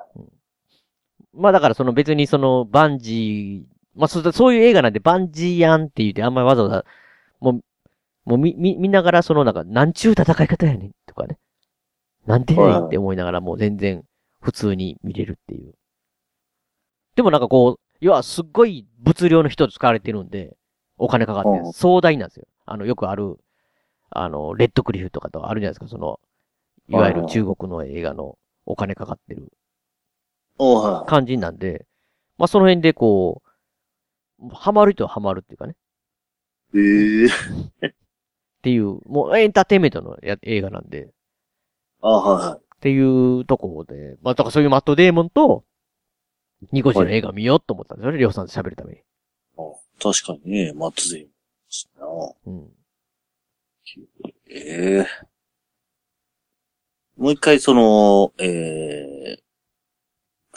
Speaker 2: まあだからその別にそのバンジー、まあそうそういう映画なんでバンジーやんって言ってあんまりわざわざ、もう、もうみ、み、見ながらそのなんか、なんちゅう戦い方やねんとかね。なんでやねんって思いながらもう全然普通に見れるっていう。でもなんかこう、要はすっごい物量の人使われてるんで、お金かかっ
Speaker 3: う
Speaker 2: て、
Speaker 3: ん
Speaker 2: 壮大なんですよ。あの、よくある、あの、レッドクリフとかとあるじゃないですか、その、いわゆる中国の映画のお金かかってる
Speaker 3: おうはい。
Speaker 2: 感じなんで、まあその辺でこう、ハマる人はハマるっていうかね、っ
Speaker 3: ええ
Speaker 2: ていう、もうエンターテインメントのや映画なんで、
Speaker 3: あはいはい。
Speaker 2: っていうとこで、まあ、だからそういうマットデーモンと、ニコシの映画見ようと思ったんですよね、りょうさんと喋るために。
Speaker 3: あ確かにね、マットゼイモン
Speaker 2: うん。
Speaker 3: ええもう一回その、ええ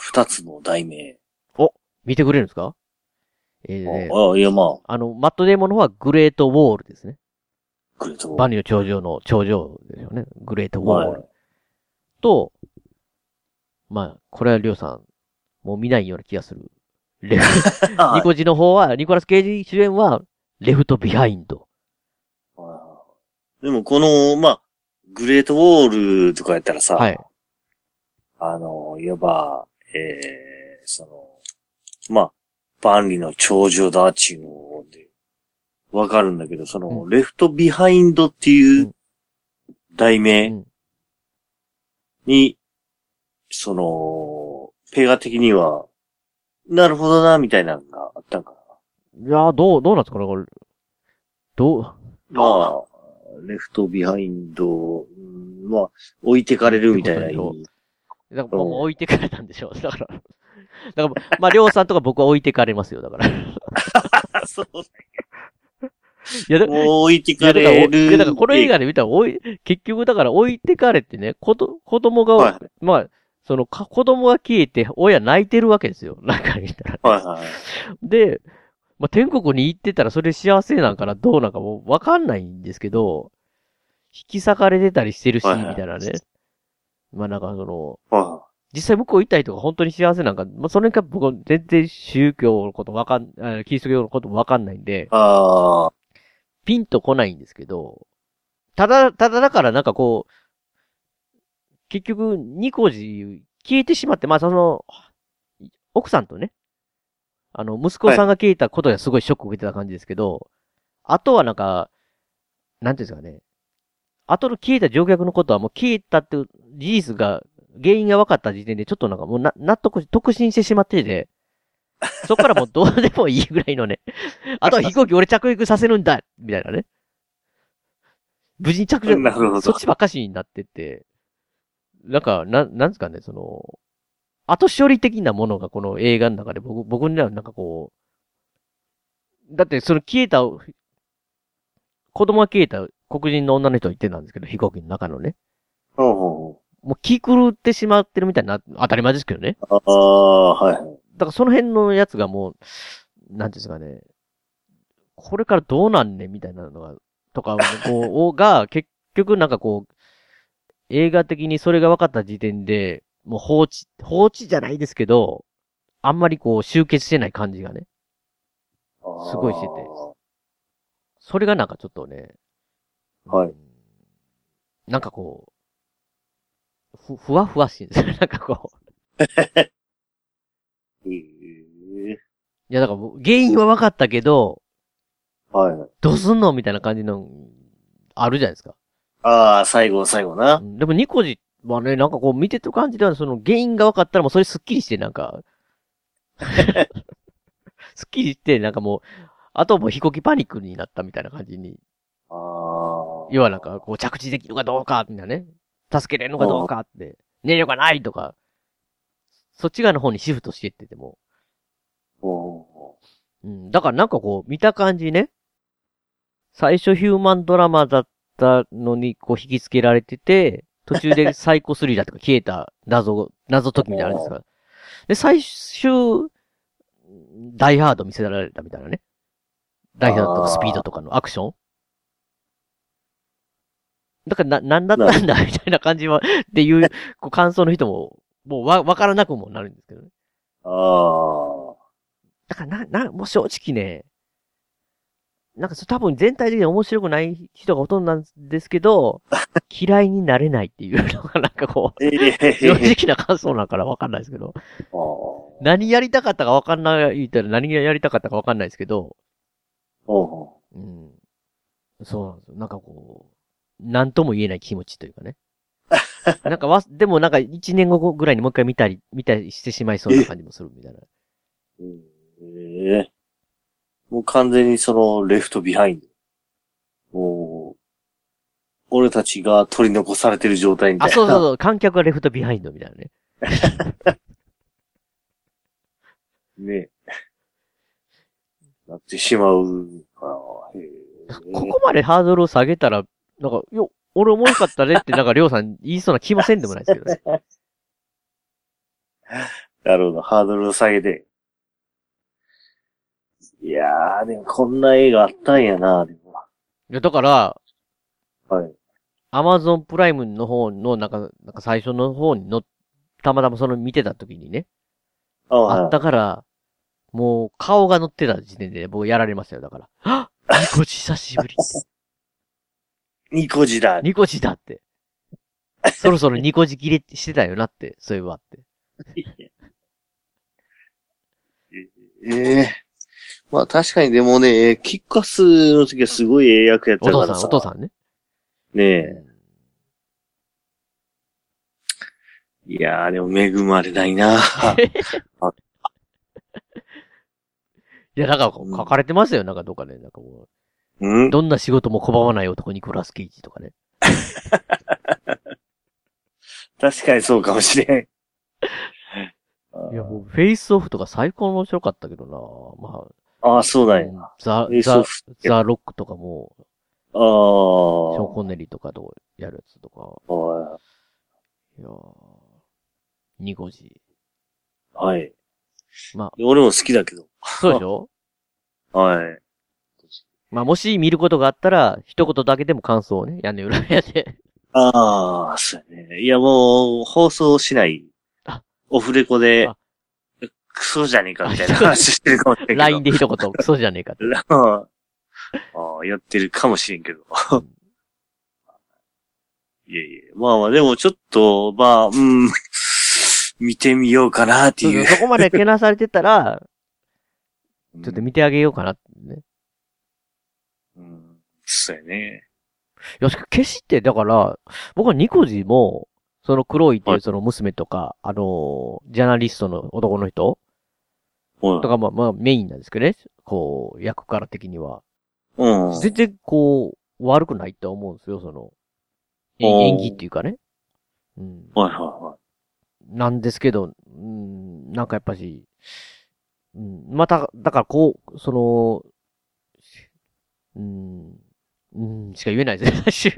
Speaker 3: 二つの題名。
Speaker 2: 見てくれるんですかえーね、
Speaker 3: ああ、いやまあ、
Speaker 2: あの、マットデーモンの方はグレートウォールですね。
Speaker 3: くれと。
Speaker 2: 万里の頂上の頂上ですよね。グレートウォー
Speaker 3: は
Speaker 2: ル。と、まあ、これはりょうさん、もう見ないような気がする。レフニコジの方は、ニコラス・ケイジ主演は、レフト・ビハインド。
Speaker 3: はいでもこの、まあ、グレートウォールとかやったらさ、
Speaker 2: はい。
Speaker 3: あの、いわば、ええその、まあ、万里の頂上だっちゅうので、わかるんだけど、その、
Speaker 2: う
Speaker 3: レフトビハインドっていうう題名
Speaker 2: うん
Speaker 3: に、その、ペガ的には、なるほどな、みたいなのがあったんか
Speaker 2: いやー、どう、どうなんですかね、これ。どう、
Speaker 3: な。まあ、レフトビハインド、うんまあ、置いてかれるみたいな意味。
Speaker 2: だから、
Speaker 3: うん
Speaker 2: もう置いてかれたんでしょう。だから。だから、まあ、りょうさんとか僕は置いてかれますよ、だから。い
Speaker 3: あそう
Speaker 2: や、だい
Speaker 3: もう置いてか
Speaker 2: やだから、
Speaker 3: れ
Speaker 2: い
Speaker 3: る。
Speaker 2: やだからこの映画で見たら、おい、結局だから置いてかれてね、子ど、子供が、
Speaker 3: はい
Speaker 2: まあ、その、か子供が消えて、親泣いてるわけですよ。中にいたら。
Speaker 3: はいはい。
Speaker 2: で、まあ、天国に行ってたらそれ幸せなんかな、どうなんかもうわかんないんですけど、引き裂かれてたりしてるし、
Speaker 3: はいはい
Speaker 2: みたいなね。まあ、なんかその、
Speaker 3: は
Speaker 2: 実際向こう行ったりとか本当に幸せなんか、まあ、それが僕は全然宗教のことわかん、あキリスト教のこともわかんないんで
Speaker 3: い。、ああ。
Speaker 2: ピンとこないんですけど、ただ、ただだからなんかこう、結局、ニコジ消えてしまって、まあその、奥さんとね、あの、息子さんが消えたことがすごいショックを受けてた感じですけど、あとはなんか、なんていうんですかね、あとの消えた乗客のことはもう消えたっていう事実が、原因が分かった時点でちょっとなんかもうな納得し、特進してしまってて、そこからもうどうでもいいぐらいのね、あとは飛行機俺着陸させるんだみたいなね。無事に着陸
Speaker 3: なるほど
Speaker 2: そっちばっかしになってて、なんか、な、なんですかね、その、後処理的なものがこの映画の中で僕、僕にはなんかこう、だってその消えた、子供が消えた黒人の女の人が言ってたんですけど、飛行機の中のね。
Speaker 3: ほうほ
Speaker 2: もう気狂ってしまってるみたいな、当たり前ですけどね。
Speaker 3: うほう。ああ、はいはい。
Speaker 2: だからその辺のやつがもう、なんていうんですかね、これからどうなんねんみたいなのが、とか、こう、が、結局なんかこう、映画的にそれが分かった時点で、もう放置、放置じゃないですけど、あんまりこう集結してない感じがね。すごいしててそれがなんかちょっとね、
Speaker 3: はい
Speaker 2: うん。なんかこう、ふ、ふわふわしいんですよ。 なんかこう。
Speaker 3: て。ええ
Speaker 2: いや、だからもう原因は分かったけど、
Speaker 3: はい。
Speaker 2: どうすんのみたいな感じの、あるじゃないですか。
Speaker 3: ああ、最後の最後な
Speaker 2: う。んでもニコジはね、なんかこう見てる感じでは、その原因が分かったらもうそれスッキリして、なんか、スッキリして、なんかもう、あともう飛行機パニックになったみたいな感じに、
Speaker 3: ああ。
Speaker 2: 要はなんかこう着地できるかどうか、みたいなね。助けれるのかどうかって、寝るがないとか、そっち側の方にシフトしていってても、
Speaker 3: ほ
Speaker 2: うん、だからなんかこう、見た感じね。最初ヒューマンドラマだったのに、こう引きつけられてて、途中 でサイコスリラーとか消えた謎、謎解きみたいなのあるんですか。で、最終、ダイハード見せられたみたいなね。ダイハードとか
Speaker 3: あー
Speaker 2: スピードとかのアクションだからな、なんだったんだみたいな感じは、っていう、こう感想の人も、もうわ、わからなくもなるんですけどね。
Speaker 3: う。あ
Speaker 2: だからな、な、もう正直ね、なんかそれ多分全体的に面白くない人がほとんどなんですけ ど、嫌いになれないっていうのがなんかこ
Speaker 3: あ。ええ
Speaker 2: う、 正直な感想なんからわかんないですけど、
Speaker 3: ああ。
Speaker 2: 何やりたかったかわかんない、言ったら何がやりたかったかわかんないですけど、
Speaker 3: ほうほ
Speaker 2: うん。そうなんですよ。なんかこう、なんとも言えない気持ちという かね。なんかわ、でもなんか一年後ぐらいにもう一回見たり、見たりしてしまいそうな感じもするみたいな。
Speaker 3: う。ええもう完全にその、レフトビハインド。もう、俺たちが取り残されてる状態み
Speaker 2: あ、
Speaker 3: たいな。
Speaker 2: そうそうそう、観客はレフトビハインドみたいなね。
Speaker 3: ねなってしまうかな。へえ
Speaker 2: ここまでハードルを下げたら、なんか、よ、俺面白かったねって、なんか、りょうさん言いそうな気もせんでもないですけどね。
Speaker 3: なるほど、ハードルを下げて。いやー、でもこんな映画あったんやな、でも。
Speaker 2: いや、だから、
Speaker 3: はい。
Speaker 2: アマゾンプライムの方の、なんか、なんか最初の方にの、たまたまその見てた時にね、
Speaker 3: あはい
Speaker 2: あったから、もう顔が乗ってた時点で、僕やられましたよ、だから。あニコジ久し ぶりって。
Speaker 3: ニコジだ。
Speaker 2: ニコジだって。そろそろニコジ切れしてたよなって、そういえばって。
Speaker 3: ええまあ確かにでもね、えーキックアスの時はすごいええ役やった
Speaker 2: お父
Speaker 3: から
Speaker 2: さん、
Speaker 3: さ。
Speaker 2: お父さんね。
Speaker 3: ねえ。いやー、でも恵まれない な。
Speaker 2: いや、なんか、
Speaker 3: うん
Speaker 2: 書かれてますよ、なんかどっかで、なんかもう。
Speaker 3: うん
Speaker 2: どんな仕事も拒まない男ニコラス・ケイジとかね。
Speaker 3: 確かにそうかもしれん。
Speaker 2: いや、もう、フェイスオフとか最高に面白かったけどなま
Speaker 3: ああ、そう
Speaker 2: あ、
Speaker 3: なんや。
Speaker 2: ザ
Speaker 3: フェ、イス
Speaker 2: ザ
Speaker 3: オ、フって
Speaker 2: ザ・ロックとかも、シ
Speaker 3: あ
Speaker 2: ョーン・
Speaker 3: ー
Speaker 2: コネリーとかとやるやつとか、
Speaker 3: はい
Speaker 2: やーニコジ。
Speaker 3: い。はい。
Speaker 2: ま
Speaker 3: 俺も好きだけど。
Speaker 2: そうでし ょ
Speaker 3: はい。
Speaker 2: まあ、もし見ることがあったら、一言だけでも感想をね、屋根裏屋で。
Speaker 3: ああ、そうやね。いや、もう、放送しない
Speaker 2: あ。
Speaker 3: オフレコで
Speaker 2: あ、
Speaker 3: クソじゃねえかみたい
Speaker 2: あ
Speaker 3: な
Speaker 2: そう
Speaker 3: 話してるかもしれんけど。
Speaker 2: LINE で一 言、クソじゃねえかって。
Speaker 3: ああ、やってるかもしれんけど。いやいや、まあまあ、でもちょっと、まあ、うん、見てみようかなって
Speaker 2: そう
Speaker 3: い
Speaker 2: そう
Speaker 3: う。
Speaker 2: そこまでけなされてたら、ちょっと
Speaker 3: うん
Speaker 2: 見てあげようかなってね。
Speaker 3: うん、そうやね。
Speaker 2: いや、しか消しって、だから、僕はニコジも、その黒いってい
Speaker 3: は
Speaker 2: うその娘とか、あのー、ジャーナリストの男の人
Speaker 3: うん
Speaker 2: と。か、まあ、まあ、メインなんですけどね。こう、役から的には。
Speaker 3: うん。
Speaker 2: 全然、こう、悪くないとは思うんですよ、その、え
Speaker 3: おー
Speaker 2: 演技っていうかね。うん。
Speaker 3: はいはいは
Speaker 2: なんですけど、うん、なんかやっぱし、うん、また、だからこう、その、うん、うん、しか言えないですね、
Speaker 3: い。マジ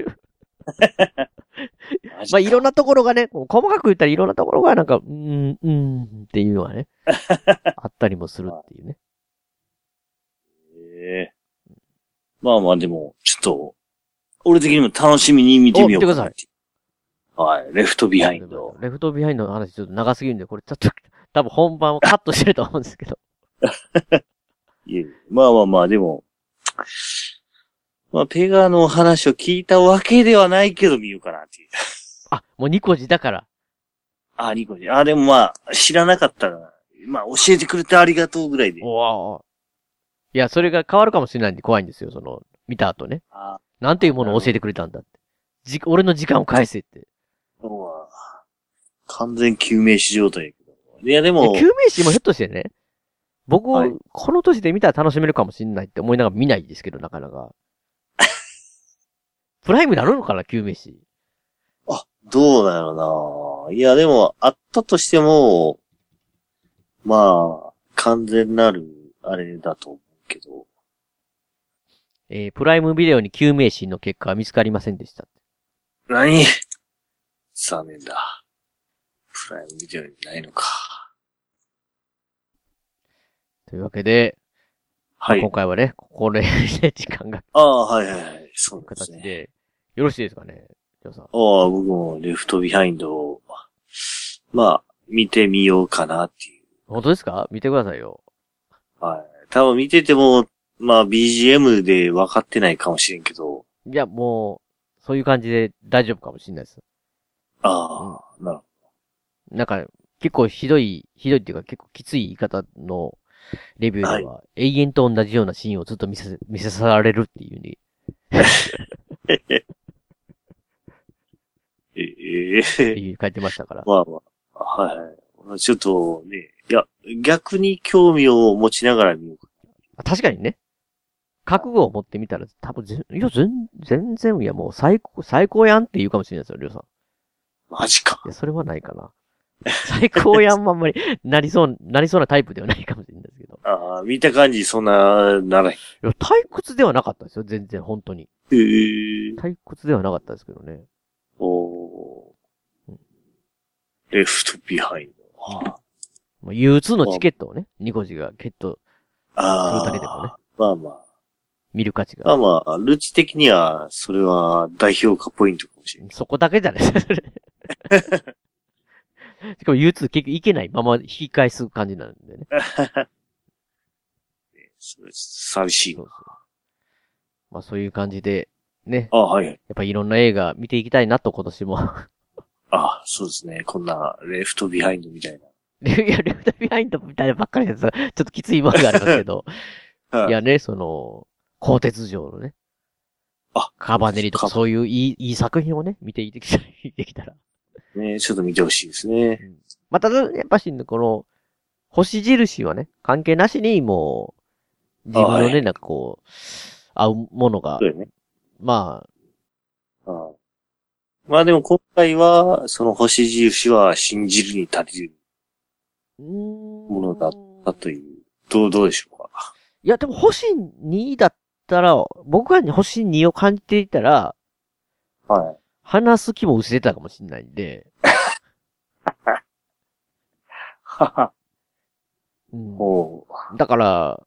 Speaker 2: ま
Speaker 3: か
Speaker 2: あ、いろんなところがね、こう細かく言ったらいろんなところがなんか、うーん、うーんっていうのは ね、あったりもするっていうね。
Speaker 3: ええまあまあでも、ちょっと、俺的にも楽しみに見てみようかなってはい。レフトビハインド。
Speaker 2: レフトビハインドの話ちょっと長すぎるんで、これちょっと、 多分本番をカットしてると思うんです けど。
Speaker 3: いえまあまあまあ、でも、まあ、ペガの話を聞いたわけではないけど見ようかなっていう。
Speaker 2: あ、もうニコジだから。
Speaker 3: あ、ニコニ。あ、でもまあ、知らなかったら、まあ、教えてくれてありがとうぐらいで。
Speaker 2: おお。いや、それが変わるかもしれないんで怖いんですよ、その、見た後ね。
Speaker 3: あ
Speaker 2: なんていうものを教えてくれたんだって。じ、俺の時間を返せって。
Speaker 3: もうは、完全救命士状態やけど。いや、で
Speaker 2: いや
Speaker 3: も
Speaker 2: 救、命士もひょっとしてね、僕、
Speaker 3: はい
Speaker 2: この年で見たら楽しめるかもしんないって思いながら見ないですけど、なかなか。 プライムなるのかな、救命士。
Speaker 3: どうだろうな。いや、でも、あったとしても、まあ、完全なる、あれだと思うけど。
Speaker 2: えー、プライムビデオに救命士の結果は見つかりませんでした。
Speaker 3: 何残念だ。プライムビデオにないのか。
Speaker 2: というわけで、
Speaker 3: はい
Speaker 2: 今。回はね、これで時間が
Speaker 3: ああ、はいはいはい。そうで
Speaker 2: 形
Speaker 3: す
Speaker 2: で、
Speaker 3: ね。
Speaker 2: よろしいですかね、ジョーさん。
Speaker 3: ああ、僕もレフトビハインドを、まあ、見てみようかなってい
Speaker 2: 本当ですか見てくださいよ。
Speaker 3: う。はい。多分見てても、まあ、BGM で分かってないかもしれんけど。
Speaker 2: いや、もう、そういう感じで大丈夫かもしんないです。
Speaker 3: ああ、なるほど。
Speaker 2: なんか、結構ひどい、ひどいっていうか結構きつい言い方のレビューでは、永遠と同じようなシーンをずっと見せ、見せされるっていうね。っ
Speaker 3: え
Speaker 2: て
Speaker 3: え
Speaker 2: いう書いてましたから。
Speaker 3: まあまあ、はい。ちょっとね、いや、逆に興味を持ちながら見ようか。
Speaker 2: 確かにね。覚悟を持ってみたら、多分ぜ、いや、全全然、いや、もう最高、最高やんって言うかもしれないですよ、りょうさん。
Speaker 3: マジか。
Speaker 2: いや、それはないかな。最高やんもあんまり、なりそう、なりそうなタイプではないかもしれないですけど。
Speaker 3: ああ、見た感じ、そんな、ならへ
Speaker 2: い
Speaker 3: ん。
Speaker 2: や、退屈ではなかったですよ、全然、本当に。
Speaker 3: ええ
Speaker 2: 退屈ではなかったですけどね。
Speaker 3: おー。レフトビハインド。あ
Speaker 2: もう憂鬱のチケットをね、ニコジがゲット、
Speaker 3: あ
Speaker 2: それだけでもね。
Speaker 3: まあまあ。
Speaker 2: 見る価値
Speaker 3: ま
Speaker 2: が。
Speaker 3: あまあ、ルーチ的には、それは代表化ポイントかもしれない。
Speaker 2: そこだけじゃないですか、 それしかも憂鬱結局いけないまま引き返す感じなんでね。
Speaker 3: それ寂しい
Speaker 2: そ
Speaker 3: な。
Speaker 2: うそう。まあそういう感じで、ね、
Speaker 3: ああ、はい。
Speaker 2: やっぱいろんな映画見ていきたいなと今年も。
Speaker 3: ああ、そうですね。こんな、レフトビハインドみたい
Speaker 2: いや、レフトビハインドみたいなばっかりです。ちょっときついものがありますけど。
Speaker 3: な。はい
Speaker 2: やね、その、鋼鉄城のね。
Speaker 3: あ
Speaker 2: カバネリとか
Speaker 3: カバ
Speaker 2: そういういい、いい作品をね、見ていきたい、できたら。
Speaker 3: ね、ちょっと見てほしいですね。
Speaker 2: まあただ、やっぱし、この、星印はね、関係なしに、もう、自分の
Speaker 3: あは
Speaker 2: ね、
Speaker 3: い
Speaker 2: なんかこう、合うものが
Speaker 3: そう、よね。
Speaker 2: ま
Speaker 3: ああまあでも今回は、その星印は信じるに足りる
Speaker 2: あ、も
Speaker 3: ものだなという。どう、どうでしょうか。
Speaker 2: いや、でも星2だったら、僕が星2を感じていたら、
Speaker 3: はい。
Speaker 2: 話す気も失ってたかもしれないんで、
Speaker 3: は は。
Speaker 2: うん
Speaker 3: もう、
Speaker 2: だから、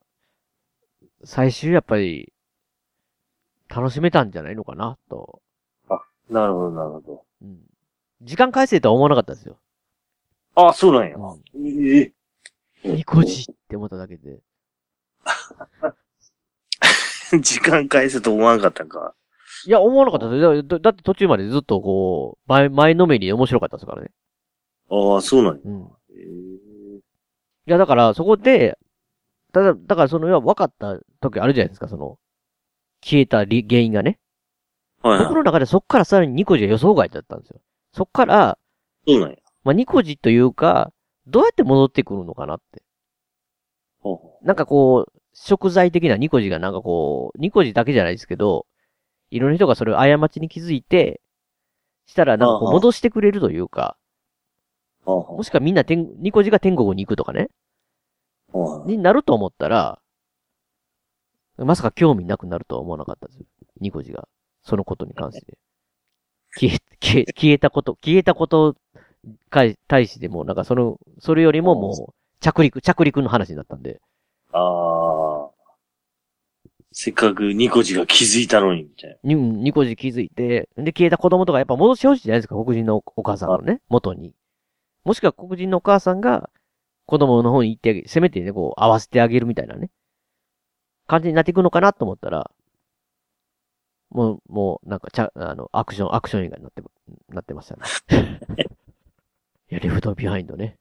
Speaker 2: 最終やっぱり、楽しめたんじゃないのかな、と。
Speaker 3: なるほど、なるほど。
Speaker 2: うん、時間返せとは思わなかったですよ。
Speaker 3: ああ、そうなんや。ええ
Speaker 2: ニコジって思っただけで。
Speaker 3: 時間返せと思わなかったんか。
Speaker 2: いや、思わなかったですよ。だだって途中までずっとこう、前、前のめりで面白かったですからね。
Speaker 3: ああ、そうなんや。
Speaker 2: うん。い
Speaker 3: ええ
Speaker 2: や、だから、そこで、ただ、だからその、要は分かった時あるじゃないですか、その、消えた理原因がね。
Speaker 3: はいはい
Speaker 2: 僕の中でそっからさらにニコジは予想外だったんですよ。そっから、
Speaker 3: そうなんや。
Speaker 2: まあ、ニコジというか、どうやって戻ってくるのかなって。
Speaker 3: ほうほ
Speaker 2: なんかこう、食材的なニコジがなんかこう、ニコジだけじゃないですけど、いろんな人がそれを過ちに気づいて、したらなんかこ
Speaker 3: あ
Speaker 2: う
Speaker 3: あ
Speaker 2: 戻してくれるというか、
Speaker 3: うほうほう
Speaker 2: もしくはみんな天、ニコジが天国に行くとかね、
Speaker 3: ほう
Speaker 2: になると思ったら、まさか興味なくなるとは思わなかったです。ニコジが。そのことに関して。消え、消え、消えたこと、消えたことかい、対しても、なんかその、それよりももう、着陸、着陸の話になったんで。
Speaker 3: ああ。せっかくニコジが気づいたのに、みたいな。
Speaker 2: に、ニコジ気づいて、で、消えた子供とかやっぱ戻してほしいじゃないですか、黒人のお母さんのね、元に。もしくは黒人のお母さんが、子供の方に行ってあげ、せめてね、こう、合わせてあげるみたいなね、感じになっていくのかなと思ったら、もう、もう、なんか、ちゃ、あの、アクション、アクション映画になって、なってましたね。 いや、レフトビハインドね。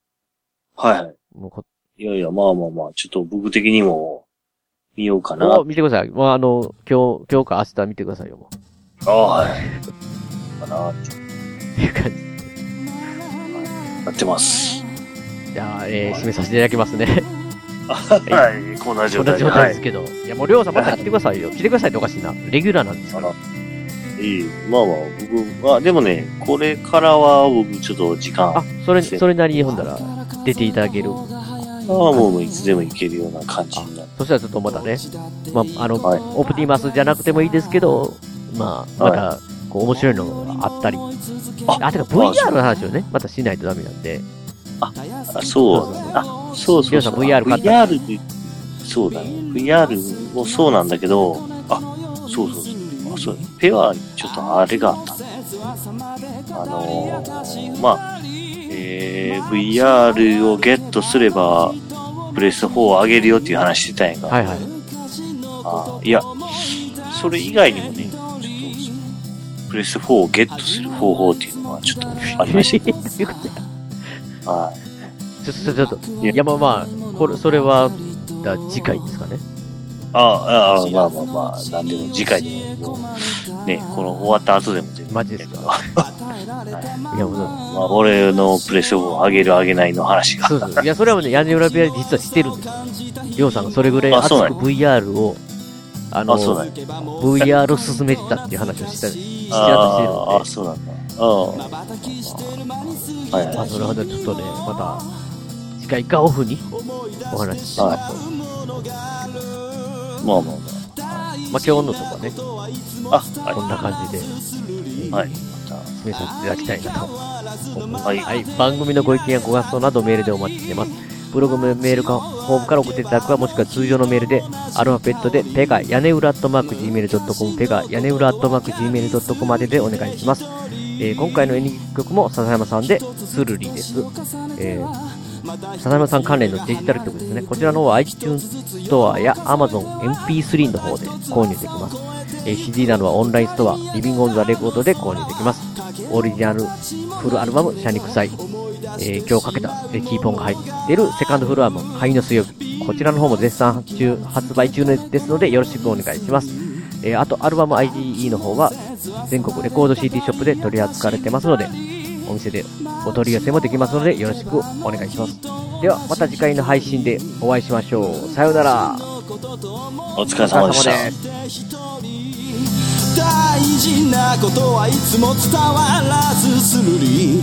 Speaker 3: はいは
Speaker 2: もうこ、
Speaker 3: い。いやいや、まあまあまあ、ちょっと僕的にも見ようかな。
Speaker 2: お見てください。まあ、あの、今日、今日か明日見てくださいよ、もう。
Speaker 3: ああ、はい。かな。
Speaker 2: っていう感じ。
Speaker 3: やってます。
Speaker 2: じゃあ、えー、締めさせていただきますね。
Speaker 3: はい、こんな
Speaker 2: こ
Speaker 3: 状
Speaker 2: んな
Speaker 3: 態で。
Speaker 2: 状
Speaker 3: は
Speaker 2: 態で
Speaker 3: い
Speaker 2: す。けど。い、や、もう、りょうさんまた来てくださいよ。来てくださいっておかしいな。レギュラーなんですから。
Speaker 3: いい。まあまあ、僕、あ、でもね、これからは僕ちょっと時間、あ
Speaker 2: あ、それ、それなりにほんだら、出ていただける。
Speaker 3: あもういつでも行けるような感じになる。
Speaker 2: そしたらちょっとまたね、まあ、あの、
Speaker 3: はい
Speaker 2: オプティマスじゃなくてもいいですけど、まあ、また、こう、面白いのがあったり。あ、てか VR の話をね、またしないとダメなんで。
Speaker 3: あ、そう。あ、そうそうそう。
Speaker 2: 皆さん VR 買った
Speaker 3: あ VR でそうだね。VR もそうなんだけど、あ、そうそうそう。あそうペア、ちょっとあれがあった。あのーまあ、えー、VR をゲットすれば、プレス4を上げるよっていう話してたんやんか。
Speaker 2: はいはい。
Speaker 3: あいや、それ以外にもね、ちょっと、プレス4をゲットする方法っていうのはちょっとありまし
Speaker 2: どういうことや
Speaker 3: た。はい。
Speaker 2: ちょっと、ちょっと、ちょっと。
Speaker 3: いや
Speaker 2: いや、まあまあ、これ、それは、た次回ですかね。
Speaker 3: ああ、ああ、まあまあまあ、なんでも次回でも、もうね、この終わった後でも全然
Speaker 2: マジですか
Speaker 3: はい
Speaker 2: や、もう
Speaker 3: まあ、俺のプレスオブを上げる上げないの話が。
Speaker 2: そうそう。いや、それはね、屋根裏部屋で実はしてるんですよ。りょうさんがそれぐらい
Speaker 3: あ
Speaker 2: 熱く
Speaker 3: そうなんや
Speaker 2: VR を、あの、
Speaker 3: あ、そうなんや。
Speaker 2: VR を進めてたっていう話をしてた、してた
Speaker 3: ああ、
Speaker 2: して
Speaker 3: そうなんだ。あ
Speaker 2: るんで、
Speaker 3: はいはい
Speaker 2: まあ、それはね、ちょっとね、また、次回かオフにお話ししてみましょう。
Speaker 3: あ、まあまあ
Speaker 2: まあ、今日のとかね、
Speaker 3: まあ。あ、
Speaker 2: こんな
Speaker 3: は
Speaker 2: 感じで
Speaker 3: い。はい。
Speaker 2: 進めさせていただきたいなと思います。
Speaker 3: はい
Speaker 2: はい、番組のご意見やご感想などメールでお待ちしています。ブログのメールか、ホームから送っていただくか、もしくは通常のメールで、アルファベットで、ペガ、屋根裏アットマーク Gmail.com、ペガ、屋根裏アットマーク Gmail.com まででお願いします。えー今回のエンディング曲も笹山さんで、スルリです。えー笹山さん関連のデジタル曲ですね。こちらの方は iTunes ストアや Amazon MP3 の方で購入できます。えー CD などはオンラインストア、リビングオンザレコードで購入できます。オリジナルフルアルバム、シャニクサイ、えー今日かけた、えーキーポンが入っているセカンドフルアルバム、灰の水曜日。こちらの方も絶賛発注、発売中ですので、よろしくお願いします。えーあと、アルバム IDE の方は、全国レコード CD ショップで取り扱われてますので、お店でお取り寄せもできますので、よろしくお願いします。では、また次回の配信でお会いしましょう。さようなら。
Speaker 3: お疲れ様でした。
Speaker 1: 大事なことはいつも伝わらずするり